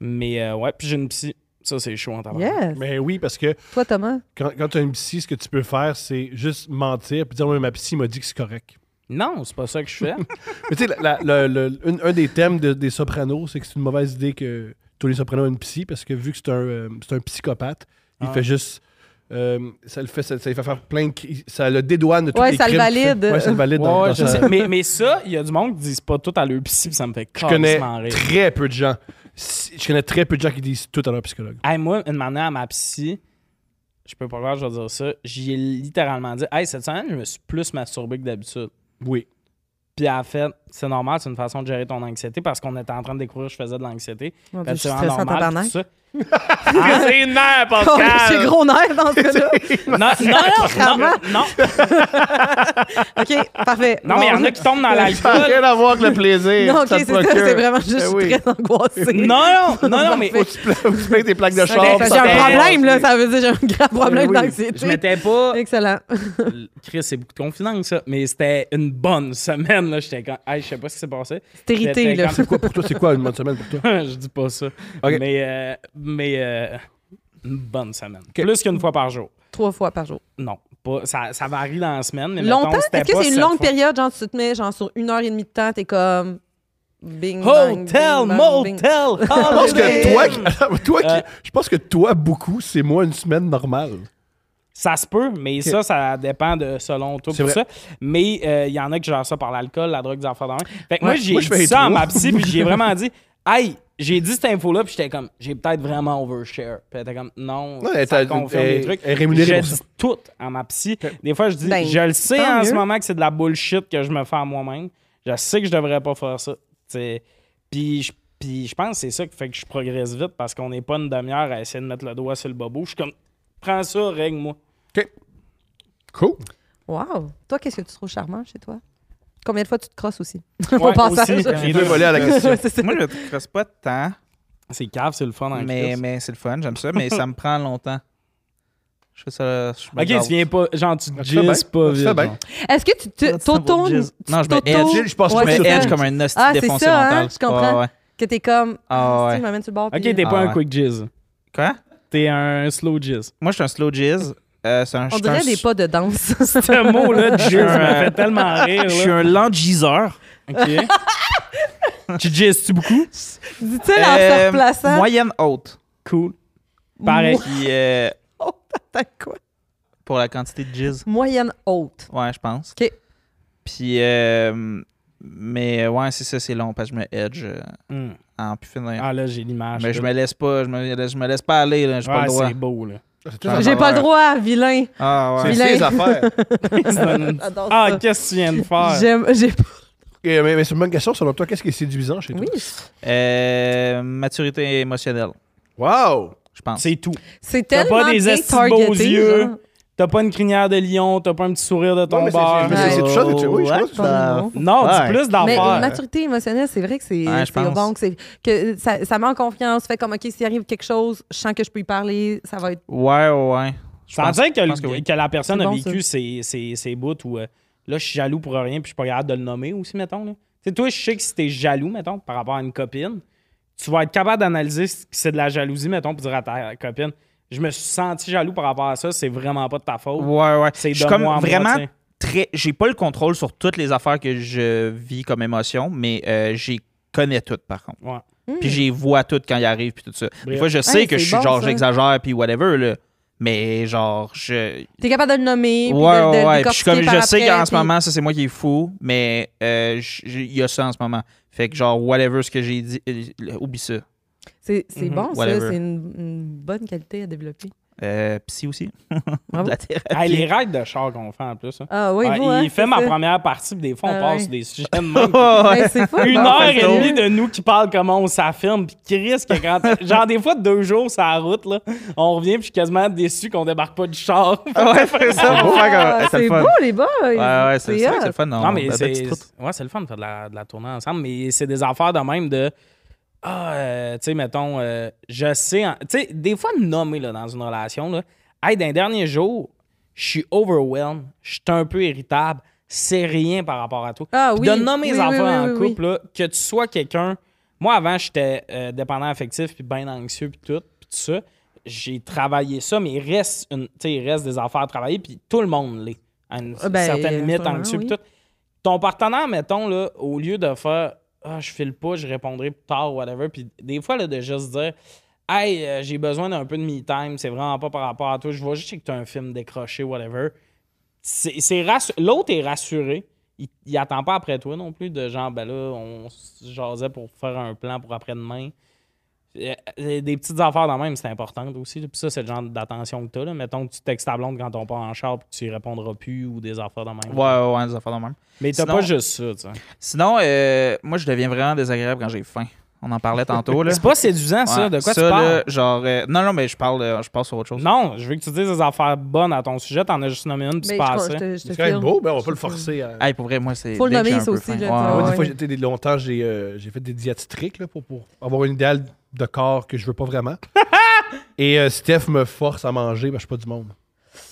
Speaker 1: Mais euh, ouais, puis j'ai une psy. Ça, c'est chaud en tabarnak.
Speaker 2: yes.
Speaker 3: Mais Ben oui, parce que
Speaker 2: Toi, Thomas.
Speaker 3: quand, quand tu as une psy, ce que tu peux faire, c'est juste mentir puis dire Ouais, ma psy m'a dit que c'est correct.
Speaker 1: Non, c'est pas ça que je fais.
Speaker 3: Mais tu sais, la- la- le- le- un, un des thèmes de- des sopranos, c'est que c'est une mauvaise idée que tous les sopranos aient une psy parce que vu que c'est un, euh, c'est un psychopathe, il
Speaker 1: Ah.
Speaker 3: fait juste. euh, ça le fait, ça, ça lui fait faire plein de cri- ça le dédouane de tous
Speaker 2: Ouais,
Speaker 3: les
Speaker 2: ça le
Speaker 3: crimes qu'il fait.
Speaker 2: valide.
Speaker 3: Ouais, ça le valide.
Speaker 1: Ouais,
Speaker 3: dans-
Speaker 1: ouais,
Speaker 3: dans
Speaker 1: je
Speaker 3: sa-
Speaker 1: sais. mais, mais ça, il y a du monde qui disent pas tout à leur psy, puis ça me fait
Speaker 3: Je connais
Speaker 1: carrément rire.
Speaker 3: très peu de gens. Si- Je connais très peu de gens qui disent tout à leur psychologue.
Speaker 1: Hey, moi, une manière à ma psy, je peux pas croire, que je vais dire ça, j'y ai littéralement dit Hey, cette semaine, je me suis plus masturbé que d'habitude.
Speaker 3: Oui.
Speaker 1: Puis en fait, c'est normal, c'est une façon de gérer ton anxiété parce qu'on était en train de découvrir que je faisais de l'anxiété.
Speaker 2: Mon
Speaker 1: Fait
Speaker 2: Dieu,
Speaker 1: que
Speaker 2: je suis
Speaker 1: C'est
Speaker 2: stressée en
Speaker 1: vraiment normal.
Speaker 2: tabarnak. Oh,
Speaker 1: puis tout ça. C'est une nerf,
Speaker 2: J'ai
Speaker 1: Pascal!
Speaker 2: gros nerf dans ce cas-là.
Speaker 1: Non, non, non, non, non,
Speaker 2: OK, parfait.
Speaker 1: non, mais il y
Speaker 2: Bon.
Speaker 1: en a qui tombent dans
Speaker 4: Ça n'a
Speaker 1: l'alcool.
Speaker 4: rien à voir avec le plaisir.
Speaker 2: Non, OK, c'est ça. C'est vraiment juste, je
Speaker 4: Eh
Speaker 2: suis
Speaker 4: oui.
Speaker 2: très angoissée.
Speaker 1: Non, non, non, non, mais
Speaker 2: Parfait.
Speaker 4: Tu mets tes plaques de
Speaker 2: Ça,
Speaker 4: char.
Speaker 2: J'ai
Speaker 4: ça
Speaker 2: un
Speaker 4: fait-
Speaker 2: problème, là. Ça veut dire j'ai un grand problème
Speaker 4: oui.
Speaker 1: je
Speaker 2: d'anxiété.
Speaker 1: m'étais pas.
Speaker 2: Excellent.
Speaker 1: Chris, c'est beaucoup de confidence, ça. Mais c'était une bonne semaine, là. J'étais quand. Hey, je sais pas ce qui s'est passé.
Speaker 2: Stérité,
Speaker 1: J'étais
Speaker 2: là.
Speaker 1: quand-
Speaker 3: Quoi pour toi, c'est quoi une bonne semaine pour toi?
Speaker 1: je dis pas ça.
Speaker 3: Ok.
Speaker 1: Mais, euh, mais euh, une bonne semaine.
Speaker 3: Ok.
Speaker 1: Plus qu'une fois par jour.
Speaker 2: Trois fois par jour.
Speaker 1: Non, pas, ça, ça varie dans la semaine. Mais mettons,
Speaker 2: Longtemps?
Speaker 1: c'était
Speaker 2: Est-ce que
Speaker 1: pas
Speaker 2: c'est
Speaker 1: sept
Speaker 2: une longue
Speaker 1: fois.
Speaker 2: période, genre, tu te mets, genre, sur une heure et demie de temps, t'es comme. Bing, bang, bing,
Speaker 1: Hotel,
Speaker 2: bang, bing.
Speaker 1: motel,
Speaker 3: Je pense que
Speaker 1: holiday.
Speaker 3: toi, qui- toi qui-
Speaker 1: Euh.
Speaker 3: je pense que toi, beaucoup, c'est moi une semaine normale.
Speaker 1: Ça se peut, mais ça, ça dépend de selon toi.
Speaker 3: C'est
Speaker 1: Pour
Speaker 3: vrai.
Speaker 1: ça. Mais euh, il y en a qui gèrent ça par l'alcool, la drogue, des affaires d'un. Fait que moi,
Speaker 3: Ouais,
Speaker 1: j'ai
Speaker 3: moi, je fais
Speaker 1: dit
Speaker 3: les
Speaker 1: ça à
Speaker 3: trois.
Speaker 1: ma psy, puis j'ai vraiment dit Hey, j'ai dit cette info-là, puis j'étais comme J'ai peut-être vraiment overshare. Puis elle était comme Non,
Speaker 3: Ouais, elle
Speaker 1: ça
Speaker 3: t'a-
Speaker 1: confirme
Speaker 3: elle-
Speaker 1: les trucs.
Speaker 3: elle est rémunérée
Speaker 1: Je
Speaker 3: pour
Speaker 1: dis
Speaker 3: ça.
Speaker 1: tout à ma psy. Des fois, je dis
Speaker 2: Ben,
Speaker 1: Je le sais
Speaker 2: tant
Speaker 1: en ce
Speaker 2: mieux.
Speaker 1: moment que c'est de la bullshit que je me fais à moi-même. Je sais que je devrais pas faire ça. T'sais, Puis je. Puis je pense que c'est ça qui fait que je progresse vite parce qu'on n'est pas une demi-heure à essayer de mettre le doigt sur le bobo. Je suis comme, prends ça, règle-moi.
Speaker 3: Cool.
Speaker 2: Wow. Toi, qu'est-ce que tu trouves charmant chez toi? Combien de fois tu te crosses aussi?
Speaker 1: Ouais,
Speaker 2: Au passage.
Speaker 1: aussi.
Speaker 3: Les deux volets à la question.
Speaker 2: C'est ça.
Speaker 4: Moi, je ne crosse pas tant,
Speaker 1: C'est cave, c'est le fun en
Speaker 4: mais,
Speaker 1: Christ.
Speaker 4: mais c'est le fun, j'aime ça, mais ça me prend longtemps. Je fais ça. Je me
Speaker 1: Ok,
Speaker 4: gâte.
Speaker 1: tu viens pas. Genre, tu te
Speaker 3: Ça fait bien.
Speaker 1: gilles pas
Speaker 3: Ça fait
Speaker 1: vite.
Speaker 3: bien.
Speaker 1: genre.
Speaker 2: Est-ce que tu te-
Speaker 4: Ça, ça va
Speaker 2: t'auto...
Speaker 4: jizz.
Speaker 2: tu
Speaker 4: Non, je me
Speaker 2: t'auto-
Speaker 4: edge.
Speaker 3: Je pense
Speaker 2: Ouais,
Speaker 3: que
Speaker 4: Je
Speaker 3: c'est
Speaker 4: me
Speaker 2: ça.
Speaker 4: edge comme un hostie
Speaker 2: Ah, c'est
Speaker 4: défoncé
Speaker 2: ça, hein?
Speaker 4: mental. Ah,
Speaker 2: Je comprends.
Speaker 4: Ouais, ouais.
Speaker 2: Que t'es comme...
Speaker 4: Ah,
Speaker 2: Ah,
Speaker 4: ouais.
Speaker 2: si, je m'amène sur le bord.
Speaker 1: Ok,
Speaker 2: puis-
Speaker 1: t'es pas
Speaker 4: Ah
Speaker 1: un
Speaker 4: ouais.
Speaker 1: quick jizz.
Speaker 4: Quoi?
Speaker 1: T'es un slow jizz.
Speaker 4: Moi, je suis un slow jizz. Euh, c'est un, je
Speaker 2: On
Speaker 4: suis
Speaker 2: dirait
Speaker 4: un-
Speaker 2: des pas de danse.
Speaker 1: Ce mot-là, jizz, me
Speaker 4: un-
Speaker 1: fait tellement rire.
Speaker 4: Je suis un lent jizzeur.
Speaker 1: Ok. tu jizzes-tu beaucoup?
Speaker 2: Dit-elle en se
Speaker 4: Euh,
Speaker 2: replaçant.
Speaker 4: Moyenne haute.
Speaker 1: Cool. Pareil.
Speaker 4: Puis euh,
Speaker 2: Oh, t'attends quoi?
Speaker 4: pour la quantité de jizz.
Speaker 2: Moyenne haute.
Speaker 4: Ouais, je pense.
Speaker 2: OK.
Speaker 4: Puis, euh, mais euh, ouais, c'est ça, c'est long parce que je me edge euh,
Speaker 1: Hmm.
Speaker 4: en plus finir.
Speaker 1: Ah là, j'ai l'image.
Speaker 4: mais je
Speaker 1: là.
Speaker 4: me laisse pas, je me laisse, je me laisse pas aller, là, j'ai pas
Speaker 1: Ah,
Speaker 4: le droit.
Speaker 1: c'est beau, là.
Speaker 4: Ah,
Speaker 2: J'ai
Speaker 4: bah
Speaker 2: pas
Speaker 4: ouais.
Speaker 2: le droit, vilain.
Speaker 4: Ah
Speaker 3: C'est
Speaker 4: ouais.
Speaker 2: Vilain.
Speaker 3: ses affaires.
Speaker 2: J'adore
Speaker 1: ah,
Speaker 2: ça.
Speaker 1: qu'est-ce que tu viens de faire?
Speaker 2: J'aime... J'ai pas...
Speaker 3: Et, mais mais c'est une bonne question. Selon toi, qu'est-ce qui est séduisant chez toi?
Speaker 2: Oui.
Speaker 4: Euh, maturité émotionnelle,
Speaker 3: Wow!
Speaker 4: je pense.
Speaker 1: C'est tout.
Speaker 2: C'est
Speaker 1: T'as
Speaker 2: tellement
Speaker 1: pas des
Speaker 2: bien
Speaker 1: estis de
Speaker 2: targeté,
Speaker 1: beaux yeux.
Speaker 2: genre.
Speaker 1: T'as pas une crinière de lion, t'as pas un petit sourire de
Speaker 3: Non,
Speaker 1: ton
Speaker 3: mais c'est-
Speaker 1: bar.
Speaker 3: mais c'est- c'est tout ça, tu- oui, je
Speaker 4: Ouais.
Speaker 3: pense que
Speaker 2: Pas mignon.
Speaker 1: Non, dis
Speaker 4: Ouais.
Speaker 1: plus
Speaker 2: Mais une
Speaker 1: d'affaires.
Speaker 2: maturité émotionnelle, c'est vrai que c'est
Speaker 4: Ouais, je
Speaker 2: c'est
Speaker 4: pense.
Speaker 2: bon, que, c'est- que ça, ça met en confiance, fait comme, OK, s'il arrive quelque chose, je sens que je peux y parler, ça va être...
Speaker 4: Ouais, ouais. Je
Speaker 1: Ça
Speaker 4: pense-
Speaker 1: veut dire que,
Speaker 4: je
Speaker 1: le-
Speaker 4: pense que oui.
Speaker 1: que la personne
Speaker 2: C'est
Speaker 1: a
Speaker 2: bon,
Speaker 1: vécu ses, ses- ses bouts où euh, là, je suis jaloux pour rien puis je suis pas capable de le nommer aussi, mettons. là. Tu sais, toi, je sais que si t'es jaloux, mettons, par rapport à une copine, tu vas être capable d'analyser si c'est de la jalousie, mettons, pour dire à ta copine, je me suis senti jaloux par rapport à ça, c'est vraiment pas de ta faute.
Speaker 4: Ouais, ouais.
Speaker 1: C'est
Speaker 4: Je suis
Speaker 1: de
Speaker 4: comme
Speaker 1: moi à moi,
Speaker 4: vraiment
Speaker 1: tu sais.
Speaker 4: très. J'ai pas le contrôle sur toutes les affaires que je vis comme émotion, mais euh, j'y connais toutes par contre.
Speaker 1: Ouais.
Speaker 4: Puis j'y vois toutes quand ils arrivent, puis tout ça. Des
Speaker 1: Hmm. Bref.
Speaker 4: fois, je sais
Speaker 2: Hey,
Speaker 4: que je
Speaker 2: c'est
Speaker 4: suis
Speaker 2: bon,
Speaker 4: genre,
Speaker 2: ça.
Speaker 4: j'exagère, puis whatever, là. Mais genre, je.
Speaker 2: T'es capable de le nommer,
Speaker 4: Ouais,
Speaker 2: puis de, de,
Speaker 4: ouais,
Speaker 2: de
Speaker 4: ouais. Puis je,
Speaker 2: décortiquer
Speaker 4: suis comme, je
Speaker 2: par
Speaker 4: sais
Speaker 2: après,
Speaker 4: qu'en ce
Speaker 2: puis-
Speaker 4: moment, ça, c'est moi qui est fou, mais euh, j- j- il y a ça en ce moment. Fait que, genre, whatever ce que j'ai dit, euh, oublie ça.
Speaker 2: C'est c'est
Speaker 1: Mhm,
Speaker 2: bon, ça,
Speaker 4: whatever.
Speaker 2: c'est une, une bonne qualité à développer.
Speaker 4: Euh, psy aussi.
Speaker 2: Bravo.
Speaker 4: De la thérapie.
Speaker 1: Hey, les règles de char qu'on fait en plus. hein.
Speaker 2: Ah oui,
Speaker 1: Ouais,
Speaker 2: vous,
Speaker 1: il
Speaker 2: hein,
Speaker 1: fait
Speaker 2: c'est
Speaker 1: ma
Speaker 2: ça.
Speaker 1: première partie, puis des fois, on
Speaker 2: Ah
Speaker 1: passe
Speaker 2: ouais.
Speaker 1: des sujets de même.
Speaker 2: Ben, c'est fou,
Speaker 1: Une
Speaker 2: bon,
Speaker 1: heure
Speaker 2: parce
Speaker 1: et
Speaker 2: que-
Speaker 1: demie de nous qui parlent comment on s'affirme, puis Chris, que quand... genre des fois deux jours sur la route, là, on revient, puis je suis quasiment déçu qu'on débarque pas du char.
Speaker 4: ouais, c'est ça. faut faire comme-
Speaker 2: Ah,
Speaker 4: c'est le
Speaker 2: C'est
Speaker 4: fun.
Speaker 2: beau, les boys!
Speaker 4: Ouais, ouais, c'est c'est vrai que
Speaker 2: hot.
Speaker 4: c'est le fun. Non,
Speaker 1: Non, mais
Speaker 4: ben,
Speaker 1: c'est
Speaker 4: petite route.
Speaker 1: ouais, c'est le fun de faire de la, de la tournée ensemble, mais c'est des affaires de même de. Ah, euh, tu sais, mettons, euh, je sais. en- Tu sais, des fois, nommer là, dans une relation, là, hey, dans les derniers jours, je suis overwhelmed, je suis un peu irritable, c'est rien par rapport à toi.
Speaker 2: Ah
Speaker 1: Puis
Speaker 2: oui,
Speaker 1: De nommer les
Speaker 2: oui, oui,
Speaker 1: enfants
Speaker 2: oui,
Speaker 1: en
Speaker 2: oui,
Speaker 1: couple, là, que tu sois quelqu'un. Moi, avant, j'étais euh, dépendant affectif, puis bien anxieux, puis tout, puis tout ça. J'ai travaillé ça, mais il reste, une, tu sais, il reste des affaires à travailler, puis tout le monde l'est. À une
Speaker 2: Ah, ben,
Speaker 1: certaine limite,
Speaker 2: sûrement,
Speaker 1: anxieux, puis
Speaker 2: oui.
Speaker 1: tout ton partenaire, mettons, là, au lieu de faire Ah, je file pas, je répondrai plus tard, whatever. Puis des fois, là, de juste dire Hey, euh, j'ai besoin d'un peu de me time, c'est vraiment pas par rapport à toi, je vois juste que t'as un film décroché, whatever. C'est c'est rassu- L'autre est rassuré. Il, il attend pas après toi non plus, de genre, ben là, on se jasait pour faire un plan pour après-demain. Euh, euh, Des petites affaires dans même, c'est important aussi. là. Puis ça, c'est le genre d'attention que t'as. là. Mettons que tu textes ta blonde quand on part en char puis que tu y répondras plus ou des affaires dans même.
Speaker 4: Ouais, ouais, ouais, des affaires de même.
Speaker 1: Mais t'as
Speaker 4: Sinon-
Speaker 1: pas juste ça, tu sais.
Speaker 4: Sinon, euh, moi, je deviens vraiment désagréable quand j'ai faim. On On en parlait tantôt. Là.
Speaker 1: C'est pas séduisant, ça.
Speaker 4: Ouais,
Speaker 1: De quoi
Speaker 4: ça,
Speaker 1: tu parles?
Speaker 4: là, genre, euh, non, non, mais je parle, euh, je parle sur autre chose.
Speaker 1: Non, je veux que tu dises des affaires bonnes à ton sujet. T'en as juste nommé une, puis c'est
Speaker 2: Mais
Speaker 1: pas hein. assez.
Speaker 2: je, je te, je te
Speaker 3: C'est quand même
Speaker 2: file.
Speaker 3: beau, ben on va pas le
Speaker 2: Je te file.
Speaker 3: forcer à.
Speaker 4: Euh, Hey, pour vrai, moi, c'est.
Speaker 2: Faut le
Speaker 4: dès que j'ai
Speaker 2: nommer,
Speaker 4: un
Speaker 2: ça
Speaker 4: peu
Speaker 2: aussi,
Speaker 4: faim.
Speaker 2: là,
Speaker 4: Ouais,
Speaker 2: tu
Speaker 4: ouais.
Speaker 3: Moi,
Speaker 2: vois.
Speaker 3: des
Speaker 2: Ah ouais.
Speaker 3: fois, j'étais des- longtemps, j'ai euh, j'ai fait des diatitriques là, pour, pour avoir une idéal de corps que je veux pas vraiment. Et euh, Steph me force à manger, ben, je suis pas du monde.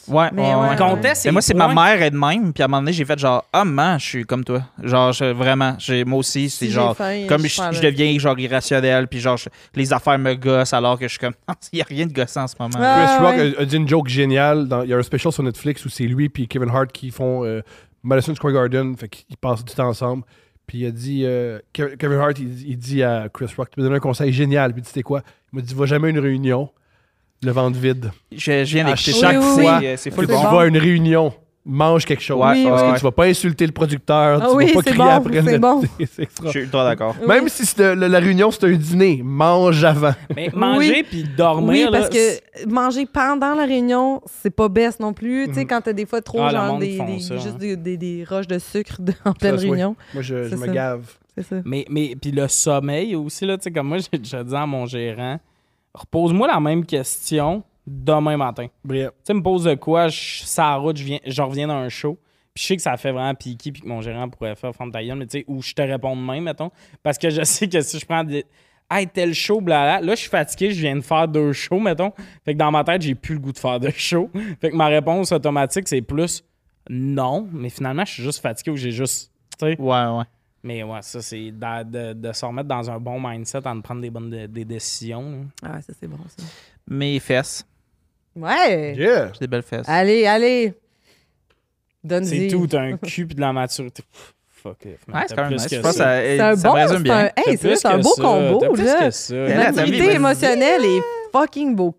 Speaker 4: Ouais,
Speaker 2: Mais
Speaker 4: ouais,
Speaker 2: ouais.
Speaker 4: ouais.
Speaker 1: Conteste,
Speaker 4: Mais moi, c'est ma
Speaker 1: ouais.
Speaker 4: mère est de même. Puis à un moment donné, j'ai fait genre, ah, maman, je suis comme toi. Genre, je- vraiment, j'ai- moi aussi,
Speaker 2: Si
Speaker 4: c'est
Speaker 2: j'ai
Speaker 4: genre,
Speaker 2: faim,
Speaker 4: comme
Speaker 2: je
Speaker 4: je,
Speaker 2: parle.
Speaker 4: je deviens genre irrationnel, puis genre, je- les affaires me gossent alors que je suis comme, il n'y a rien de gossant en ce moment.
Speaker 2: Ah.
Speaker 3: Chris Rock
Speaker 2: ouais.
Speaker 3: a, a dit une joke géniale. dans- Il y a un special sur Netflix où c'est lui et Kevin Hart qui font euh, Madison Square Garden. Fait qu'ils passent du temps ensemble. Puis il a dit euh, Ke- Kevin Hart, il, il dit à Chris Rock Tu me donnes un conseil génial. Puis il dit C'était quoi Il m'a dit Va jamais à une réunion, le ventre vide.
Speaker 4: Ah, Je, je viens
Speaker 3: À
Speaker 4: d'écouter
Speaker 3: chaque
Speaker 4: ça,
Speaker 2: fois
Speaker 4: c'est- euh, c'est
Speaker 3: Faut que
Speaker 4: full
Speaker 3: tu
Speaker 2: C'est
Speaker 4: bon.
Speaker 3: vas à une réunion, mange quelque chose.
Speaker 4: Ouais,
Speaker 2: Oui,
Speaker 4: parce
Speaker 3: Parce
Speaker 4: que
Speaker 3: que tu vas pas insulter le producteur,
Speaker 2: Ah
Speaker 3: tu
Speaker 2: oui,
Speaker 3: vas pas
Speaker 2: c'est
Speaker 3: crier
Speaker 2: bon,
Speaker 3: après.
Speaker 2: c'est
Speaker 3: le-
Speaker 2: bon.
Speaker 3: c'est extra.
Speaker 4: Je suis toi d'accord.
Speaker 2: Oui.
Speaker 3: Même si c'est de- le- la réunion, c'est un dîner, mange avant.
Speaker 1: Mais manger puis
Speaker 2: Oui,
Speaker 1: dormir. là,
Speaker 2: parce que manger pendant la réunion, c'est pas baisse non plus. Tu sais,
Speaker 3: Mhm.
Speaker 2: quand t'as des fois trop,
Speaker 1: Ah, le
Speaker 2: genre,
Speaker 1: monde
Speaker 2: des,
Speaker 1: font
Speaker 2: des-
Speaker 1: ça,
Speaker 2: juste
Speaker 1: hein.
Speaker 2: des, des- des roches de sucre de- en pleine
Speaker 3: Ça, oui.
Speaker 2: réunion.
Speaker 3: Moi, je, je
Speaker 2: C'est
Speaker 3: me
Speaker 2: ça.
Speaker 3: gave.
Speaker 2: C'est ça.
Speaker 1: Mais, mais puis le sommeil aussi, là, tu sais, comme moi, j'ai déjà dit à mon gérant, repose-moi la même question demain matin.
Speaker 3: Brillant.
Speaker 1: Tu sais, me pose de quoi, je, ça route, je, viens, je reviens d'un show. Puis je sais que ça fait vraiment piquer, puis que mon gérant pourrait faire forme ta gueule, mais tu sais, ou je te réponds demain, mettons. Parce que je sais que si je prends des. Hey, tel show, blabla. Là, je suis fatigué, je viens de faire deux shows, mettons. Fait que dans ma tête, j'ai plus le goût de faire deux shows. Fait que ma réponse automatique, c'est plus non, mais finalement, je suis juste fatigué ou j'ai juste. Tu sais.
Speaker 4: Ouais, ouais.
Speaker 1: Mais ouais, ça, c'est d'a- de, de se remettre dans un bon mindset en de prendre des bonnes dé- des décisions. là.
Speaker 2: Ah, ouais, ça, c'est bon, ça.
Speaker 4: Mes fesses.
Speaker 2: Ouais!
Speaker 3: Yeah.
Speaker 4: J'ai des belles fesses.
Speaker 2: Allez, allez!
Speaker 1: C'est
Speaker 2: Donne-y.
Speaker 1: tout, t'as un cul pis de la maturité. Pff, Fuck off. man.
Speaker 4: Ouais, c'est
Speaker 1: T'as
Speaker 4: quand même
Speaker 1: plus
Speaker 4: nice.
Speaker 1: que
Speaker 4: Je pense que
Speaker 1: ça.
Speaker 4: ça,
Speaker 2: C'est un
Speaker 4: ça
Speaker 2: bon,
Speaker 4: me résume
Speaker 2: c'est
Speaker 4: bien.
Speaker 2: un, hey,
Speaker 1: T'as
Speaker 2: ça, c'est un
Speaker 1: plus
Speaker 2: beau
Speaker 1: que
Speaker 2: combo,
Speaker 1: t'as plus
Speaker 2: là.
Speaker 1: que ça.
Speaker 4: Mais là, ta vie,
Speaker 2: Maturité
Speaker 4: vas-y.
Speaker 2: émotionnelle et fucking beau.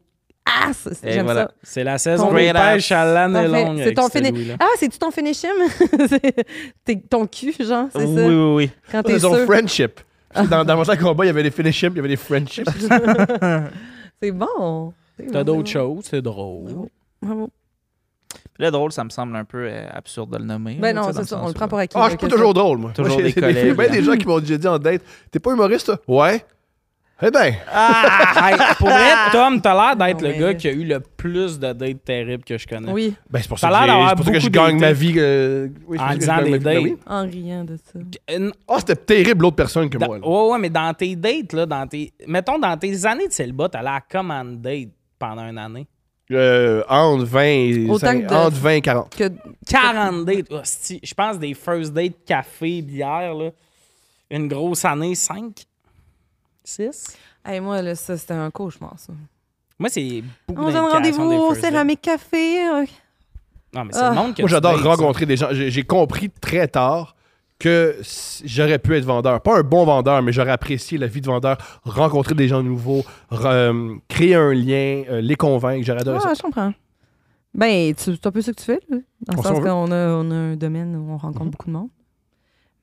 Speaker 2: Ah, ça, c'est-
Speaker 4: Et
Speaker 2: j'aime
Speaker 4: voilà.
Speaker 2: ça.
Speaker 1: C'est la saison
Speaker 4: Straight
Speaker 1: des pêches à l'année
Speaker 2: Parfait.
Speaker 1: longue.
Speaker 2: C'est
Speaker 1: avec
Speaker 2: ton
Speaker 1: ce
Speaker 2: fini-
Speaker 1: Louis-là.
Speaker 2: Ah, c'est-tu ton finishim? ton cul, genre, c'est
Speaker 4: Oui,
Speaker 2: ça?
Speaker 4: oui, oui.
Speaker 2: Quand t'es
Speaker 3: Ils ont
Speaker 2: sûr. Ah.
Speaker 3: friendship. Dans, dans mon temps de combat, il y avait des finiships, il y avait des friendships.
Speaker 2: C'est bon. C'est
Speaker 1: T'as
Speaker 2: bon,
Speaker 1: d'autres
Speaker 2: c'est
Speaker 1: choses, c'est drôle.
Speaker 2: Bravo. bon. Bravo.
Speaker 4: Le drôle, ça me semble un peu euh, absurde de le nommer.
Speaker 2: Ben
Speaker 4: là,
Speaker 2: non,
Speaker 4: tu sais, dans
Speaker 2: c'est ça,
Speaker 4: sens
Speaker 2: on le
Speaker 4: où-
Speaker 2: prend pour acquis.
Speaker 3: Ah, je suis pas
Speaker 2: là, que
Speaker 3: toujours drôle, moi.
Speaker 4: Toujours
Speaker 3: Moi,
Speaker 4: des
Speaker 3: j'ai-
Speaker 4: collègues.
Speaker 3: Il y a bien des gens qui m'ont déjà dit en date T'es pas humoriste, toi Ouais. Eh ben,
Speaker 1: Ah. Hey, pour être Tom, t'as l'air d'être
Speaker 2: Non,
Speaker 1: le
Speaker 2: mais-
Speaker 1: gars qui a eu le plus de dates terribles que je
Speaker 2: ça.
Speaker 1: connais.
Speaker 2: Oui,
Speaker 3: ben c'est pour
Speaker 1: T'as
Speaker 3: ça que,
Speaker 1: l'air
Speaker 3: j'ai-
Speaker 1: d'avoir
Speaker 3: c'est pour ça que je
Speaker 1: beaucoup
Speaker 3: gagne
Speaker 1: d'été.
Speaker 3: ma vie. euh, oui, c'est pour
Speaker 1: En
Speaker 3: ça que je
Speaker 1: disant
Speaker 3: gagne
Speaker 1: des
Speaker 3: ma vie. Ben oui.
Speaker 1: dates.
Speaker 2: en riant de ça.
Speaker 1: Euh,
Speaker 3: Ah, c'était terrible l'autre personne que
Speaker 1: Dans-
Speaker 3: moi. là.
Speaker 1: ouais, ouais, mais dans tes dates, là, dans tes. Mettons, dans tes années de célibat, t'allais à command date pendant une année.
Speaker 3: Euh, entre 20 et
Speaker 2: Autant
Speaker 3: cinq-
Speaker 2: que de-
Speaker 3: entre 20 et 40.
Speaker 2: Que...
Speaker 1: 40 dates. hostie. je pense des first dates café, bière, là. Une grosse année, 5, 6.
Speaker 2: Hey, moi, là, ça, c'était un cauchemar, ça.
Speaker 1: Moi, c'est beaucoup
Speaker 2: On donne
Speaker 1: d'indications
Speaker 2: rendez-vous
Speaker 1: des
Speaker 2: au
Speaker 1: first dates.
Speaker 2: Céramique Café. euh,
Speaker 1: Non, mais c'est le
Speaker 2: Ah.
Speaker 1: monde que tu
Speaker 3: Moi, j'adore
Speaker 1: dates,
Speaker 3: rencontrer des gens. J'ai j'ai compris très tard que si- j'aurais pu être vendeur. Pas un bon vendeur, mais j'aurais apprécié la vie de vendeur, rencontrer des gens nouveaux, re- euh, créer un lien, euh, les convaincre. J'aurais adoré ça.
Speaker 2: Ah, je comprends. Ben, tu- c'est un peu ça que tu fais, là. Dans
Speaker 3: On
Speaker 2: le
Speaker 3: s'en
Speaker 2: sens
Speaker 3: veut.
Speaker 2: qu'on a, on a un domaine où on rencontre
Speaker 4: Mm-hmm.
Speaker 2: beaucoup de monde.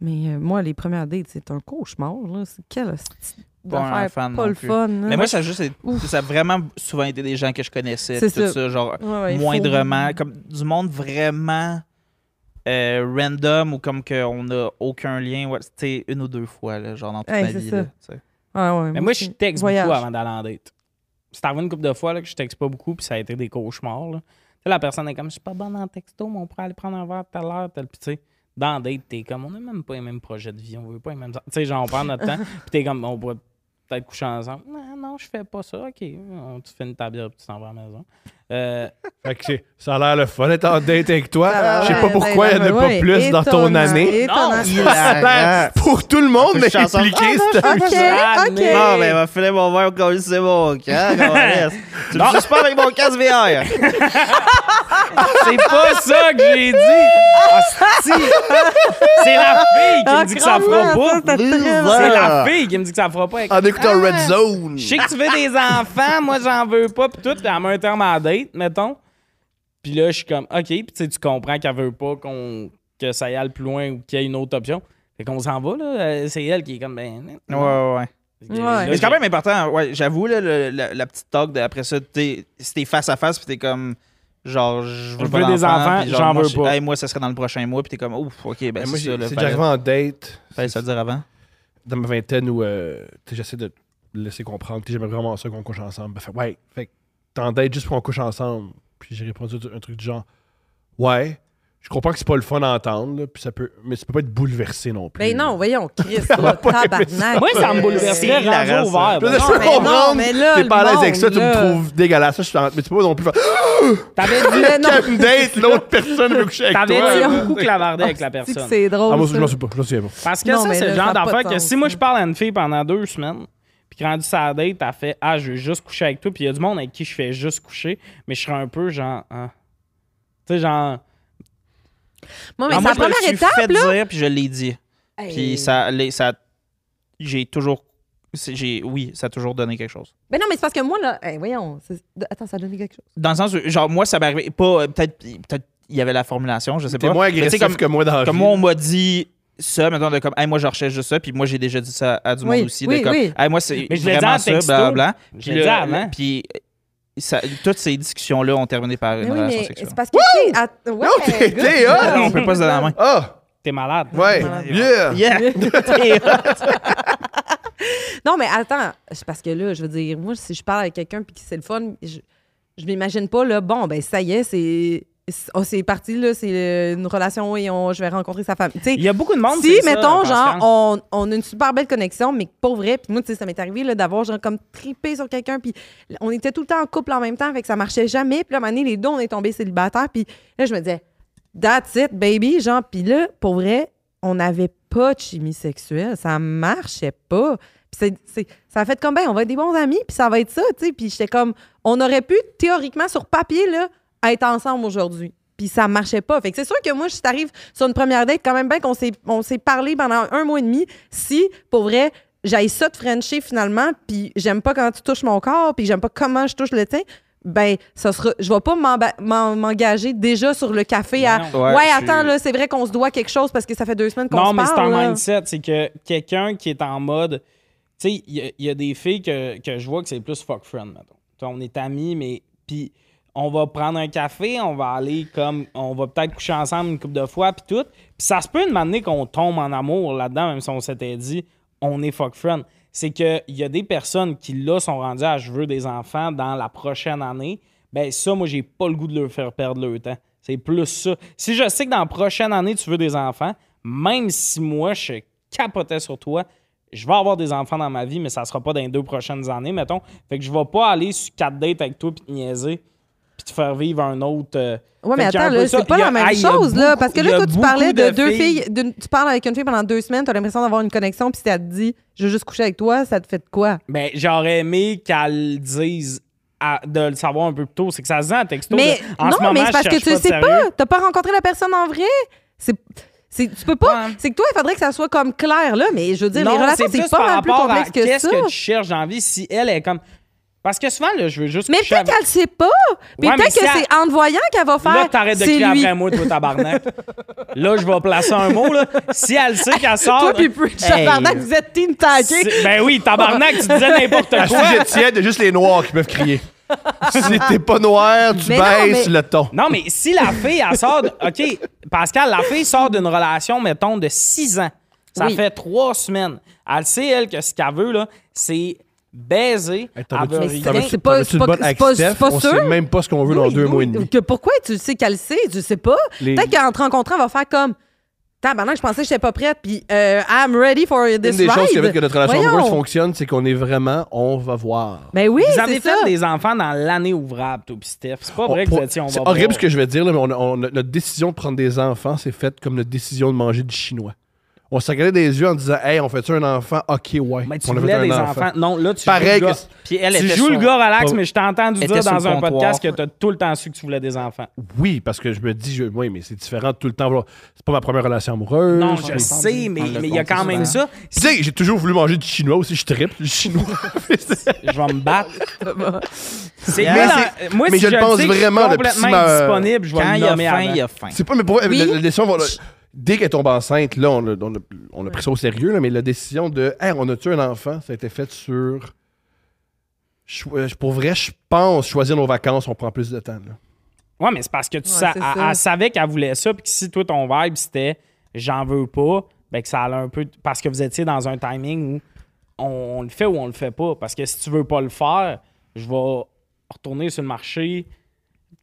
Speaker 2: Mais euh, moi, les premières dates, c'est un cauchemar, là. C'est quelle hostie
Speaker 4: Pas un
Speaker 2: d'affaire,
Speaker 4: fan
Speaker 2: pas
Speaker 4: non
Speaker 2: le
Speaker 4: plus.
Speaker 2: fun. là.
Speaker 4: Mais moi, ça a juste
Speaker 2: Ouf.
Speaker 4: ça a vraiment souvent été des gens que je connaissais.
Speaker 2: C'est
Speaker 4: puis Tout
Speaker 2: ça.
Speaker 4: ça, genre,
Speaker 2: Ouais, ouais, il faut-
Speaker 4: moindrement, comme du monde vraiment euh, random ou comme qu'on n'a aucun lien. Ouais, C'était une ou deux fois, là, genre dans toute
Speaker 2: Ouais,
Speaker 4: ma
Speaker 2: c'est
Speaker 4: vie.
Speaker 2: ça.
Speaker 4: là, tu sais.
Speaker 2: Ah, ouais,
Speaker 1: Mais moi, je texte
Speaker 2: Voyage.
Speaker 1: beaucoup avant d'aller en date. C'est arrivé une couple de fois là, que je texte pas beaucoup, puis ça a été des cauchemars. Là. Tu sais, la personne est comme, je suis pas bonne en texto, mais on pourrait aller prendre un verre tout à l'heure. tel- Puis tu sais, dans la date, t'es comme, on a même pas les mêmes projets de vie, on veut pas les mêmes. Tu sais, genre, on prend notre temps, puis t'es comme, on pourrait peut-être coucher ensemble. Non, non, je fais pas ça. OK, on, tu fais une tablière, puis tu t'en vas à la maison. Euh,
Speaker 3: Fait que c'est- ça a l'air le fun d'être en date avec toi.
Speaker 2: Ah,
Speaker 3: Je sais pas
Speaker 2: ouais,
Speaker 3: pourquoi il n'y en a
Speaker 2: ouais,
Speaker 3: pas
Speaker 2: ouais,
Speaker 3: plus dans ton
Speaker 2: étonnant,
Speaker 3: année.
Speaker 2: étonnant.
Speaker 3: Ça a l'air Pour tout le monde, mais
Speaker 4: Chanson.
Speaker 3: impliqué, c'est un-
Speaker 1: Ah,
Speaker 2: OK, OK.
Speaker 1: mais-
Speaker 4: Ah, ben, il va finir mon verre comme c'est mon casque. on reste. tu me suces pas avec mon casque VR.
Speaker 1: c'est pas ça que j'ai dit. Hostie. c'est la fille qui me dit que ça
Speaker 2: Ah,
Speaker 1: fera
Speaker 2: ça,
Speaker 1: pas.
Speaker 2: c'est très
Speaker 4: Loser.
Speaker 2: bon.
Speaker 1: C'est la fille qui me dit que ça fera pas.
Speaker 3: en écoutant Red Zone.
Speaker 1: Je sais que tu veux des enfants, moi j'en veux pas, pis tout, pis elle met un terme à la date, mettons. Puis là, je suis comme, OK, pis tu sais, tu comprends qu'elle veut pas qu'on que ça y aille plus loin ou qu'il y ait une autre option. Fait qu'on s'en va, là. Euh, C'est elle qui est comme, ben.
Speaker 4: Ouais, ouais, ouais.
Speaker 1: Fait que
Speaker 2: Ouais.
Speaker 4: Mais c'est quand même important, ouais, j'avoue, là, le- la, la petite talk d'après ça, t'es- si t'es face à face, puis t'es comme, genre, je veux
Speaker 1: Je
Speaker 4: pas
Speaker 1: veux des
Speaker 4: d'enfant,
Speaker 1: enfants,
Speaker 4: puis genre,
Speaker 1: j'en
Speaker 4: moi,
Speaker 1: veux
Speaker 4: je-
Speaker 1: pas.
Speaker 4: hey, moi, ça serait dans le prochain mois, puis t'es comme, ouf, ok, ben
Speaker 3: Moi,
Speaker 4: c'est ça,
Speaker 3: j'ai-
Speaker 4: là,
Speaker 3: c'est déjà
Speaker 4: fallait,
Speaker 3: arrivé en date.
Speaker 4: fallait se le dire avant.
Speaker 3: dans ma vingtaine où euh, tu sais, j'essaie de laisser comprendre que j'aimerais vraiment ça qu'on couche ensemble. Ben, fait, ouais, fait que t'endettes juste pour qu'on couche ensemble. Puis j'ai répondu un truc du genre Ouais, je comprends que c'est pas le fun à entendre, là, puis ça peut, mais ça peut pas être bouleversé non plus.
Speaker 2: Ben non, voyons, Chris,
Speaker 3: Ah,
Speaker 2: là,
Speaker 3: aimé
Speaker 2: tabarnak.
Speaker 1: Moi, ça me
Speaker 4: C'est
Speaker 1: bouleverserait
Speaker 4: hilarant,
Speaker 1: rendu
Speaker 4: ça.
Speaker 1: ouvert.
Speaker 3: Là,
Speaker 1: ben.
Speaker 3: je
Speaker 2: Non,
Speaker 3: peux
Speaker 2: mais non,
Speaker 3: comprendre.
Speaker 2: mais là,
Speaker 3: T'es
Speaker 2: le
Speaker 3: pas à l'aise avec ça,
Speaker 2: monde,
Speaker 3: tu me
Speaker 2: là.
Speaker 3: trouves dégueulasse. ça, je suis en- Mais tu peux pas non plus faire
Speaker 1: T'avais dit,
Speaker 2: Mais non,
Speaker 3: Captain date, l'autre personne veut coucher avec
Speaker 1: t'avais
Speaker 3: toi.
Speaker 1: dit
Speaker 3: là.
Speaker 1: beaucoup clavardé avec la
Speaker 2: c'est que
Speaker 1: personne.
Speaker 2: c'est
Speaker 3: Ah,
Speaker 2: drôle.
Speaker 3: moi, je
Speaker 2: ça.
Speaker 3: m'en suis pas. Je m'en souviens pas.
Speaker 1: Parce que
Speaker 2: Non,
Speaker 1: ça,
Speaker 2: mais
Speaker 1: c'est le
Speaker 2: là,
Speaker 1: genre
Speaker 2: ça a pas
Speaker 1: d'affaire
Speaker 2: de
Speaker 1: que
Speaker 2: sens,
Speaker 1: si moi
Speaker 2: là.
Speaker 1: je parle à une fille pendant deux semaines, puis que rendu sa date, t'as fait Ah, je veux juste coucher avec toi, puis il y a du monde avec qui je fais juste coucher, mais je serais un peu genre. Ah. Tu sais, genre.
Speaker 2: Moi, mais
Speaker 4: Ah,
Speaker 2: c'est la
Speaker 4: moi, je me le
Speaker 2: première
Speaker 4: suis
Speaker 2: étape,
Speaker 4: fait
Speaker 2: là.
Speaker 4: dire, puis je l'ai dit. Puis
Speaker 2: Hey.
Speaker 4: ça, les- ça j'ai toujours, c'est- j'ai, oui, ça a toujours donné quelque chose.
Speaker 2: Ben non, mais c'est parce que moi, là. hey, voyons. c'est- Attends, ça a donné quelque chose.
Speaker 4: Dans le sens, où, genre moi, ça m'est arrivé, pas euh, peut-être, peut-être il y avait la formulation, je sais
Speaker 3: T'es
Speaker 4: pas.
Speaker 3: moins
Speaker 4: Mais tu sais,
Speaker 3: agressif
Speaker 4: comme,
Speaker 3: que moi dans la
Speaker 4: comme
Speaker 3: vie.
Speaker 4: moi, on m'a dit ça, maintenant de comme, hey, moi, je recherche juste ça, puis moi, j'ai déjà dit ça à du monde
Speaker 2: Oui,
Speaker 4: aussi,
Speaker 2: oui,
Speaker 4: de comme,
Speaker 2: oui.
Speaker 4: hey, moi, c'est
Speaker 1: Mais je l'ai dit
Speaker 4: vraiment
Speaker 1: en
Speaker 4: ça,
Speaker 1: texto.
Speaker 4: blablabla.
Speaker 1: Je
Speaker 4: Puis
Speaker 1: l'ai dit
Speaker 4: là,
Speaker 1: avant.
Speaker 4: puis ça- toutes ces discussions-là ont terminé par une
Speaker 2: Mais Ben oui,
Speaker 4: relation
Speaker 2: mais
Speaker 4: sexuelle.
Speaker 2: c'est parce que. tu sais, à- Ouais,
Speaker 3: Non, t'es-
Speaker 2: good.
Speaker 3: t'es hot!
Speaker 4: Ah, on peut pas se donner la main.
Speaker 3: Ah!
Speaker 1: T'es malade.
Speaker 3: Ouais! Yeah!
Speaker 4: Yeah!
Speaker 2: Non, mais attends, c'est parce que là, je veux dire, moi, si je parle avec quelqu'un puis que c'est le fun, je, je m'imagine pas, là, bon, ben ça y est, c'est. c'est- oh, c'est parti, là, c'est euh, une relation et on, je vais rencontrer sa femme. Tu sais,
Speaker 1: Il y a beaucoup de monde.
Speaker 2: si,
Speaker 1: c'est ça,
Speaker 2: mettons,
Speaker 1: Pascal.
Speaker 2: genre, on, on a une super belle connexion, mais pas vrai, puis moi, tu sais, ça m'est arrivé, là, d'avoir, genre, comme tripé sur quelqu'un, puis on était tout le temps en couple en même temps, fait que ça marchait jamais, puis là, à un moment donné, les deux, on est tombés célibataires, puis là, je me disais, that's it, baby, genre, puis là, pour vrai, on n'avait pas de chimie sexuelle, ça marchait pas. Puis c'est- c'est- ça a fait comme, ben, on va être des bons amis, puis ça va être ça, tu sais, puis j'étais comme, on aurait pu, théoriquement, sur papier, là, être ensemble aujourd'hui. Puis ça marchait pas. Fait que c'est sûr que moi, je t'arrive sur une première date, quand même bien qu'on s'est, on s'est parlé pendant un mois et demi. Si, pour vrai, j'aille ça de Frenchie finalement, puis j'aime pas quand tu touches mon corps, puis j'aime pas comment je touche le tien, ben, ça sera, je vais pas m'emba- m'en- m'engager déjà sur le café à.
Speaker 1: Non.
Speaker 4: Ouais,
Speaker 2: Ouais,
Speaker 4: je-
Speaker 2: attends, là, c'est vrai qu'on se doit quelque chose parce que ça fait deux semaines qu'on
Speaker 1: Non,
Speaker 2: se
Speaker 1: mais c'est
Speaker 2: parle.
Speaker 1: en
Speaker 2: là.
Speaker 1: mindset. C'est que quelqu'un qui est en mode. Tu sais, il y, a- il y a des filles que, que je vois que c'est plus fuck friend, mettons. Tu sais, on est amis, mais. Puis on va prendre un café, on va aller comme. On va peut-être coucher ensemble une couple de fois, puis tout. Puis ça se peut une manière qu'on tombe en amour là-dedans, même si on s'était dit on est fuck friend. C'est qu'il y a des personnes qui, là, sont rendues à je veux des enfants dans la prochaine année. Ben ça, moi, j'ai pas le goût de leur faire perdre leur temps. C'est plus ça. Si je sais que dans la prochaine année, tu veux des enfants, même si moi, je capotais sur toi, je vais avoir des enfants dans ma vie, mais ça sera pas dans les deux prochaines années, mettons. Fait que je vais pas aller sur quatre dates avec toi puis te niaiser puis te faire vivre un autre. euh,
Speaker 2: Ouais, mais
Speaker 1: fait qu'il y a
Speaker 2: attends,
Speaker 1: un peu
Speaker 2: là,
Speaker 1: ça.
Speaker 2: c'est pas
Speaker 1: Il y a-
Speaker 2: la même
Speaker 1: ah, il y a
Speaker 2: chose, là.
Speaker 1: beaucoup-
Speaker 2: Parce que
Speaker 1: il y
Speaker 2: là,
Speaker 1: a
Speaker 2: toi, tu parlais
Speaker 1: beaucoup
Speaker 2: de, deux filles. d'une- tu parles avec une fille pendant deux semaines, t'as l'impression d'avoir une connexion, puis si elle te dit, je veux juste coucher avec toi, ça te fait de quoi?
Speaker 1: Ben, j'aurais aimé qu'elles disent à- de le savoir un peu plus tôt. C'est que ça se dit en texto.
Speaker 2: Mais
Speaker 1: là, en
Speaker 2: non,
Speaker 1: ce moment,
Speaker 2: mais
Speaker 1: je
Speaker 2: c'est parce que
Speaker 1: cherche
Speaker 2: tu
Speaker 1: pas
Speaker 2: le
Speaker 1: de
Speaker 2: sais
Speaker 1: sérieux.
Speaker 2: pas. T'as pas rencontré la personne en vrai. C'est, c'est, tu peux pas.
Speaker 1: Ouais.
Speaker 2: C'est que toi, il faudrait que ça soit comme clair, là. Mais je veux dire,
Speaker 1: Non,
Speaker 2: les relations, c'est,
Speaker 1: plus
Speaker 2: pas
Speaker 1: par
Speaker 2: mal plus
Speaker 1: rapport à
Speaker 2: complexe que
Speaker 1: Qu'est-ce
Speaker 2: ça.
Speaker 1: que tu cherches dans la vie si elle est comme. Parce que souvent, là, je veux juste.
Speaker 2: Mais
Speaker 1: coucher
Speaker 2: peut-être
Speaker 1: avec-
Speaker 2: qu'elle le sait pas. Puis
Speaker 1: Ouais, mais
Speaker 2: peut-être que
Speaker 1: si elle-
Speaker 2: c'est en te voyant qu'elle va faire.
Speaker 1: Là, t'arrêtes de
Speaker 2: c'est
Speaker 1: crier
Speaker 2: lui.
Speaker 1: après moi, toi, tabarnak. là, je vais placer un mot. Là. Si elle sait qu'elle sort.
Speaker 2: Toi, puis Preach,
Speaker 1: Hey,
Speaker 2: tabarnak, vous êtes team taqué.
Speaker 1: c'est- Ben oui, tabarnak, tu disais n'importe
Speaker 3: À
Speaker 1: quoi.
Speaker 3: sujet tiède, il y a juste les noirs qui peuvent crier. si t'es pas noir, tu
Speaker 2: Mais non,
Speaker 3: baisses
Speaker 2: mais-
Speaker 3: le ton.
Speaker 1: Non, mais si la fille, elle sort. de- OK, Pascal, la fille sort d'une relation, mettons, de 6 ans. Ça
Speaker 2: Oui.
Speaker 1: fait 3 semaines. Elle sait, elle, que ce qu'elle veut, là, c'est baiser.
Speaker 3: Hey, t'en
Speaker 1: Elle veut
Speaker 3: veux-tu-
Speaker 2: Ah, Mais
Speaker 1: rien.
Speaker 2: c'est-
Speaker 3: t'en veux-tu-
Speaker 2: c'est pas-
Speaker 3: t'en veux-tu
Speaker 2: c'est pas-
Speaker 3: une bonne
Speaker 2: c'est
Speaker 3: avec
Speaker 2: pas-
Speaker 3: Steph?
Speaker 2: c'est pas
Speaker 3: On
Speaker 2: sûr.
Speaker 3: sait même pas ce qu'on veut dans
Speaker 2: Oui,
Speaker 3: deux mois et
Speaker 2: oui,
Speaker 3: demi.
Speaker 2: Que pourquoi tu sais qu'elle le sait, tu sais pas.
Speaker 3: Les-
Speaker 2: Peut-être qu'en te rencontrant, elle va faire comme. Tabarnak, je pensais que j'étais pas prête, puis euh, I'm ready for this
Speaker 3: Une des
Speaker 2: ride.
Speaker 3: choses qui a fait que notre relation
Speaker 2: Voyons.
Speaker 3: amoureuse fonctionne, c'est qu'on est vraiment, on va voir.
Speaker 2: Ben oui,
Speaker 1: Vous
Speaker 2: c'est
Speaker 1: avez fait
Speaker 2: ça.
Speaker 1: des enfants dans l'année ouvrable, toi, pis Steph. C'est pas vrai
Speaker 3: On-
Speaker 1: que vous étiez, on va
Speaker 3: Oh, c'est horrible
Speaker 1: boire.
Speaker 3: ce que je vais dire, là, mais on a- on a- notre décision de prendre des enfants, c'est faite comme notre décision de manger du chinois. On s'est regardé des yeux en disant Hey, on fait-tu un enfant Ok, ouais.
Speaker 1: Mais tu
Speaker 3: Puis on a fait
Speaker 1: voulais
Speaker 3: un
Speaker 1: des
Speaker 3: enfant.
Speaker 1: enfants. Non, là, tu
Speaker 3: Pareil
Speaker 1: joues le
Speaker 3: que-
Speaker 1: gars.
Speaker 4: Puis elle
Speaker 1: tu
Speaker 4: était
Speaker 1: joues le
Speaker 4: son-
Speaker 1: gars relax,
Speaker 3: pas-
Speaker 1: mais je t'ai entendu
Speaker 4: était
Speaker 1: dire
Speaker 4: sur
Speaker 1: dans
Speaker 4: le
Speaker 1: un
Speaker 4: comptoir.
Speaker 1: podcast que t'as tout le temps su que tu voulais des enfants.
Speaker 3: Oui, parce que je me dis je- Oui, mais c'est différent de tout le temps. vouloir- C'est pas ma première relation amoureuse.
Speaker 1: Non, je
Speaker 3: Puis-
Speaker 1: sais, mais
Speaker 3: Ah,
Speaker 4: On le
Speaker 1: mais il y a
Speaker 4: compte
Speaker 1: quand même
Speaker 4: souvent.
Speaker 1: ça.
Speaker 3: Tu sais, j'ai toujours voulu manger du chinois aussi. Je tripe du chinois.
Speaker 1: Je vais me battre. C'est
Speaker 4: Yeah.
Speaker 1: moi,
Speaker 4: Mais
Speaker 1: dans- moi,
Speaker 3: mais
Speaker 1: si
Speaker 3: je le
Speaker 1: le sais
Speaker 3: pense
Speaker 1: que je suis
Speaker 3: vraiment, le
Speaker 1: complètement
Speaker 3: petit ma-
Speaker 1: indisponible, je vais
Speaker 4: Quand
Speaker 1: le
Speaker 4: il a
Speaker 1: nommer
Speaker 4: faim,
Speaker 1: avant.
Speaker 4: il a faim.
Speaker 3: C'est pas, mais pour
Speaker 2: Oui.
Speaker 3: la, la décision, on va- dès qu'elle tombe enceinte, là, on a, on a- on a pris ça au sérieux, là, mais la décision de, hey, on a tué un enfant, ça a été faite sur. Cho- euh, Pour vrai, je pense choisir nos vacances, on prend plus de temps. là.
Speaker 1: Ouais, mais c'est parce que tu
Speaker 2: Ouais,
Speaker 1: sais,
Speaker 2: c'est
Speaker 1: elle,
Speaker 2: ça.
Speaker 1: elle savait qu'elle voulait ça, puis que si toi, ton vibe, c'était j'en veux pas, ben, que ça allait un peu. Parce que vous étiez dans un timing où on, on le fait ou on le fait pas. Parce que si tu veux pas le faire, je vais retourner sur le marché.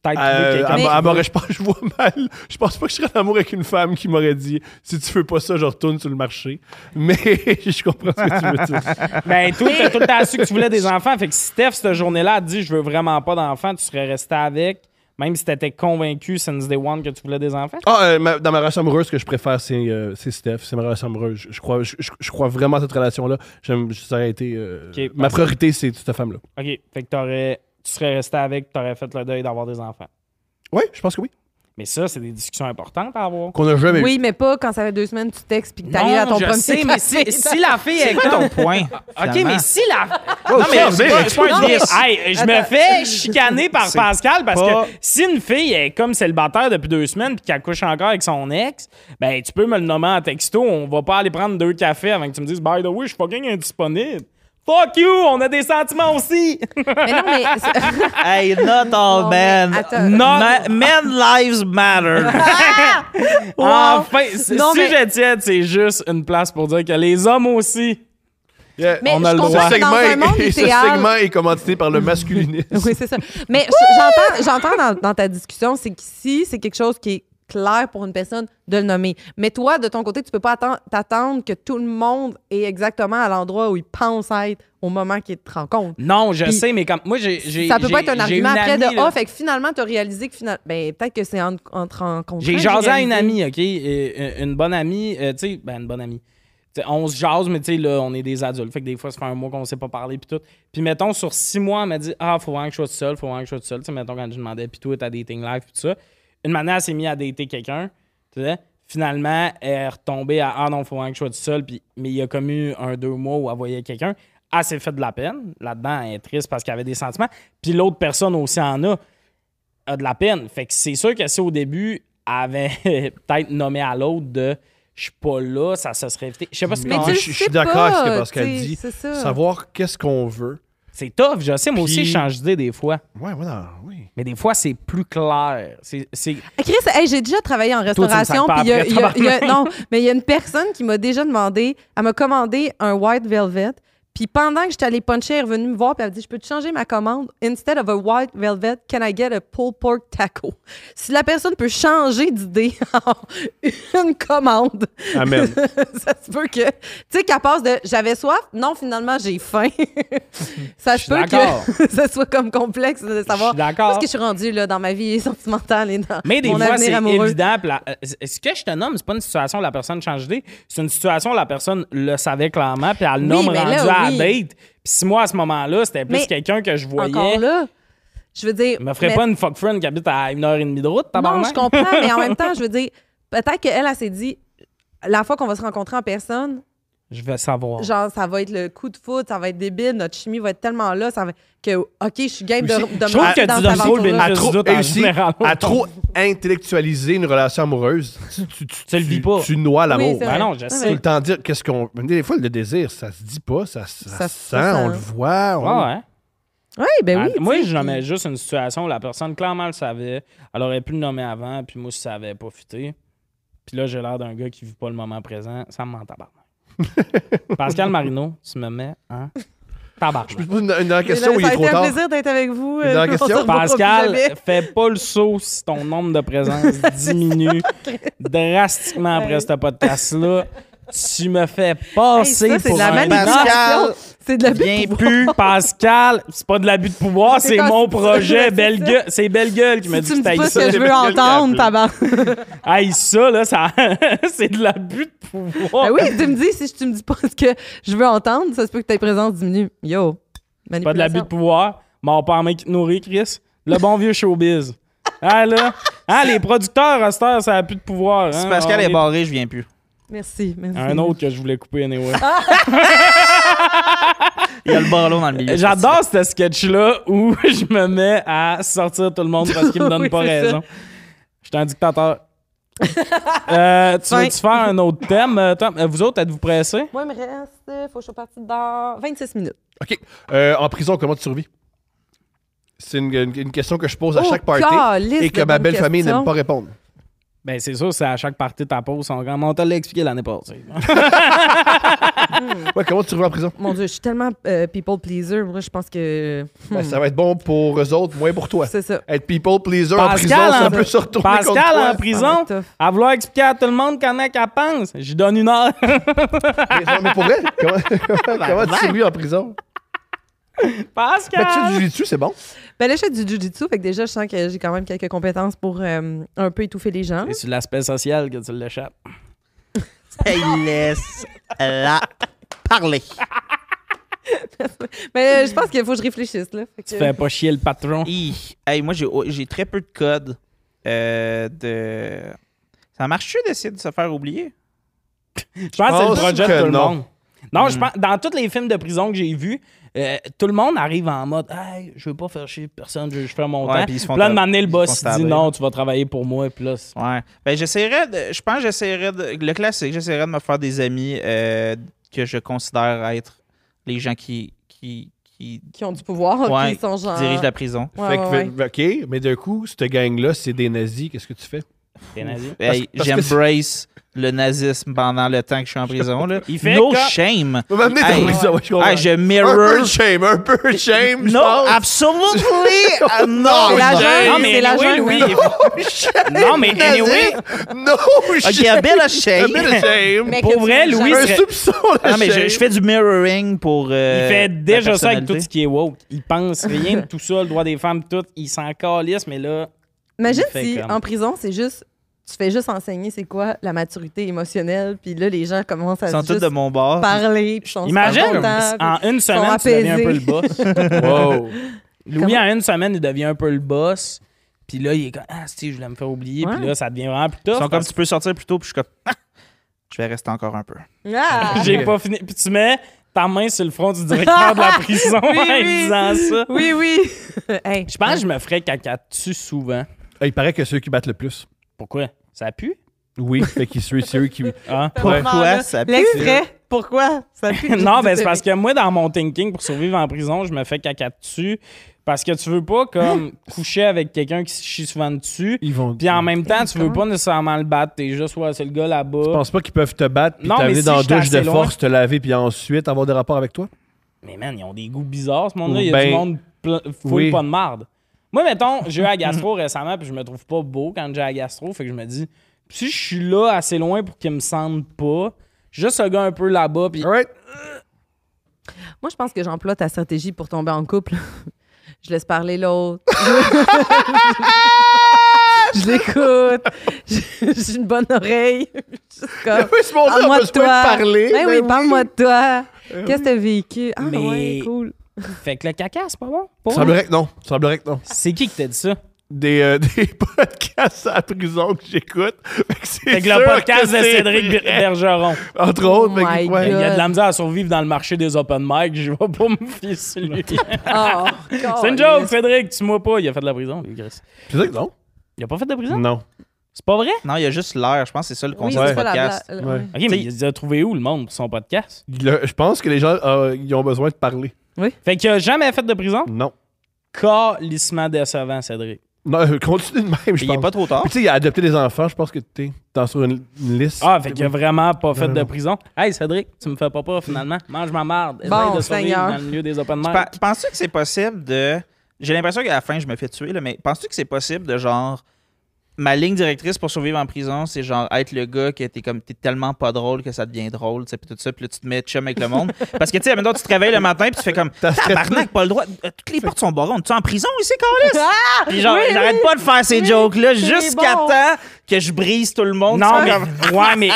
Speaker 1: Peut-être trouver
Speaker 3: Euh,
Speaker 1: quelqu'un.
Speaker 3: elle
Speaker 2: Mais-
Speaker 3: m'a- elle m'aurait- je, pense, je vois mal. Je pense pas que je serais en amour avec une femme qui m'aurait dit si tu fais pas ça, je retourne sur le marché. Mais je comprends ce que tu veux dire.
Speaker 1: Ben, toi, t'as tout le temps su que tu voulais des enfants. Fait que si Steph, cette journée-là, a dit « Je veux vraiment pas d'enfants », tu serais resté avec, même si t'étais convaincu since day one que tu voulais des enfants?
Speaker 3: Ah, euh, ma- dans ma relation amoureuse, ce que je préfère, c'est euh, c'est Steph, c'est ma relation amoureuse. Je, je crois, je, je- je crois vraiment à cette relation-là. J'aime, je- ça aurait été. euh,
Speaker 1: Ok,
Speaker 3: ma
Speaker 1: parce-
Speaker 3: priorité, c'est cette femme-là.
Speaker 1: OK. Fait que t'aurais, tu serais resté avec, t'aurais fait le deuil d'avoir des enfants.
Speaker 3: Oui, je pense que oui.
Speaker 1: Mais ça, c'est des discussions importantes à avoir.
Speaker 3: Qu'on a jamais eu.
Speaker 2: Oui, mais pas quand ça fait deux semaines que tu textes puis que t'arrives à ton
Speaker 1: je
Speaker 2: premier
Speaker 1: sais, mais si, si la fille est
Speaker 4: C'est quoi ton point?
Speaker 1: OK,
Speaker 4: finalement?
Speaker 1: mais si la...
Speaker 4: Non, mais
Speaker 3: ça,
Speaker 4: c'est pas- c'est pas un
Speaker 1: Non, mais-
Speaker 4: vice.
Speaker 1: Hey, je me fais chicaner par
Speaker 4: C'est
Speaker 1: Pascal parce
Speaker 4: pas-
Speaker 1: que si une fille est comme célibataire depuis deux semaines puis qu'elle couche encore avec son ex, ben tu peux me le nommer en texto. On va pas aller prendre deux cafés avant que tu me dises By the way, je suis fucking indisponible. Fuck you, on a des sentiments aussi.
Speaker 2: Mais non, mais.
Speaker 4: Hey, not all
Speaker 2: Non, mais
Speaker 4: men.
Speaker 2: attends.
Speaker 1: Non.
Speaker 4: Ma- men lives matter.
Speaker 1: Enfin, c'est-
Speaker 2: Non,
Speaker 1: si
Speaker 2: mais-
Speaker 1: je tiède, c'est juste une place pour dire que les hommes aussi.
Speaker 3: Yeah.
Speaker 2: Mais
Speaker 1: On a
Speaker 2: je
Speaker 1: le
Speaker 2: comprends
Speaker 1: droit.
Speaker 2: que
Speaker 3: segment,
Speaker 2: dans un monde
Speaker 3: est- ce
Speaker 2: idéal-
Speaker 3: segment est commandité par le masculinisme.
Speaker 2: Oui, c'est ça. Mais je- j'entends, j'entends dans, dans ta discussion, c'est que si c'est quelque chose qui est clair pour une personne de le nommer. Mais toi, de ton côté, tu peux pas atten- t'attendre que tout le monde est exactement à l'endroit où il pense être au moment qu'il te rencontre.
Speaker 1: Non, je
Speaker 2: Puis-
Speaker 1: sais, mais comme moi, j'ai. j'ai-
Speaker 2: Ça peut pas
Speaker 1: j'ai-
Speaker 2: être un
Speaker 1: j'ai
Speaker 2: argument
Speaker 1: une
Speaker 2: après
Speaker 1: amie,
Speaker 2: de
Speaker 1: là.
Speaker 2: Ah, fait que finalement, tu as réalisé que finalement. Ben, peut-être que c'est en, entre rencontres.
Speaker 1: J'ai jasé à une amie, OK? Et, euh, Une bonne amie, euh, tu sais, ben une bonne amie. Tu sais, on se jase, mais tu sais, là, on est des adultes. Fait que des fois, ça fait un mois qu'on ne s'est pas parlé, puis tout. Puis mettons, sur six mois, elle m'a dit Ah, faut vraiment que je sois tout seul, faut vraiment que je sois tout seul. Tu sais, mettons, quand je demandais, puis toi, ta dating life, puis tout ça. Une manière, elle s'est mise à dater quelqu'un, tu sais. Finalement, elle est retombée à Ah non, faut vraiment que je sois tout seul, puis, mais il y a comme eu un, deux mois où elle voyait quelqu'un. Elle s'est fait de la peine. Là-dedans, elle est triste parce qu'elle avait des sentiments. Puis l'autre personne aussi en a a de la peine. Fait que c'est sûr que si au début, elle avait peut-être nommé à l'autre de je suis pas là, ça se serait évité. Je sais pas si
Speaker 2: Mais
Speaker 3: Mais
Speaker 1: Non,
Speaker 2: tu
Speaker 3: Ah, je-
Speaker 2: le
Speaker 3: je suis
Speaker 2: sais
Speaker 3: d'accord
Speaker 2: pas,
Speaker 3: avec ce que Pascal
Speaker 2: tu sais,
Speaker 3: dit.
Speaker 2: c'est ça.
Speaker 3: Savoir qu'est-ce qu'on veut.
Speaker 1: c'est tough, je sais, moi aussi,
Speaker 3: Puis-
Speaker 1: je change d'idée des fois.
Speaker 3: Ouais, ouais, non, oui.
Speaker 1: Mais des fois, c'est plus clair. C'est, c'est-
Speaker 2: Ah, Chris, hey, j'ai déjà travaillé en
Speaker 1: me sacres
Speaker 2: restauration.
Speaker 1: pas
Speaker 2: puis il y a-
Speaker 1: après,
Speaker 2: il y a- il y a- non, mais il y a une personne qui m'a déjà demandé, elle m'a commandé un white velvet. Puis pendant que j'étais allée puncher, elle est revenue me voir, puis elle a dit Je peux te changer ma commande Instead of a white velvet, can I get a pulled pork taco Si la personne peut changer d'idée en une commande,
Speaker 3: Amen.
Speaker 2: ça se peut que. Tu sais, qu'elle passe de J'avais soif, non, finalement, j'ai faim. ça
Speaker 1: Je
Speaker 2: se
Speaker 1: suis
Speaker 2: peut
Speaker 1: d'accord.
Speaker 2: que ça soit comme complexe de
Speaker 1: je
Speaker 2: savoir.
Speaker 1: suis d'accord.
Speaker 2: Parce que je suis rendue là, dans ma vie sentimentale et dans
Speaker 1: Mais des
Speaker 2: mon
Speaker 1: fois, c'est
Speaker 2: avenir amoureux.
Speaker 1: évident. puis la- euh, Ce que je te nomme, c'est pas une situation où la personne change d'idée. C'est une situation où la personne le savait clairement, puis elle le
Speaker 2: Oui,
Speaker 1: nomme
Speaker 2: mais
Speaker 1: rendu
Speaker 2: là,
Speaker 1: à la
Speaker 2: oui.
Speaker 1: date. Puis si moi, à ce moment-là, c'était plus
Speaker 2: Mais
Speaker 1: quelqu'un que je voyais,
Speaker 2: Encore là, je veux dire...
Speaker 1: je me ferais
Speaker 2: mais-
Speaker 1: pas une fuck friend qui habite à une heure et demie de route,
Speaker 2: Non,
Speaker 1: tabarnak.
Speaker 2: je comprends, mais en même temps, je veux dire, peut-être qu'elle, elle, elle s'est dit, la fois qu'on va se rencontrer en personne,
Speaker 1: Je vais savoir.
Speaker 2: genre, ça va être le coup de foot, ça va être débile, notre chimie va être tellement là, ça va... que, OK, je suis game de, de
Speaker 3: Aussi,
Speaker 2: me
Speaker 1: je trouve
Speaker 2: lancer
Speaker 1: que
Speaker 2: dans
Speaker 1: tu
Speaker 2: cette
Speaker 1: donnes trop le
Speaker 2: aventure-là.
Speaker 3: à
Speaker 1: Je
Speaker 3: trop
Speaker 1: doute en
Speaker 3: réussi,
Speaker 1: général.
Speaker 3: à trop intellectualiser une relation amoureuse, tu, tu,
Speaker 1: Tu le vis pas.
Speaker 3: Tu noies l'amour.
Speaker 2: Oui, c'est
Speaker 1: Ben
Speaker 2: vrai.
Speaker 1: non, je
Speaker 2: Ouais,
Speaker 1: sais.
Speaker 3: Tout
Speaker 2: ouais.
Speaker 3: le temps dire qu'est-ce qu'on. mais Des fois, le désir, ça se dit pas, ça, ça,
Speaker 2: Ça
Speaker 3: se
Speaker 2: se
Speaker 3: sent,
Speaker 2: sent.
Speaker 3: on le voit. on-
Speaker 1: Ouais, ouais.
Speaker 2: Oui, ben oui.
Speaker 1: Ah, moi,
Speaker 2: tu sais,
Speaker 1: je nommais
Speaker 2: puis-
Speaker 1: juste une situation où la personne clairement le savait. Elle aurait pu le nommer avant, puis moi, si ça avait pas futé. Puis là, j'ai l'air d'un gars qui vit pas le moment présent. Ça me ment tabarnak. Pascal Marino, tu me mets en
Speaker 3: Je me
Speaker 1: tabarnak.
Speaker 3: pose une, une dernière
Speaker 2: Mais
Speaker 3: question
Speaker 2: là,
Speaker 3: où il
Speaker 2: ça
Speaker 3: est
Speaker 2: a
Speaker 3: trop
Speaker 2: été un
Speaker 3: tard.
Speaker 2: plaisir d'être avec vous.
Speaker 3: Une
Speaker 2: euh,
Speaker 3: dernière
Speaker 2: on se
Speaker 3: question.
Speaker 2: revoit plus
Speaker 1: Pascal,
Speaker 2: jamais.
Speaker 1: fais pas le saut si ton nombre de présences diminue drastiquement après
Speaker 2: Hey.
Speaker 1: ce podcast-là. Tu me fais passer
Speaker 2: Hey, ça, c'est
Speaker 1: pour
Speaker 2: de la
Speaker 1: un
Speaker 2: manipulation.
Speaker 4: Pascal,
Speaker 2: C'est de la
Speaker 1: Bien pu, Pascal. C'est pas de l'abus de pouvoir,
Speaker 2: C'est
Speaker 1: c'est
Speaker 2: quand-
Speaker 1: mon
Speaker 2: c'est-
Speaker 1: projet.
Speaker 2: c'est
Speaker 1: Belle
Speaker 2: ça.
Speaker 1: gueule. C'est belle gueule qui m'a
Speaker 2: Si
Speaker 1: dit
Speaker 2: tu me
Speaker 1: que
Speaker 2: dis
Speaker 1: t'hailles
Speaker 2: pas ce
Speaker 1: ça.
Speaker 2: que je veux entendre, tabarnak.
Speaker 1: Hey, ça, là, ça... c'est de l'abus de pouvoir.
Speaker 2: Ben oui, tu me dis, si tu me dis pas ce que je veux entendre, ça se peut que ta présence diminue. Yo,
Speaker 1: C'est pas de l'abus de
Speaker 2: manipulation.
Speaker 1: pouvoir. Mort par main qui te nourrit, Chris. Le bon vieux showbiz. Ah, là. Ah, les producteurs, à cette heure, ça a plus de pouvoir. hein.
Speaker 4: Si Pascal
Speaker 1: On
Speaker 4: est barré, je viens plus.
Speaker 2: Merci, merci.
Speaker 1: Un autre que je voulais couper, anyway.
Speaker 2: Ah.
Speaker 4: Il y a le barreau dans le milieu.
Speaker 1: J'adore ce sketch-là où je me mets à sortir tout le monde parce qu'il me donne
Speaker 2: Oui,
Speaker 1: pas
Speaker 2: c'est ça.
Speaker 1: raison. J'étais un dictateur. Euh, tu
Speaker 2: Fin.
Speaker 1: veux-tu faire un autre thème? euh, Tom? Euh, vous autres, êtes-vous pressés?
Speaker 2: Moi, il me reste, euh, faut que je sois partie dans 26 minutes.
Speaker 3: OK. Euh, en prison, comment tu survis? C'est une, une- une question que je pose à
Speaker 2: Oh,
Speaker 3: chaque party
Speaker 2: calice
Speaker 3: et que
Speaker 2: de
Speaker 3: ma
Speaker 2: bonnes
Speaker 3: belle famille
Speaker 2: questions.
Speaker 3: n'aime pas répondre.
Speaker 1: Ben, c'est sûr, c'est à chaque partie de ta pause. On, comme on te l'a expliqué l'année passée.
Speaker 3: Ouais, comment tu vas en prison?
Speaker 2: Mon Dieu, je suis tellement euh, people pleaser. Moi, je pense que.
Speaker 3: Ben, ça va être bon pour eux autres, moins pour toi.
Speaker 2: Hmm. C'est ça.
Speaker 3: Être people pleaser en prison,
Speaker 1: Pascal
Speaker 3: ça
Speaker 1: en-
Speaker 3: peut se retourner contre
Speaker 1: Pascal
Speaker 3: toi.
Speaker 1: en prison,
Speaker 2: Ah, tough.
Speaker 1: à vouloir expliquer à tout le monde qu'en est qu'elle pense. J'y donne une heure.
Speaker 3: Mais, non, mais pour vrai, comment, comment tu survis en prison? Mais tu sais,
Speaker 1: Pascal!
Speaker 3: du jujitsu, c'est bon.
Speaker 2: Ben là, je fais du jujitsu, fait que déjà, je sens que j'ai quand même quelques compétences pour euh, un peu étouffer les gens.
Speaker 1: C'est sur l'aspect social que tu l'échappes.
Speaker 2: Euh.
Speaker 4: Hey, laisse-la parler.
Speaker 2: Mais euh, je pense qu'il faut que je réfléchisse, là. Fait que-
Speaker 1: Tu fais pas chier le patron.
Speaker 4: Hi. Hey, moi, j'ai oh, j'ai très peu de codes euh, de. Ça marche-tu d'essayer de se faire oublier?
Speaker 1: Je pense que c'est le
Speaker 3: pense
Speaker 1: projet de
Speaker 3: que
Speaker 1: tout le
Speaker 3: non. Hmm.
Speaker 1: monde. Non, je pense, dans tous les films de prison que j'ai vus, euh, tout le monde arrive en mode Hey, je veux pas faire chier personne, je, je fais mon
Speaker 4: Ouais,
Speaker 1: temps.
Speaker 4: puis ils se font
Speaker 1: là, de
Speaker 4: tra-
Speaker 1: m'amener le
Speaker 4: ils se
Speaker 1: boss,
Speaker 4: font
Speaker 1: il dit
Speaker 4: stabber.
Speaker 1: Non, tu vas travailler pour moi. Puis là, c'est-
Speaker 4: Ouais. Ben, j'essaierais de. Je pense que j'essaierais de. Le classique, j'essaierais de me faire des amis euh, que je considère être les gens qui. qui, qui
Speaker 2: Qui ont du pouvoir,
Speaker 4: ouais,
Speaker 2: qui sont genre.
Speaker 4: dirigent la prison.
Speaker 2: Ouais,
Speaker 3: Fait que-
Speaker 2: ouais, ouais.
Speaker 3: OK, mais d'un coup, cette gang-là, c'est des nazis, qu'est-ce que tu fais?
Speaker 1: t'es nazi.
Speaker 4: Hey,
Speaker 3: parce que
Speaker 4: J'embrace le nazisme pendant le temps que je suis en prison. Là.
Speaker 1: Il fait
Speaker 4: no
Speaker 1: que-
Speaker 4: shame.
Speaker 3: Va m'amener
Speaker 4: Hey.
Speaker 3: en prison, ouais, je comprends.
Speaker 4: Hey, je
Speaker 3: Un peu
Speaker 4: mirror.
Speaker 3: de shame, un peu de shame, je
Speaker 4: No,
Speaker 3: pense.
Speaker 4: absolutely
Speaker 3: Non,
Speaker 4: uh, no.
Speaker 2: la
Speaker 4: shame.
Speaker 2: jungle,
Speaker 1: Non, mais
Speaker 2: c'est la
Speaker 1: anyway,
Speaker 2: jungle.
Speaker 1: Louis, Non, mais anyway,
Speaker 3: No
Speaker 4: OK,
Speaker 3: shame!
Speaker 4: a bit of
Speaker 3: Un
Speaker 4: shame.
Speaker 3: peu de shame!
Speaker 2: Mais
Speaker 1: Pour
Speaker 2: que tu
Speaker 1: vrai,
Speaker 2: dis
Speaker 1: Louis,
Speaker 2: genre-
Speaker 1: c'est-
Speaker 3: Un soupçon de
Speaker 4: Non, Ah, mais je,
Speaker 3: shame.
Speaker 4: je fais du mirroring pour.
Speaker 1: il
Speaker 4: euh,
Speaker 1: fait déjà
Speaker 4: ma
Speaker 1: ça avec tout ce
Speaker 4: personnalité.
Speaker 1: qui est woke. Il pense rien de tout ça, le droit des femmes, tout. Il s'en calisse, mais là,
Speaker 2: Imagine
Speaker 1: Il fait
Speaker 2: si
Speaker 1: comme-
Speaker 2: en prison, c'est juste. Tu fais juste enseigner c'est quoi la maturité émotionnelle, puis là, les gens commencent
Speaker 4: Ils
Speaker 2: à
Speaker 4: sont tous
Speaker 2: juste
Speaker 4: de mon bord.
Speaker 2: parler, puis ils sont super
Speaker 1: imagine,
Speaker 2: contents, puis-
Speaker 1: en une semaine, tu
Speaker 2: apaisés.
Speaker 1: deviens un peu le boss.
Speaker 3: Wow!
Speaker 1: Louis,
Speaker 2: Comment-
Speaker 1: en une semaine, il devient un peu le boss. Puis là, il est comme Ah, si, je voulais me faire oublier. Puis
Speaker 2: Ouais.
Speaker 1: là, ça devient vraiment plus
Speaker 4: Ils
Speaker 1: tough.
Speaker 4: sont comme
Speaker 1: parce
Speaker 4: tu peux sortir plus tôt, puis je suis comme. Ah, je vais rester encore un peu.
Speaker 2: Ah!
Speaker 1: J'ai pas fini. Puis tu mets ta main sur le front du directeur de la prison
Speaker 2: Oui,
Speaker 1: en
Speaker 2: oui.
Speaker 1: disant ça.
Speaker 2: Oui, oui. Hey,
Speaker 1: Je pense que je me ferais caca dessus souvent.
Speaker 3: Hey, Ah, Il paraît que ceux qui battent le plus.
Speaker 1: Pourquoi? Ça pue?
Speaker 3: Oui, fait qu'ils c'est c'est eux qui...
Speaker 1: Hein?
Speaker 4: Pourquoi
Speaker 2: Vraiment, là,
Speaker 4: ça pue?
Speaker 2: L'extrait. Pourquoi ça pue?
Speaker 1: non, ben c'est parce que moi, dans mon thinking, pour survivre en prison, je me fais caca dessus. Parce que tu veux pas, comme, coucher avec quelqu'un qui se chie souvent dessus.
Speaker 3: Ils vont...
Speaker 1: Puis en même temps, tu veux
Speaker 2: Comment?
Speaker 1: pas nécessairement le battre. T'es juste, ouais, c'est le gars
Speaker 3: Je
Speaker 1: là-bas.
Speaker 3: pense pas qu'ils peuvent te battre, puis
Speaker 1: Non, mais
Speaker 3: t'amener
Speaker 1: si
Speaker 3: dans la
Speaker 1: j'étais
Speaker 3: douche de
Speaker 1: assez
Speaker 3: force, te laver, puis ensuite avoir des rapports avec toi?
Speaker 1: Mais man, ils ont des goûts bizarres, ce monde-là. Il y a
Speaker 3: Ben,
Speaker 1: du monde ple- full
Speaker 3: oui.
Speaker 1: pas de marde. Moi, mettons, j'ai eu à gastro récemment, puis je me trouve pas beau quand j'ai à gastro. Fait que je me dis, si je suis là assez loin pour qu'il me sente pas, juste un gars un peu là-bas, puis
Speaker 3: Alright.
Speaker 2: Moi, je pense que j'emploie ta stratégie pour tomber en couple. Je laisse parler l'autre. je l'écoute. Je- J'ai une bonne oreille. Juste comme,
Speaker 3: Oui, ce monde-là a
Speaker 2: Parle-moi Ah, de
Speaker 3: besoin
Speaker 2: toi.
Speaker 3: de parler.
Speaker 2: Ben
Speaker 3: ben
Speaker 2: oui, Ben parle-moi de toi. Qu'est-ce que t'as vécu? Ah,
Speaker 1: Mais-
Speaker 2: ouais, cool.
Speaker 1: fait que le caca, c'est pas bon. Pour vrai.
Speaker 3: Semblerait que non. Semblerait que non.
Speaker 1: C'est qui qui t'a dit ça?
Speaker 3: Des, euh, des podcasts à la prison que j'écoute. Fait que c'est
Speaker 1: Fait que le
Speaker 3: sûr
Speaker 1: podcast
Speaker 3: que
Speaker 1: de
Speaker 3: c'est
Speaker 1: Cédric
Speaker 3: vrai.
Speaker 1: Bergeron.
Speaker 3: Entre autres.
Speaker 2: Oh
Speaker 3: fait que-
Speaker 2: my
Speaker 3: Ben, ouais.
Speaker 1: Il y a de
Speaker 2: God.
Speaker 1: la misère à survivre dans le marché des open mic. Je vais pas me fier sur lui.
Speaker 2: Oh,
Speaker 1: C'est une joke, Cédric. Tu moi pas. Il a fait de la prison, lui, Chris.
Speaker 3: C'est vrai que non.
Speaker 1: Il a pas fait de prison?
Speaker 3: Non.
Speaker 1: C'est pas vrai?
Speaker 4: Non, il y a juste l'air. Je pense que c'est ça le
Speaker 2: Oui,
Speaker 4: concept
Speaker 2: c'est
Speaker 4: du
Speaker 2: pas la
Speaker 4: podcast.
Speaker 2: blague.
Speaker 3: Ouais.
Speaker 2: Ouais.
Speaker 1: Ok, mais il a trouvé où le monde pour son podcast?
Speaker 3: Il a- Je pense que les gens, euh, ils ont besoin de parler.
Speaker 1: Fait qu'il a jamais fait de prison?
Speaker 3: Non.
Speaker 1: Calissement décevant, Cédric.
Speaker 3: Non, euh, continue de même, je
Speaker 4: Il est
Speaker 3: pense.
Speaker 4: pas trop tard.
Speaker 3: Puis tu sais, il a adopté des enfants. Je pense que t'es dans sur une, une liste.
Speaker 1: Ah, fait qu'il a vraiment pas fait
Speaker 3: Non,
Speaker 1: de
Speaker 3: non.
Speaker 1: prison. Hey, Cédric, tu me fais pas peur finalement. Mange ma marde. Essaye
Speaker 2: Bon,
Speaker 1: de survivre
Speaker 2: Seigneur.
Speaker 1: dans le milieu des open mic.
Speaker 4: Pe- Penses-tu que c'est possible de. J'ai l'impression qu'à la fin, je me fais tuer, là, mais penses-tu que c'est possible de genre. Ma ligne directrice pour survivre en prison, c'est genre être le gars que t'es comme t'es tellement pas drôle que ça devient drôle, tu sais, puis tout ça, puis là tu te mets chum avec le monde. Parce que tu sais, maintenant tu te réveilles le matin, puis tu fais comme
Speaker 3: T'as-
Speaker 4: tabarnak, pas le droit. Euh, Toutes les portes sont barrées, on est en prison ici, Carlis? Puis genre,
Speaker 2: Ah! oui,
Speaker 4: j'arrête
Speaker 2: oui.
Speaker 4: pas de faire ces
Speaker 2: Oui,
Speaker 4: jokes-là
Speaker 2: c'est
Speaker 4: jusqu'à
Speaker 2: bon.
Speaker 4: temps que je brise tout le monde.
Speaker 1: Non,
Speaker 4: Tu
Speaker 1: mais,
Speaker 4: sais, comme-
Speaker 1: ouais, mais,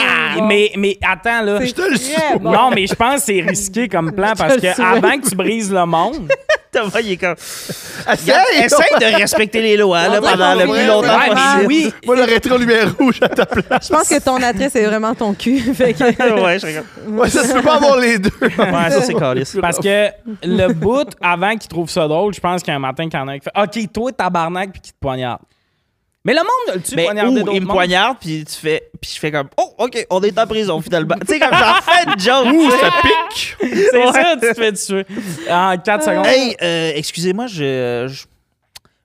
Speaker 1: mais, mais attends, là.
Speaker 3: Je te
Speaker 2: Très
Speaker 3: le souhaite.
Speaker 2: bon.
Speaker 1: Non, mais je pense que c'est risqué comme plan
Speaker 2: te
Speaker 1: parce
Speaker 2: le
Speaker 1: que
Speaker 2: souhaite.
Speaker 1: avant que tu brises le monde,
Speaker 4: Thomas, il est comme. Regarde,
Speaker 3: Essaye!
Speaker 4: Essaye de respecter les lois là,
Speaker 2: On dirait
Speaker 4: pendant
Speaker 2: qu'on
Speaker 4: le
Speaker 2: est
Speaker 4: plus longtemps
Speaker 2: vraiment-
Speaker 4: possible.
Speaker 1: oui.
Speaker 3: Moi, le rétro-lumière rouge à ta place.
Speaker 2: Je pense que ton attrait, c'est vraiment ton cul. Fait que-
Speaker 4: ouais, je regarde.
Speaker 3: Ouais, ça, tu peux pas avoir les deux.
Speaker 4: Ouais, ça, c'est calice.
Speaker 1: Parce que le bout, avant qu'il trouve ça drôle, je pense qu'il y a un matin qu'il y en a un qui fait OK, toi, tabarnak, puis qu'il te poignarde. Mais le monde, tu
Speaker 4: Ben,
Speaker 1: poignardé
Speaker 4: ou
Speaker 1: d'autres
Speaker 4: il me
Speaker 1: mondes?
Speaker 4: poignarde, puis tu fais. Puis je fais comme. Oh, OK, on est en prison, finalement. tu sais, comme j'en fais une joke. Ouh, ça pique.
Speaker 1: C'est ça, tu te fais tuer. En 4 secondes.
Speaker 4: hey, euh, excusez-moi, je. je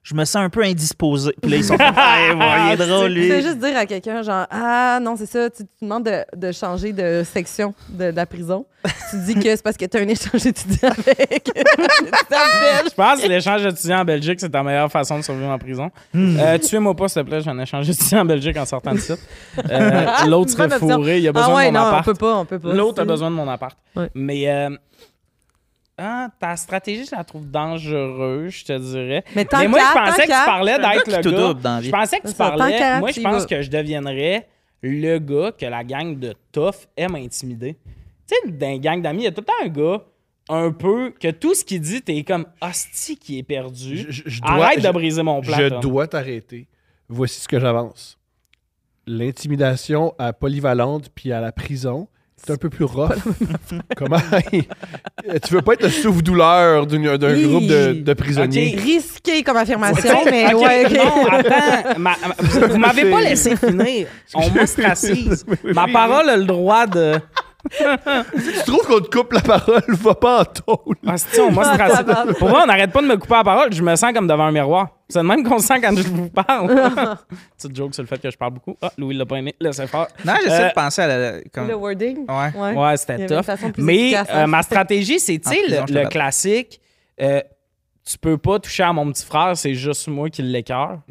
Speaker 4: je me sens un peu indisposé. Puis là, ils sont comme, ah, il est drôle,
Speaker 2: Tu
Speaker 4: lui.
Speaker 2: sais, juste dire à quelqu'un, genre, ah non, c'est ça, tu, tu demandes de, de changer de section de, de la prison. Tu dis que c'est parce que tu as un échange étudiant avec. ah,
Speaker 1: Je pense que l'échange d'étudiants en Belgique, c'est ta meilleure façon de survivre en prison.
Speaker 2: Hmm.
Speaker 1: Euh, Tuez-moi pas, s'il te plaît, j'ai un échange d'étudiants en Belgique en sortant de site. Euh, L'autre serait
Speaker 2: Bonne option.
Speaker 1: fourré, il a besoin
Speaker 2: ah ouais,
Speaker 1: de mon
Speaker 2: non, on
Speaker 1: appart.
Speaker 2: peut pas, on peut pas.
Speaker 1: L'autre a besoin de mon appart.
Speaker 2: Ouais.
Speaker 1: Mais euh, hein, ta stratégie, je la trouve dangereuse, je te dirais.
Speaker 2: Mais tant
Speaker 1: Mais moi,
Speaker 2: qu'à,
Speaker 1: je
Speaker 2: tant
Speaker 1: pensais que tu
Speaker 2: qu'à.
Speaker 1: parlais
Speaker 4: Un gars
Speaker 1: d'être
Speaker 4: qui
Speaker 1: le
Speaker 4: tout
Speaker 1: gars.
Speaker 4: double dans la vie.
Speaker 1: Je pensais que tu
Speaker 2: C'est ça, tant
Speaker 1: parlais.
Speaker 2: qu'à,
Speaker 1: Moi,
Speaker 2: tu
Speaker 1: je
Speaker 2: y
Speaker 1: pense
Speaker 2: vas.
Speaker 1: que je deviendrais le gars que la gang de tough aime intimider. Tu sais, dans une gang d'amis, il y a tout le temps un gars un peu que tout ce qu'il dit, t'es comme hostie qui est perdu.
Speaker 3: Je- je- je dois-
Speaker 1: Arrête de
Speaker 3: je-
Speaker 1: briser hein. mon plan.
Speaker 3: Je
Speaker 1: Tom.
Speaker 3: dois t'arrêter. Voici ce que j'avance. L'intimidation à Polyvalente puis à la prison, c'est un peu plus rough. Comment Tu veux pas être le souffre-douleur d'une- d'un
Speaker 2: Hi.
Speaker 3: groupe de, de
Speaker 1: Ok.
Speaker 3: prisonniers.
Speaker 2: Risqué comme affirmation,
Speaker 1: Non,
Speaker 2: mais
Speaker 1: ok,
Speaker 2: ouais, ok.
Speaker 1: Non, attends. ma- ma- vous vous m'avez pas laissé finir. On m'ostracise. Ma parole a le droit de.
Speaker 3: Tu trouves qu'on te coupe la parole, va pas en tôle.
Speaker 1: Hostie, on
Speaker 2: Ah,
Speaker 1: m'ostracise. Pour moi, on n'arrête pas de me couper la parole. Je me sens comme devant un miroir. C'est le même qu'on se sent quand je vous parle. Petite joke sur le fait que je parle beaucoup. Ah, Louis l'a pas aimé. Laissez faire.
Speaker 4: Non, j'essaie
Speaker 1: Euh,
Speaker 4: de penser à la. comme-
Speaker 2: Le wording.
Speaker 4: Ouais.
Speaker 2: Ouais.
Speaker 1: Ouais,
Speaker 2: Il y
Speaker 1: c'était
Speaker 2: avait une
Speaker 1: tough.
Speaker 2: façon plus
Speaker 1: Mais
Speaker 2: efficace,
Speaker 1: euh,
Speaker 2: hein.
Speaker 1: ma stratégie, c'est, tu sais,
Speaker 4: En prison, Ah, je te
Speaker 1: le, le
Speaker 4: bats.
Speaker 1: classique, euh, tu peux pas toucher à mon petit frère, c'est juste moi qui l'écœure.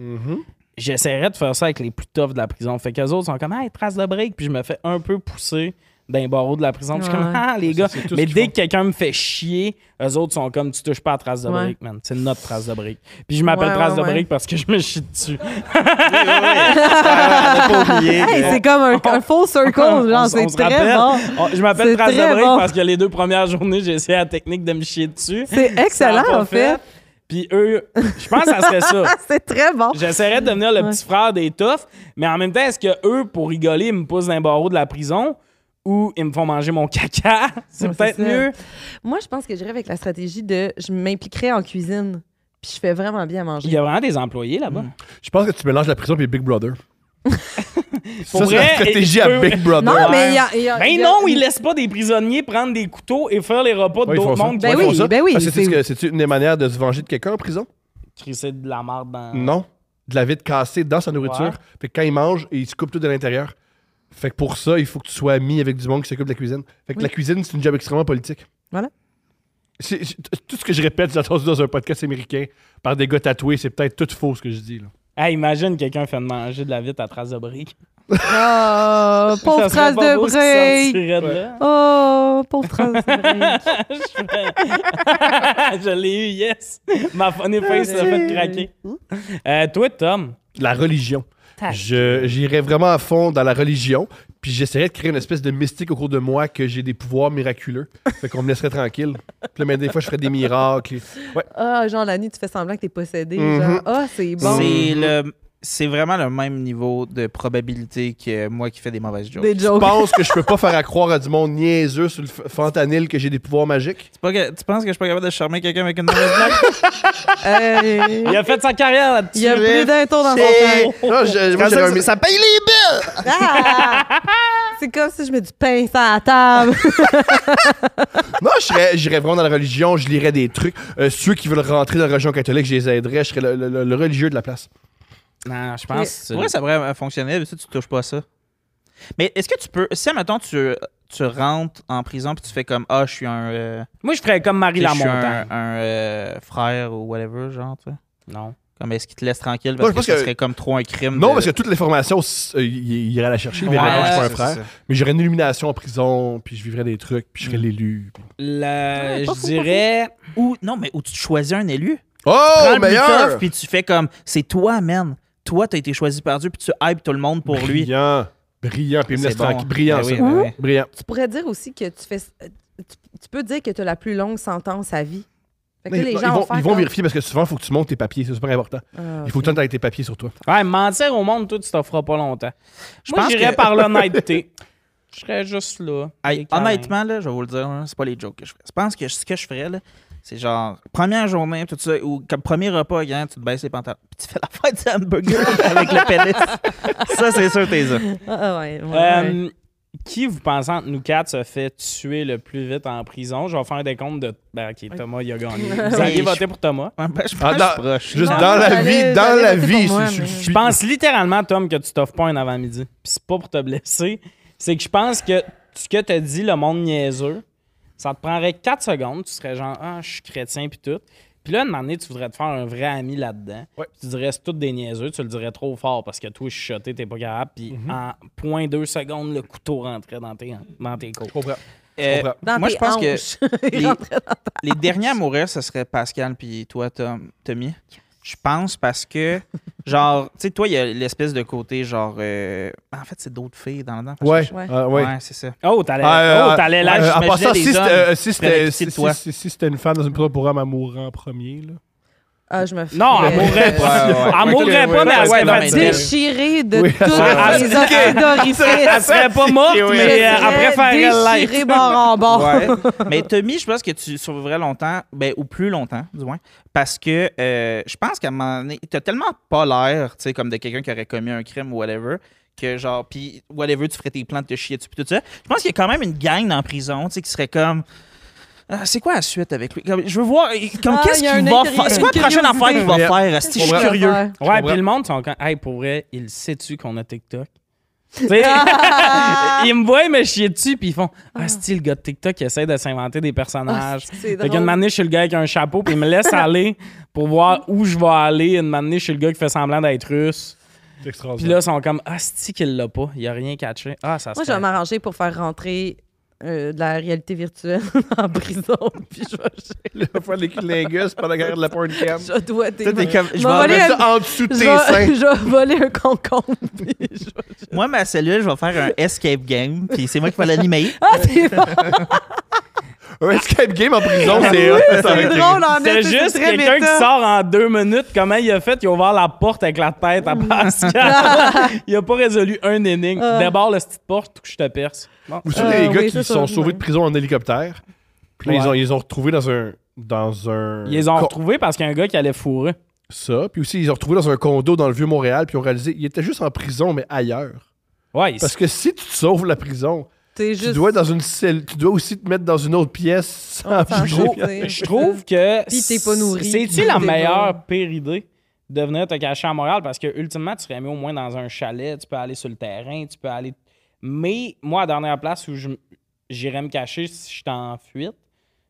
Speaker 1: J'essaierais de faire ça avec les plus toughs de la prison. Fait qu'eux autres sont comme, hey, trace de break, puis je me fais un peu pousser d'un barreau de la prison. Puis je suis comme,
Speaker 2: Ouais.
Speaker 1: ah, les gars.
Speaker 3: c'est tout ce
Speaker 1: Mais
Speaker 3: qu'ils
Speaker 1: dès
Speaker 3: font.
Speaker 1: que quelqu'un me fait chier, eux autres sont comme, tu touches pas à trace de
Speaker 2: Ouais.
Speaker 1: break, man. C'est notre trace de break. Puis je m'appelle
Speaker 2: Ouais,
Speaker 1: trace
Speaker 2: ouais,
Speaker 1: de
Speaker 2: ouais.
Speaker 1: break parce que je me chie dessus.
Speaker 4: Ah,
Speaker 2: Hey, c'est comme un, un faux circle,
Speaker 1: On
Speaker 2: genre,
Speaker 1: s-
Speaker 2: c'est
Speaker 1: on se
Speaker 2: très
Speaker 1: rappelle.
Speaker 2: bon.
Speaker 1: On- Oh, je m'appelle
Speaker 2: C'est
Speaker 1: Trace de
Speaker 2: très
Speaker 1: break
Speaker 2: bon.
Speaker 1: parce que les deux premières journées, j'ai essayé la technique de me chier dessus.
Speaker 2: C'est
Speaker 1: Ça l'a
Speaker 2: excellent,
Speaker 1: pas
Speaker 2: en fait. Ah,
Speaker 1: Puis eux, je pense que ça serait ça.
Speaker 2: c'est très bon.
Speaker 1: J'essaierais de devenir le petit frère des toughs, mais en même temps, est-ce que eux, pour rigoler, ils me poussent d'un barreau de la prison ou ils me font manger mon caca? C'est
Speaker 2: Ouais, c'est
Speaker 1: peut-être
Speaker 2: ça.
Speaker 1: mieux.
Speaker 2: Moi, je pense que j'irais avec la stratégie de je m'impliquerais en cuisine, puis je fais vraiment
Speaker 1: Il
Speaker 2: bien à
Speaker 1: y
Speaker 2: manger.
Speaker 1: a vraiment des employés là-bas.
Speaker 2: Hmm.
Speaker 3: Je pense que tu mélanges la prison et Big Brother.
Speaker 1: Pour
Speaker 3: ça, c'est
Speaker 1: vrai,
Speaker 3: la stratégie
Speaker 1: et-
Speaker 3: à
Speaker 1: peu-
Speaker 3: Big Brother.
Speaker 2: Non,
Speaker 1: Ouais.
Speaker 2: mais il y a. il y a- Ah, il
Speaker 1: Ben
Speaker 2: y a-
Speaker 1: non, ils laissent pas des prisonniers prendre des couteaux et faire les repas de
Speaker 3: Ouais, ils font
Speaker 1: d'autres
Speaker 3: ça.
Speaker 1: mondes.
Speaker 2: Ben
Speaker 3: Ouais, ils font
Speaker 2: oui,
Speaker 3: ça.
Speaker 2: ben oui,
Speaker 3: Parce que
Speaker 2: c'est-
Speaker 3: c'est ce que- c'est-tu une des manières de se venger de quelqu'un en prison?
Speaker 1: Crisser de la merde dans...
Speaker 3: Non. De la vitre cassée dans sa nourriture.
Speaker 1: Ah. Ouais.
Speaker 3: Fait que quand il mange, il se coupe tout de l'intérieur. Fait que pour ça, il faut que tu sois ami avec du monde qui s'occupe de la cuisine. Fait que
Speaker 2: Oui.
Speaker 3: la cuisine, c'est une job extrêmement politique.
Speaker 2: Voilà.
Speaker 3: C'est- c'est- tout ce que je répète, j'ai entendu dans un podcast américain par des gars tatoués, c'est peut-être tout faux ce que je dis. Là.
Speaker 1: Hey, imagine quelqu'un fait de manger de la vitre à trace de briques.
Speaker 2: Oh, pauvre
Speaker 1: Ça serait
Speaker 2: trace
Speaker 1: pas
Speaker 2: de
Speaker 1: beau ce qui
Speaker 2: break.
Speaker 1: sortirait de là.
Speaker 2: Oh, pauvre trace de break.
Speaker 1: Je l'ai eu, yes. Ma funny face l'a fait craquer. Euh, toi, Tom,
Speaker 3: La religion. Je- J'irais vraiment à fond dans la religion, puis j'essaierais de créer une espèce de mystique au cours de moi que j'ai des pouvoirs miraculeux. Fait qu'on me laisserait tranquille. Puis là, mais des fois, je ferais des miracles. Ouais.
Speaker 2: Ah, genre, la nuit, tu fais semblant que t'es possédé.
Speaker 3: Mhm.
Speaker 2: Genre, ah, c'est bon.
Speaker 4: C'est le. C'est vraiment le même niveau de probabilité que moi qui fais des mauvaises jokes.
Speaker 2: Des
Speaker 3: Je
Speaker 2: jokes.
Speaker 3: pense que je peux pas faire à croire à du monde niaiseux sur le f- fentanyl que j'ai des pouvoirs magiques.
Speaker 4: C'est pas que- tu penses que je suis pas capable de charmer quelqu'un avec une mauvaise blague?
Speaker 2: Hey,
Speaker 1: il a fait sa carrière là-dessus.
Speaker 2: Il y a plus d'un tour dans son
Speaker 4: C'est-
Speaker 2: temps.
Speaker 3: Non, je- moi, j'avais
Speaker 4: Comme ça,
Speaker 3: un mé-
Speaker 4: ça paye les billes!
Speaker 2: Ah! C'est comme si je mets du pain sur la table.
Speaker 3: Non, je serais- j'irais vraiment dans la religion, je lirais des trucs. Euh, ceux qui veulent rentrer dans la religion catholique, je les aiderais, je serais le, le- le- le religieux de la place.
Speaker 1: Non, je pense. que-
Speaker 4: Pour vrai, ça pourrait euh, fonctionner, mais ça, tu touches pas à ça. Mais est-ce que tu peux. Si, admettons, tu, tu rentres en prison puis tu fais comme Ah, je suis un. euh,
Speaker 1: Moi, je ferais comme Marie
Speaker 4: je suis un,
Speaker 1: Lamontagne.
Speaker 4: un, euh, frère ou whatever, genre, tu sais.
Speaker 1: Non.
Speaker 4: Comme est-ce qu'il te laisse tranquille
Speaker 3: Moi,
Speaker 4: parce
Speaker 3: je
Speaker 4: que
Speaker 3: pense
Speaker 4: ça
Speaker 3: que-
Speaker 4: serait comme trop un crime.
Speaker 3: Non,
Speaker 4: de-
Speaker 3: parce que toutes les formations, s- euh, il il irait la chercher, il verrait
Speaker 4: Ouais,
Speaker 3: non, je suis pas un
Speaker 4: c'est
Speaker 3: frère.
Speaker 4: ça.
Speaker 3: Mais j'aurais une illumination en prison, puis je vivrais des trucs, puis
Speaker 4: Mm.
Speaker 3: je serais l'élu. puis-
Speaker 1: Le-
Speaker 2: Ouais, pas
Speaker 1: je
Speaker 2: fou, pas
Speaker 1: dirais.
Speaker 4: Ou, non, mais où tu te choisis un élu.
Speaker 3: Oh,
Speaker 4: Prends le plus tough,
Speaker 3: meilleur!
Speaker 4: puis tu fais comme C'est toi, man. Toi, t'as été choisi par Dieu, puis tu hype tout le monde pour lui.
Speaker 3: Brillant, brillant, puis Ben, il me
Speaker 4: C'est
Speaker 3: laisse
Speaker 4: bon.
Speaker 3: tranquille. Brillant,
Speaker 4: Ben oui,
Speaker 3: ça.
Speaker 4: ben oui.
Speaker 3: Brillant.
Speaker 2: Tu pourrais dire aussi que tu fais. Tu, tu peux dire que tu as la plus longue sentence à vie. Fait que
Speaker 3: Ils,
Speaker 2: là, les
Speaker 3: ils
Speaker 2: gens
Speaker 3: vont,
Speaker 2: faire
Speaker 3: ils vont
Speaker 2: comme-
Speaker 3: vérifier parce que souvent, il faut que tu montes tes papiers. C'est super important.
Speaker 2: Ah,
Speaker 3: Il faut
Speaker 2: ok.
Speaker 3: tout le temps que tes papiers sur toi.
Speaker 1: Ouais, mentir au monde, toi, tu t'en feras pas longtemps.
Speaker 4: Je
Speaker 1: Moi,
Speaker 4: pense
Speaker 1: j'irais
Speaker 4: que-
Speaker 1: par l'honnêteté. Je serais juste là.
Speaker 4: Hey,
Speaker 1: Des câlins.
Speaker 4: honnêtement, là, je vais vous le dire, là, c'est pas les jokes que je ferais. Je pense que ce que je ferais, là, c'est genre, première journée, tout ça, ou comme premier repas, gars, tu te baisses les pantalons, puis tu fais la fête du hamburger avec le pénis. ça, c'est sûr, t'es ça.
Speaker 2: Ah, ah, ouais, ouais, ouais.
Speaker 1: Euh, Qui, vous pensez, entre nous quatre, se fait tuer le plus vite en prison? Je vais faire des comptes de. Ben, ok, Thomas, il a gagné. Vous allez
Speaker 4: Je-
Speaker 1: voter pour Thomas.
Speaker 4: Ouais, ben, je pense
Speaker 3: Ah,
Speaker 4: que
Speaker 3: dans-
Speaker 4: je suis proche.
Speaker 3: Juste
Speaker 2: Non,
Speaker 3: dans la
Speaker 2: j'allais-
Speaker 3: vie, dans
Speaker 2: j'allais
Speaker 3: la
Speaker 2: voter
Speaker 3: vie,
Speaker 2: pour moi,
Speaker 3: je- je-
Speaker 2: mais-
Speaker 3: je-
Speaker 1: Je pense littéralement, Tom, que tu t'offres pas un avant-midi. Puis c'est pas pour te blesser. C'est que je pense que ce que t'as dit, le monde niaiseux, ça te prendrait 4 secondes. Tu serais genre, ah, je suis chrétien, puis tout. Puis là, à un moment donné, tu voudrais te faire un vrai ami là-dedans.
Speaker 3: Ouais.
Speaker 1: Puis Tu dirais, c'est tout des niaiseux, tu le dirais trop fort parce que toi, je suis shoté, t'es pas capable. Puis en point deux secondes, le couteau rentrait dans tes, dans tes côtes.
Speaker 3: Je comprends.
Speaker 4: Euh,
Speaker 3: comprends.
Speaker 2: Dans
Speaker 4: moi,
Speaker 2: tes
Speaker 4: je pense que
Speaker 2: hanches. Il
Speaker 4: les-
Speaker 2: rentrait dans-
Speaker 4: les derniers à mourir, ce serait Pascal puis toi, Tom, Tommy. Je pense parce que, genre, tu sais, toi, il y a l'espèce de côté, genre, euh, en fait, c'est d'autres filles dans le dent.
Speaker 3: Ouais,
Speaker 2: Ouais.
Speaker 3: ah, ouais.
Speaker 4: euh, ouais. c'est ça.
Speaker 1: Oh, t'allais
Speaker 3: Ah,
Speaker 1: oh,
Speaker 3: euh,
Speaker 1: t'allais là.
Speaker 4: ouais,
Speaker 1: je-
Speaker 3: Euh, en
Speaker 4: j'imaginais
Speaker 3: passant,
Speaker 4: des
Speaker 3: si c'était
Speaker 4: hommes
Speaker 3: euh, si
Speaker 4: prennent
Speaker 3: c'était-
Speaker 4: la pitié
Speaker 3: si-
Speaker 4: de toi.
Speaker 3: si- si c'était une femme dans une prison pour hommes à mourir en premier, là.
Speaker 2: Ah, je me fais.
Speaker 1: Non, elle mourrait
Speaker 2: euh,
Speaker 1: pas.
Speaker 4: Ouais, ouais, ouais.
Speaker 1: Elle mourrait
Speaker 3: Ok,
Speaker 1: pas,
Speaker 3: ouais.
Speaker 1: mais elle
Speaker 4: Ouais,
Speaker 1: serait
Speaker 4: non, mais
Speaker 1: fatiguée.
Speaker 2: Déchirée de
Speaker 3: Oui,
Speaker 2: tous
Speaker 1: ah,
Speaker 2: les
Speaker 1: ok. Elle
Speaker 2: orifices.
Speaker 1: serait pas morte,
Speaker 4: Oui, oui.
Speaker 1: mais
Speaker 2: Je
Speaker 1: euh, elle
Speaker 2: serais
Speaker 1: préférait l'être.
Speaker 2: déchirée bord en bord.
Speaker 4: Ouais. Mais Tommy, je pense que tu survivrais longtemps, ben, ou plus longtemps, du moins, parce que euh, je pense qu'à un moment donné, t'as tellement pas l'air, tu sais, comme de quelqu'un qui aurait commis un crime ou whatever, que genre, puis whatever, tu ferais tes plans de te chier dessus, puis tout ça. Je pense qu'il y a quand même une gang en prison, tu sais, qui serait comme. Ah, c'est quoi la suite avec lui? Comme, je veux voir. euh, Comme
Speaker 2: Ah,
Speaker 4: qu'est-ce
Speaker 2: il y a
Speaker 4: qu'il
Speaker 2: une
Speaker 4: va
Speaker 2: incuri-
Speaker 4: faire? C'est quoi la
Speaker 2: une
Speaker 4: prochaine affaire qu'il va
Speaker 3: curiosité.
Speaker 4: faire? Si je suis
Speaker 3: Ouais.
Speaker 4: curieux.
Speaker 1: Ouais,
Speaker 3: comprends.
Speaker 1: puis le monde sont comme, hey, pour vrai, il sait-tu qu'on a TikTok? Tu sais, ils me voient me chier dessus, puis ils font, ah, c'est le gars de TikTok il essaie de s'inventer des personnages.
Speaker 2: Ah, C'est
Speaker 1: Fait qu'une
Speaker 2: drôle.
Speaker 1: matinée, Ah, je suis le gars avec un chapeau, puis il me laisse aller pour voir où je vais aller. Une matinée, je suis le gars qui fait semblant d'être russe.
Speaker 3: C'est
Speaker 1: Puis
Speaker 3: extraordinaire.
Speaker 1: là, ils sont comme, ah, c'est qu'il l'a pas, il a rien catché. Ah, ça se
Speaker 2: Moi, je vais m'arranger pour faire rentrer euh, de la réalité virtuelle en prison. Puis je vais.
Speaker 3: Il va faire les clingus pendant la guerre de la porn cam.
Speaker 2: Je dois tes.
Speaker 4: Toi, t'es comme- je
Speaker 2: M'en
Speaker 4: vais-
Speaker 2: aller
Speaker 3: Mets
Speaker 2: avec-
Speaker 3: ça en dessous de
Speaker 2: Je
Speaker 3: tes seins.
Speaker 2: vais, je vais voler un concombre. puis je vais-
Speaker 4: Moi, ma cellule, je vais faire un escape game, puis c'est moi qui vais l'animer.
Speaker 2: Ah, c'est bon,
Speaker 3: Un escape game en prison, Ah, c'est
Speaker 2: Ah, c'est drôle en
Speaker 1: C'est
Speaker 2: est,
Speaker 1: juste
Speaker 2: très
Speaker 1: quelqu'un
Speaker 2: méta.
Speaker 1: qui sort en deux minutes. Comment il a fait? Il a ouvert la porte avec la tête à Pascal. il a pas résolu un énigme.
Speaker 2: Ah.
Speaker 1: D'abord, la petite porte, tout que je te perce. Bon.
Speaker 3: Ou sur
Speaker 2: Euh,
Speaker 3: les gars
Speaker 2: oui,
Speaker 3: qui
Speaker 2: c'est ça,
Speaker 3: sont sauvés
Speaker 2: ouais.
Speaker 3: de prison en hélicoptère. Puis là, ils,
Speaker 1: Ouais.
Speaker 3: ont, ils les ont retrouvés dans un. Dans un
Speaker 1: Ils les ont
Speaker 3: con-
Speaker 1: retrouvés parce qu'il y a un gars qui allait fourrer.
Speaker 3: Ça. Puis aussi, ils les ont retrouvés dans un condo dans le Vieux-Montréal. Puis ils ont réalisé qu'ils étaient juste en prison, mais ailleurs.
Speaker 1: Ouais, il-
Speaker 3: Parce que si tu te sauves la prison,
Speaker 2: T'es
Speaker 3: tu
Speaker 2: juste.
Speaker 3: dois être dans une cellule. Tu dois aussi te mettre dans une autre pièce sans
Speaker 2: sans
Speaker 3: bouger.
Speaker 2: chauffer. c'est-
Speaker 1: je trouve que.
Speaker 2: Puis t'es pas nourri,
Speaker 1: C'est-tu
Speaker 2: puis
Speaker 1: la
Speaker 2: t'es
Speaker 1: meilleure
Speaker 2: pas-
Speaker 1: pire idée de venir te cacher à Montréal? Parce que, ultimement, tu serais mis au moins dans un chalet, tu peux aller sur le terrain, tu peux aller. Mais moi, la dernière place où je m- j'irais me cacher si je t'en fuite,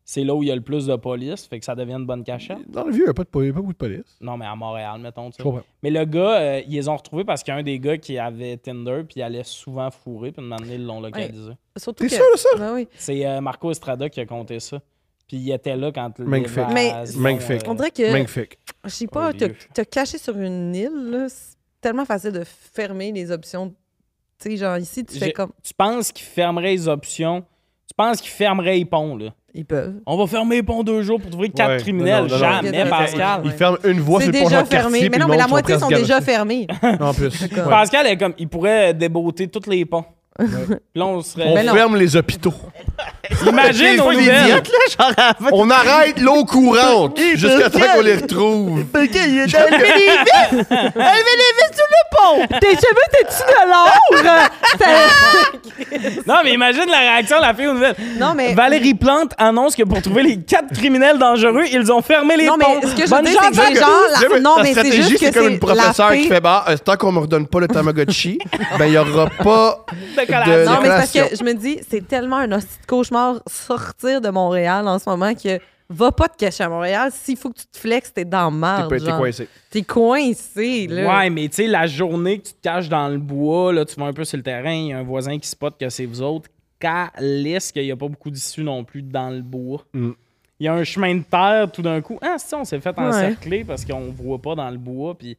Speaker 1: c'est là où il y a le plus de police, fait que ça devient une bonne cachette.
Speaker 3: Dans le Vieux, il n'y a pas de poli- il y a pas beaucoup de police.
Speaker 1: Non, mais à Montréal, mettons. tu sais.
Speaker 3: Je comprends.
Speaker 1: Mais le gars, euh, ils les ont retrouvés parce qu'il y a un des gars qui avait Tinder puis il allait souvent fourrer, puis de moment donné, ils l'ont localisé.
Speaker 2: Surtout
Speaker 3: T'es
Speaker 2: que-
Speaker 3: sûr de ça?
Speaker 2: Ben oui.
Speaker 1: C'est euh, Marco Estrada qui a compté ça. Puis il était là quand
Speaker 3: Magnifique.
Speaker 1: l'évasion,
Speaker 3: Mais- Magnifique.
Speaker 1: euh,
Speaker 2: On dirait que.
Speaker 3: Magnifique.
Speaker 2: Je
Speaker 3: Oh,
Speaker 2: sais pas,
Speaker 1: Olivier.
Speaker 2: te- te cacher sur une île, là, c'est tellement facile de fermer les options. Tu sais, genre ici, tu
Speaker 1: J'ai-
Speaker 2: fais comme.
Speaker 1: Tu penses qu'ils fermeraient les options? Tu penses qu'ils fermeraient les ponts, là?
Speaker 2: Ils peuvent.
Speaker 1: On va fermer les ponts deux jours pour trouver quatre
Speaker 3: Ouais.
Speaker 1: criminels.
Speaker 3: Non, non, non, non.
Speaker 1: Jamais,
Speaker 2: Il y a-
Speaker 1: Pascal.
Speaker 3: Ils
Speaker 2: Ouais.
Speaker 3: ferment une voie
Speaker 2: C'est
Speaker 3: sur le pont
Speaker 2: déjà
Speaker 3: Jean-Cartier,
Speaker 2: fermé.
Speaker 3: puis
Speaker 2: Mais non,
Speaker 3: le
Speaker 2: mais la
Speaker 3: monde
Speaker 2: moitié
Speaker 3: prêts à
Speaker 2: sont
Speaker 3: se
Speaker 2: déjà fermés.
Speaker 3: garocher. En plus.
Speaker 2: D'accord.
Speaker 3: Ouais.
Speaker 1: Pascal est comme, il pourrait déboter tous les ponts. Puis là, on
Speaker 3: On
Speaker 1: serait.
Speaker 2: Ben non.
Speaker 3: ferme les hôpitaux.
Speaker 1: Imagine, on nouvelles.
Speaker 4: Là, genre, avant-
Speaker 3: On arrête l'eau courante jusqu'à temps qu'on les retrouve.
Speaker 2: Tes cheveux, t'es-tu de l'or?
Speaker 1: Non, mais imagine la réaction de la fille aux nouvelles.
Speaker 2: Non, mais.
Speaker 1: Valérie Plante annonce que pour trouver les quatre criminels dangereux, ils ont fermé les
Speaker 2: Non, mais
Speaker 1: ponts.
Speaker 2: ce que je veux
Speaker 1: Bonne
Speaker 2: dire,
Speaker 1: chance,
Speaker 2: c'est
Speaker 1: hein,
Speaker 2: que les
Speaker 1: Jacques.
Speaker 2: gens. la-
Speaker 3: J'aime
Speaker 2: Non,
Speaker 3: ta
Speaker 2: mais c'est
Speaker 3: stratégie,
Speaker 2: juste que c'est.
Speaker 3: comme une professeure
Speaker 2: la
Speaker 3: qui
Speaker 2: fée-
Speaker 3: fait bah, euh, tant qu'on me redonne pas le Tamagotchi, ben il y aura pas de,
Speaker 1: collation.
Speaker 2: Non, mais c'est parce
Speaker 3: collation.
Speaker 2: que je me dis, c'est tellement un hostie de cauchemar sortir de Montréal en ce moment que va pas te cacher à Montréal. S'il faut que tu te flexes, t'es dans
Speaker 3: T'es
Speaker 2: marre.
Speaker 3: pas- T'es coincé.
Speaker 2: T'es coincé, là.
Speaker 1: Ouais, mais tu sais, la journée que tu te caches dans le bois, là, tu vas un peu sur le terrain, il y a un voisin qui spot que c'est vous autres. Calisse qu'il n'y a pas beaucoup d'issues non plus dans le bois.
Speaker 3: Mm.
Speaker 1: Il y a un chemin de terre tout d'un coup. Ah, si, on s'est fait encercler parce qu'on voit pas dans le bois. Puis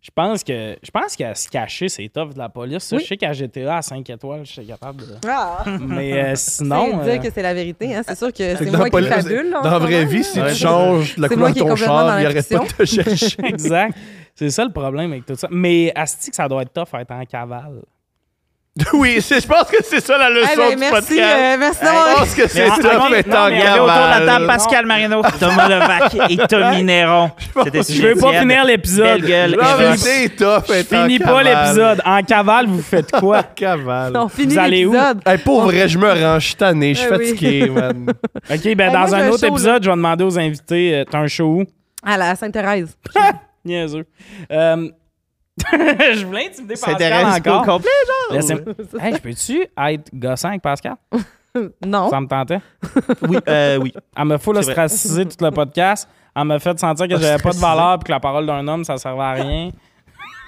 Speaker 1: je pense que je pense que se cacher, c'est tough de la police. ça.
Speaker 2: Oui.
Speaker 1: Je sais qu'à GTA à 5 étoiles, j'étais capable de.
Speaker 2: Ah.
Speaker 1: Mais euh,
Speaker 2: Non,
Speaker 1: sinon.
Speaker 2: dire
Speaker 1: euh,
Speaker 2: que c'est la vérité, hein. c'est sûr que
Speaker 3: Fait que
Speaker 2: c'est
Speaker 3: dans
Speaker 2: moi
Speaker 3: pas-
Speaker 2: qui fabule. là, en
Speaker 3: Dans
Speaker 2: ce
Speaker 3: la vraie
Speaker 2: moment,
Speaker 3: vie,
Speaker 2: là.
Speaker 3: si
Speaker 1: Ouais.
Speaker 3: tu changes la
Speaker 2: C'est
Speaker 3: couleur
Speaker 2: moi
Speaker 3: de
Speaker 2: qui est
Speaker 3: ton
Speaker 2: complètement dans
Speaker 3: char,
Speaker 2: la
Speaker 3: il arrête pas de te chercher.
Speaker 1: exact. C'est ça le problème avec tout ça. Mais Asti, que ça doit être tough à être en cavale.
Speaker 3: oui, c'est- je pense que c'est ça la leçon
Speaker 2: Eh ben,
Speaker 3: du
Speaker 2: merci
Speaker 3: podcast.
Speaker 2: euh, ah, merci
Speaker 3: Je
Speaker 2: d'avoir-
Speaker 3: pense que c'est
Speaker 4: Mais en-
Speaker 3: ça,
Speaker 4: non, mais-
Speaker 1: non,
Speaker 3: mais tant
Speaker 1: mais
Speaker 4: Il y avait
Speaker 3: qu'à
Speaker 4: autour de la
Speaker 3: mal.
Speaker 4: table
Speaker 1: Non.
Speaker 4: Pascal Marino, Thomas Levac et Tommy Néron. C'était
Speaker 1: Je veux pas finir l'épisode.
Speaker 4: Belle gueule,
Speaker 3: Non, mais
Speaker 4: Evox.
Speaker 3: c'est tough,
Speaker 1: Je
Speaker 3: être en
Speaker 1: finis pas
Speaker 3: cavale.
Speaker 1: l'épisode. En cavale, vous faites quoi?
Speaker 3: Cavale.
Speaker 2: on finit
Speaker 1: Vous allez où?
Speaker 2: l'épisode.
Speaker 3: Hey, pour vrai, je me range, je suis tanné, je suis
Speaker 2: Eh oui.
Speaker 3: fatigué, man.
Speaker 1: OK, ben
Speaker 2: Hey,
Speaker 1: dans
Speaker 2: moi, j'ai
Speaker 1: un
Speaker 2: un
Speaker 1: autre
Speaker 2: show,
Speaker 1: épisode, je vais demander aux invités, euh, t'as un show où?
Speaker 2: À la Sainte-Thérèse.
Speaker 1: Niaiseux. Euh, je voulais intimider Pascal encore.
Speaker 4: complet,
Speaker 1: Laissez- Hey, je peux-tu être gossant avec Pascal?
Speaker 2: Non.
Speaker 1: Ça me tentait.
Speaker 4: Oui, euh, oui.
Speaker 1: Elle m'a full
Speaker 4: C'est vrai.
Speaker 1: ostracisé tout le podcast. Elle m'a fait sentir que j'avais pas de
Speaker 4: Ostracisé.
Speaker 1: valeur puis que la parole d'un homme, ça servait à rien.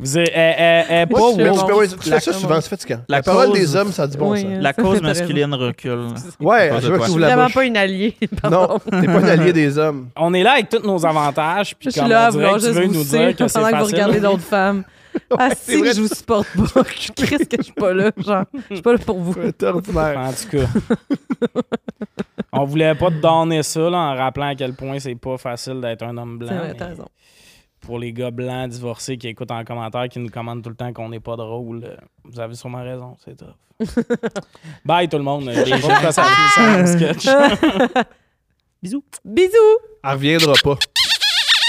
Speaker 1: Vous êtes- eh, elle- elle- elle est pas
Speaker 3: Moi,
Speaker 2: je
Speaker 3: tu, mais
Speaker 1: woke.
Speaker 2: bon.
Speaker 3: tu- ouais, tu
Speaker 4: La-
Speaker 3: fais ça souvent, c'est fatigant.
Speaker 4: la
Speaker 3: La, parole
Speaker 4: cause-
Speaker 3: des hommes, ça a du bon
Speaker 2: Oui,
Speaker 3: sens.
Speaker 2: euh,
Speaker 4: La
Speaker 2: ça,
Speaker 4: cause
Speaker 2: t'as raison.
Speaker 4: masculine recule.
Speaker 3: Ouais,
Speaker 4: Pas
Speaker 3: je
Speaker 4: de
Speaker 3: vois
Speaker 4: quoi.
Speaker 3: que tu
Speaker 2: Je
Speaker 3: ouvres
Speaker 2: suis
Speaker 3: la
Speaker 2: vraiment
Speaker 3: bouche.
Speaker 2: pas une alliée.
Speaker 3: Non,
Speaker 2: pardon.
Speaker 3: t'es pas un allié des hommes.
Speaker 1: On est là avec tous nos avantages. Puis
Speaker 2: Je suis
Speaker 1: comme
Speaker 2: là,
Speaker 1: on
Speaker 2: vous
Speaker 1: dirait que tu
Speaker 2: juste
Speaker 1: veux
Speaker 2: vous
Speaker 1: nous
Speaker 2: sucer
Speaker 1: dire que c'est
Speaker 2: pendant que vous
Speaker 1: facile.
Speaker 2: regardez d'autres femmes. ah, si
Speaker 3: vrai.
Speaker 2: que je vous supporte pas. Chris, que je suis pas là. Genre, je suis pas là pour vous.
Speaker 3: C'est ordinaire.
Speaker 1: En tout cas, on voulait pas te donner ça là, en rappelant à quel point c'est pas facile d'être un homme
Speaker 2: C'est
Speaker 1: blanc.
Speaker 2: vrai,
Speaker 1: mais
Speaker 2: t'as raison.
Speaker 1: Pour les gars blancs divorcés qui écoutent en commentaire, qui nous commandent tout le temps qu'on n'est pas drôle, euh, vous avez sûrement raison, c'est tough. Bye tout le monde. Je sais pas pourquoi ça finit ça, un sketch.
Speaker 4: Bisous.
Speaker 2: Bisous!
Speaker 3: Elle reviendra pas.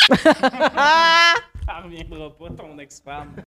Speaker 1: Ça reviendra pas, ton ex-femme.